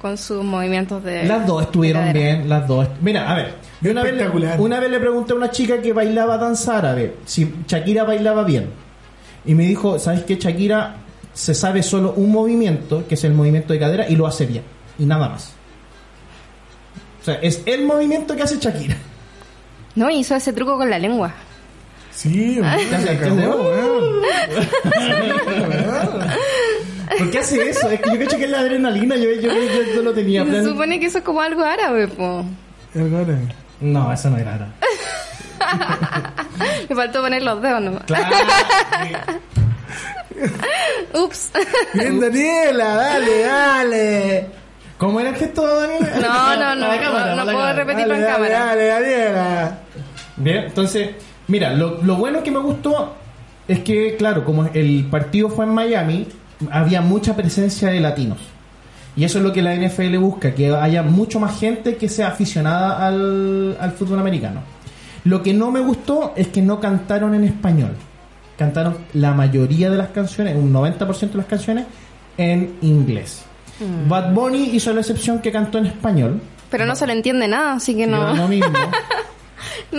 Speaker 4: Con sus movimientos de.
Speaker 1: Las dos estuvieron
Speaker 4: tiradera.
Speaker 1: bien, las dos. est- Mira, a ver, yo una vez, le,
Speaker 2: Espectacular.
Speaker 1: una vez le pregunté a una chica que bailaba danza árabe si Shakira bailaba bien. Y me dijo, ¿sabes qué? Shakira se sabe solo un movimiento, que es el movimiento de cadera, y lo hace bien. Y nada más. O sea, es el movimiento que hace Shakira.
Speaker 4: No, hizo ese truco con la lengua.
Speaker 2: Sí,
Speaker 4: Ah.
Speaker 1: Ya se
Speaker 2: se acabó, ¿eh?
Speaker 1: entendió.
Speaker 2: weón.
Speaker 1: ¿Por qué hace eso? Es que yo caché que es la adrenalina, yo, yo, yo- yo no tenía
Speaker 4: Se
Speaker 1: plan.
Speaker 4: supone que eso es como algo árabe, po.
Speaker 2: Ahora.
Speaker 1: No, eso no era. nada.
Speaker 4: Me faltó poner los dedos nomás.
Speaker 1: Claro. eh,
Speaker 4: Ups.
Speaker 2: Bien, Daniela, dale, dale.
Speaker 1: ¿Cómo era el gesto, Daniel?
Speaker 4: No, no, no,
Speaker 1: A la cámara,
Speaker 4: no,
Speaker 1: a
Speaker 4: no
Speaker 1: la
Speaker 4: puedo
Speaker 1: cámara.
Speaker 4: Repetilo
Speaker 2: dale,
Speaker 4: en
Speaker 2: dale,
Speaker 4: cámara.
Speaker 2: Dale, Daniela.
Speaker 1: Bien, entonces, mira, lo, lo bueno que me gustó es que, claro, como el partido fue en Miami, había mucha presencia de latinos. Y eso es lo que la NFL busca, que haya mucho más gente que sea aficionada al, al fútbol americano. Lo que no me gustó es que no cantaron en español. Cantaron la mayoría de las canciones, un 90% de las
Speaker 4: Mm.
Speaker 1: canciones, en inglés. Bad Bunny hizo la excepción que cantó en español.
Speaker 4: Pero no se le entiende nada, así que
Speaker 1: Yo
Speaker 4: no.
Speaker 1: lo
Speaker 4: No,
Speaker 1: mismo.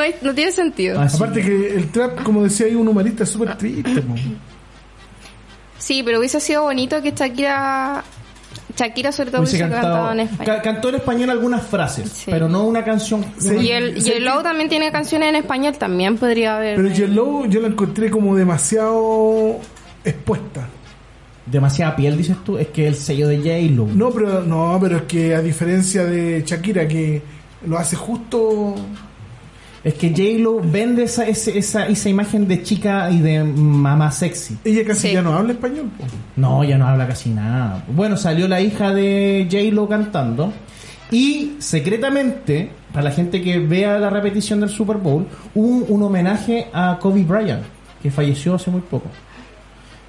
Speaker 4: hay- no tiene sentido.
Speaker 1: Así.
Speaker 2: Aparte que el trap, como decía ahí un humorista, es súper triste. po.
Speaker 4: Sí, pero hubiese sido bonito que Shakira. Shakira, sobre todo,
Speaker 1: Hubiese
Speaker 4: hubiese cantado,
Speaker 1: cantado-
Speaker 4: en español.
Speaker 1: ca- cantó en español algunas frases,
Speaker 4: Sí.
Speaker 1: pero no una canción. una-
Speaker 4: Y el
Speaker 2: Sí.
Speaker 4: J-Lo también tiene canciones en español, también podría haber.
Speaker 2: Pero Yellow yo la encontré como demasiado expuesta.
Speaker 1: Demasiada piel, dices tú. Es que el sello de J-Lo.
Speaker 2: No, pero no, pero es que a diferencia de Shakira que lo hace justo
Speaker 1: Es que J-Lo vende esa, ese- esa, esa imagen de chica y de mamá sexy.
Speaker 2: ella casi
Speaker 4: Sí.
Speaker 2: ya no habla español. po.
Speaker 1: No, ya no habla casi nada. Bueno, salió la hija de J-Lo cantando. Y secretamente, para la gente que vea la repetición del Super Bowl, hubo un homenaje a Kobe Bryant, que falleció hace muy poco.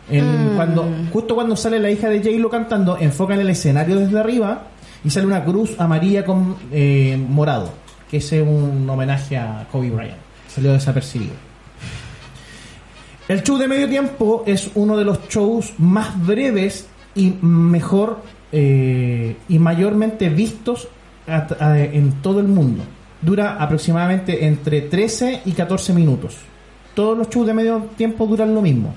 Speaker 1: En- cuando, justo cuando sale la hija de J-Lo cantando, enfocan el escenario desde arriba y sale una cruz amarilla con eh, morado, que ese es un homenaje a Kobe Bryant. Salió desapercibido. El show de medio tiempo es uno de los shows más breves y mejor eh, y mayormente vistos a- a- en todo el mundo. Dura aproximadamente entre 13 y 14 minutos. Todos los shows de medio tiempo duran lo mismo.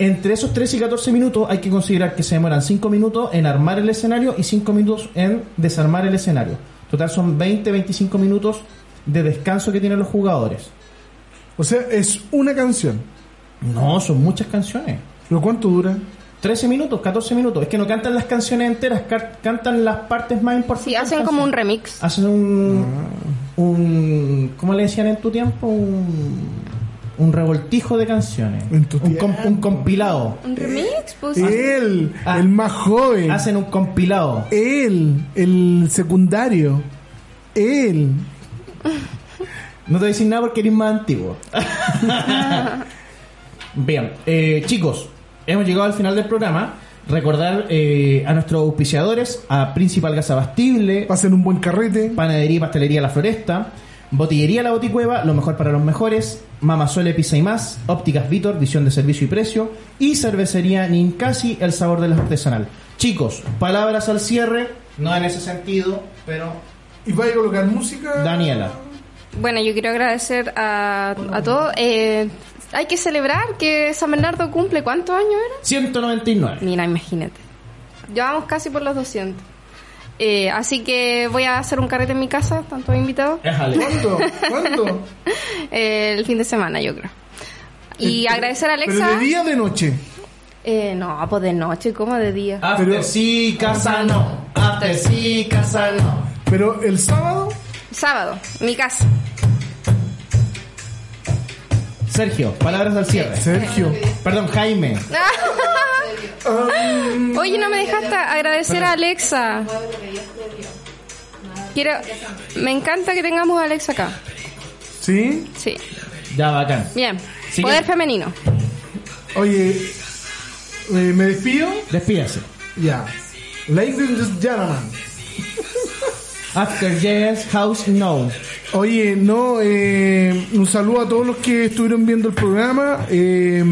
Speaker 1: Entre esos 13 y 14 minutos hay que considerar que se demoran 5 minutos en armar el escenario y 5 minutos en desarmar el escenario. Total son 20-25 minutos de descanso que tienen los jugadores.
Speaker 2: O sea, es una canción.
Speaker 1: No, son muchas canciones.
Speaker 2: ¿Pero cuánto dura?
Speaker 1: 13 minutos, 14 minutos. Es que no cantan las canciones enteras, ca- cantan las partes más importantes.
Speaker 4: Sí, hacen como un remix.
Speaker 1: Hacen un, un. ¿Cómo le decían en tu tiempo? Un, un revoltijo de canciones.
Speaker 2: En tu
Speaker 1: un, com- un compilado.
Speaker 4: ¿Un remix? Pues,
Speaker 2: Él,
Speaker 1: Ah.
Speaker 2: el más joven.
Speaker 1: Hacen un compilado.
Speaker 2: Él, el secundario. Él.
Speaker 1: No te voy a decir nada porque eres más antiguo. Bien, eh, chicos, hemos llegado al final del programa. Recordar eh, a nuestros auspiciadores, a Principal Gas Abastible,
Speaker 2: Pasen un buen carrete.
Speaker 1: Panadería y Pastelería La Floresta, Botillería La Boticueva, lo mejor para los mejores, Mamasuele Pizza y más, Ópticas Vitor, visión de servicio y precio, y Cervecería Ninkasi, el sabor de la artesanal. Chicos, palabras al cierre, no en ese sentido, pero
Speaker 2: Y vaya a colocar música.
Speaker 1: Daniela.
Speaker 4: Bueno, yo quiero agradecer a, a todos. Eh, hay que celebrar que San Bernardo cumple cuántos años era.
Speaker 1: 199.
Speaker 4: Mira, imagínate. Llevamos casi por los 200. Eh, así que voy a hacer un carrete en mi casa, están todos invitados,
Speaker 1: Éjale.
Speaker 2: ¿Cuánto? ¿Cuánto?
Speaker 4: eh, el fin de semana, yo creo. Y agradecer a
Speaker 2: Pero de
Speaker 4: Alexa.
Speaker 2: día o de noche.
Speaker 4: Eh, no, pues de noche, como de día.
Speaker 1: After
Speaker 2: Pero-
Speaker 1: sí, casa no. After sí, casa no.
Speaker 2: Pero el sábado.
Speaker 4: Sábado, mi casa.
Speaker 1: Sergio, palabras al cierre.
Speaker 2: Sergio.
Speaker 1: Perdón, Jaime.
Speaker 4: Oye, no me dejaste agradecer a Alexa. Quiero, me encanta que tengamos a Alexa acá.
Speaker 2: ¿Sí?
Speaker 4: Sí.
Speaker 1: Ya, bacán.
Speaker 4: Bien.
Speaker 1: Sí
Speaker 4: Poder
Speaker 1: que-
Speaker 4: femenino.
Speaker 2: Oye, eh, ¿me despido?
Speaker 1: Despídase.
Speaker 2: Ya. Ladies and gentlemen.
Speaker 1: After yes, house no.
Speaker 2: Oye, no, eh, un saludo a todos los que estuvieron viendo el programa. eh,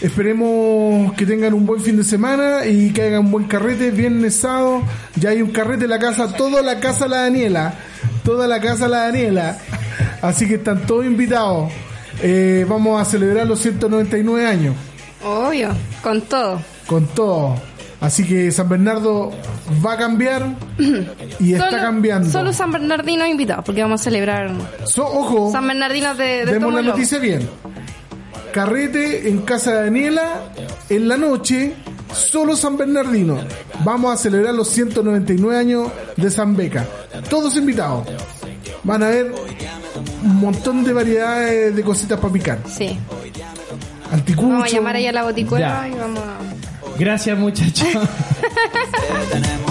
Speaker 2: esperemos que tengan un buen fin de semana y que hagan un buen carrete. Viernes, sábado, ya hay un carrete en la casa, toda la casa la Daniela. Toda la casa la Daniela. Así que están todos invitados. Eh, vamos a celebrar los 199 años.
Speaker 4: Obvio. Con todo.
Speaker 2: con todo. Así que San Bernardo va a cambiar y está
Speaker 4: Solo-
Speaker 2: cambiando.
Speaker 4: Solo San Bernardino invitado, porque vamos a celebrar
Speaker 2: So- ojo,
Speaker 4: San Bernardino de, de
Speaker 2: demos
Speaker 4: Tomo
Speaker 2: la
Speaker 4: y Lobo.
Speaker 2: Oh. noticia bien. Carrete en casa de Daniela en la noche, solo San Bernardino. Vamos a celebrar los 199 años de San Beca. Todos invitados. Van a ver un montón de variedades de cositas para picar.
Speaker 4: Sí.
Speaker 2: Anticucho.
Speaker 4: Vamos a llamar ahí a la
Speaker 1: Ya.
Speaker 4: boticuela y vamos a...
Speaker 1: Gracias, muchachos.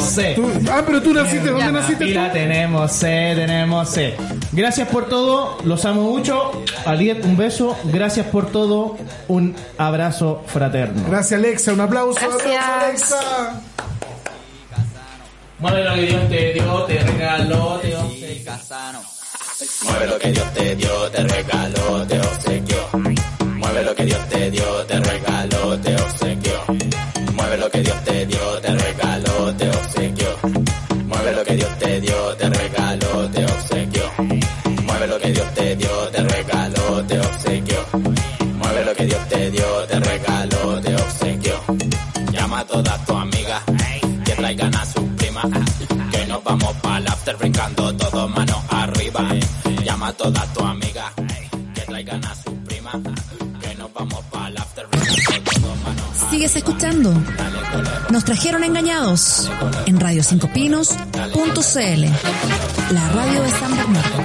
Speaker 1: C.
Speaker 2: Tú- ah, pero tú naciste, ¿dónde
Speaker 4: Ya.
Speaker 2: naciste?
Speaker 1: Y
Speaker 2: tú?
Speaker 1: la tenemos, C, tenemos C. Gracias por todo, los amo mucho. Aliet, un beso. Gracias por todo, un abrazo fraterno.
Speaker 2: Gracias Alexa, un aplauso.
Speaker 4: Gracias.
Speaker 2: aplauso, Alexa.
Speaker 1: Mueve lo que Dios te dio, te regaló, te
Speaker 8: Mueve lo que Dios te dio, te regaló, te obsequió. Mueve lo que Dios te dio, te regaló, te obsequió. Mueve lo que Dios te dio, te regaló, te obsequió. Mueve lo que Dios te dio, Mueve lo que Dios te dio, te regalo, te obsequio. Llama a todas tus amigas, que traigan a sus primas. Que hoy nos vamos para el after brincando todos manos arriba. Llama a todas tus amigas, que traigan a sus primas. Que nos vamos para el after brincando todos manos
Speaker 3: Sigues escuchando. Nos trajeron engañados en radio5pinos.cl, la radio de San Bernardo.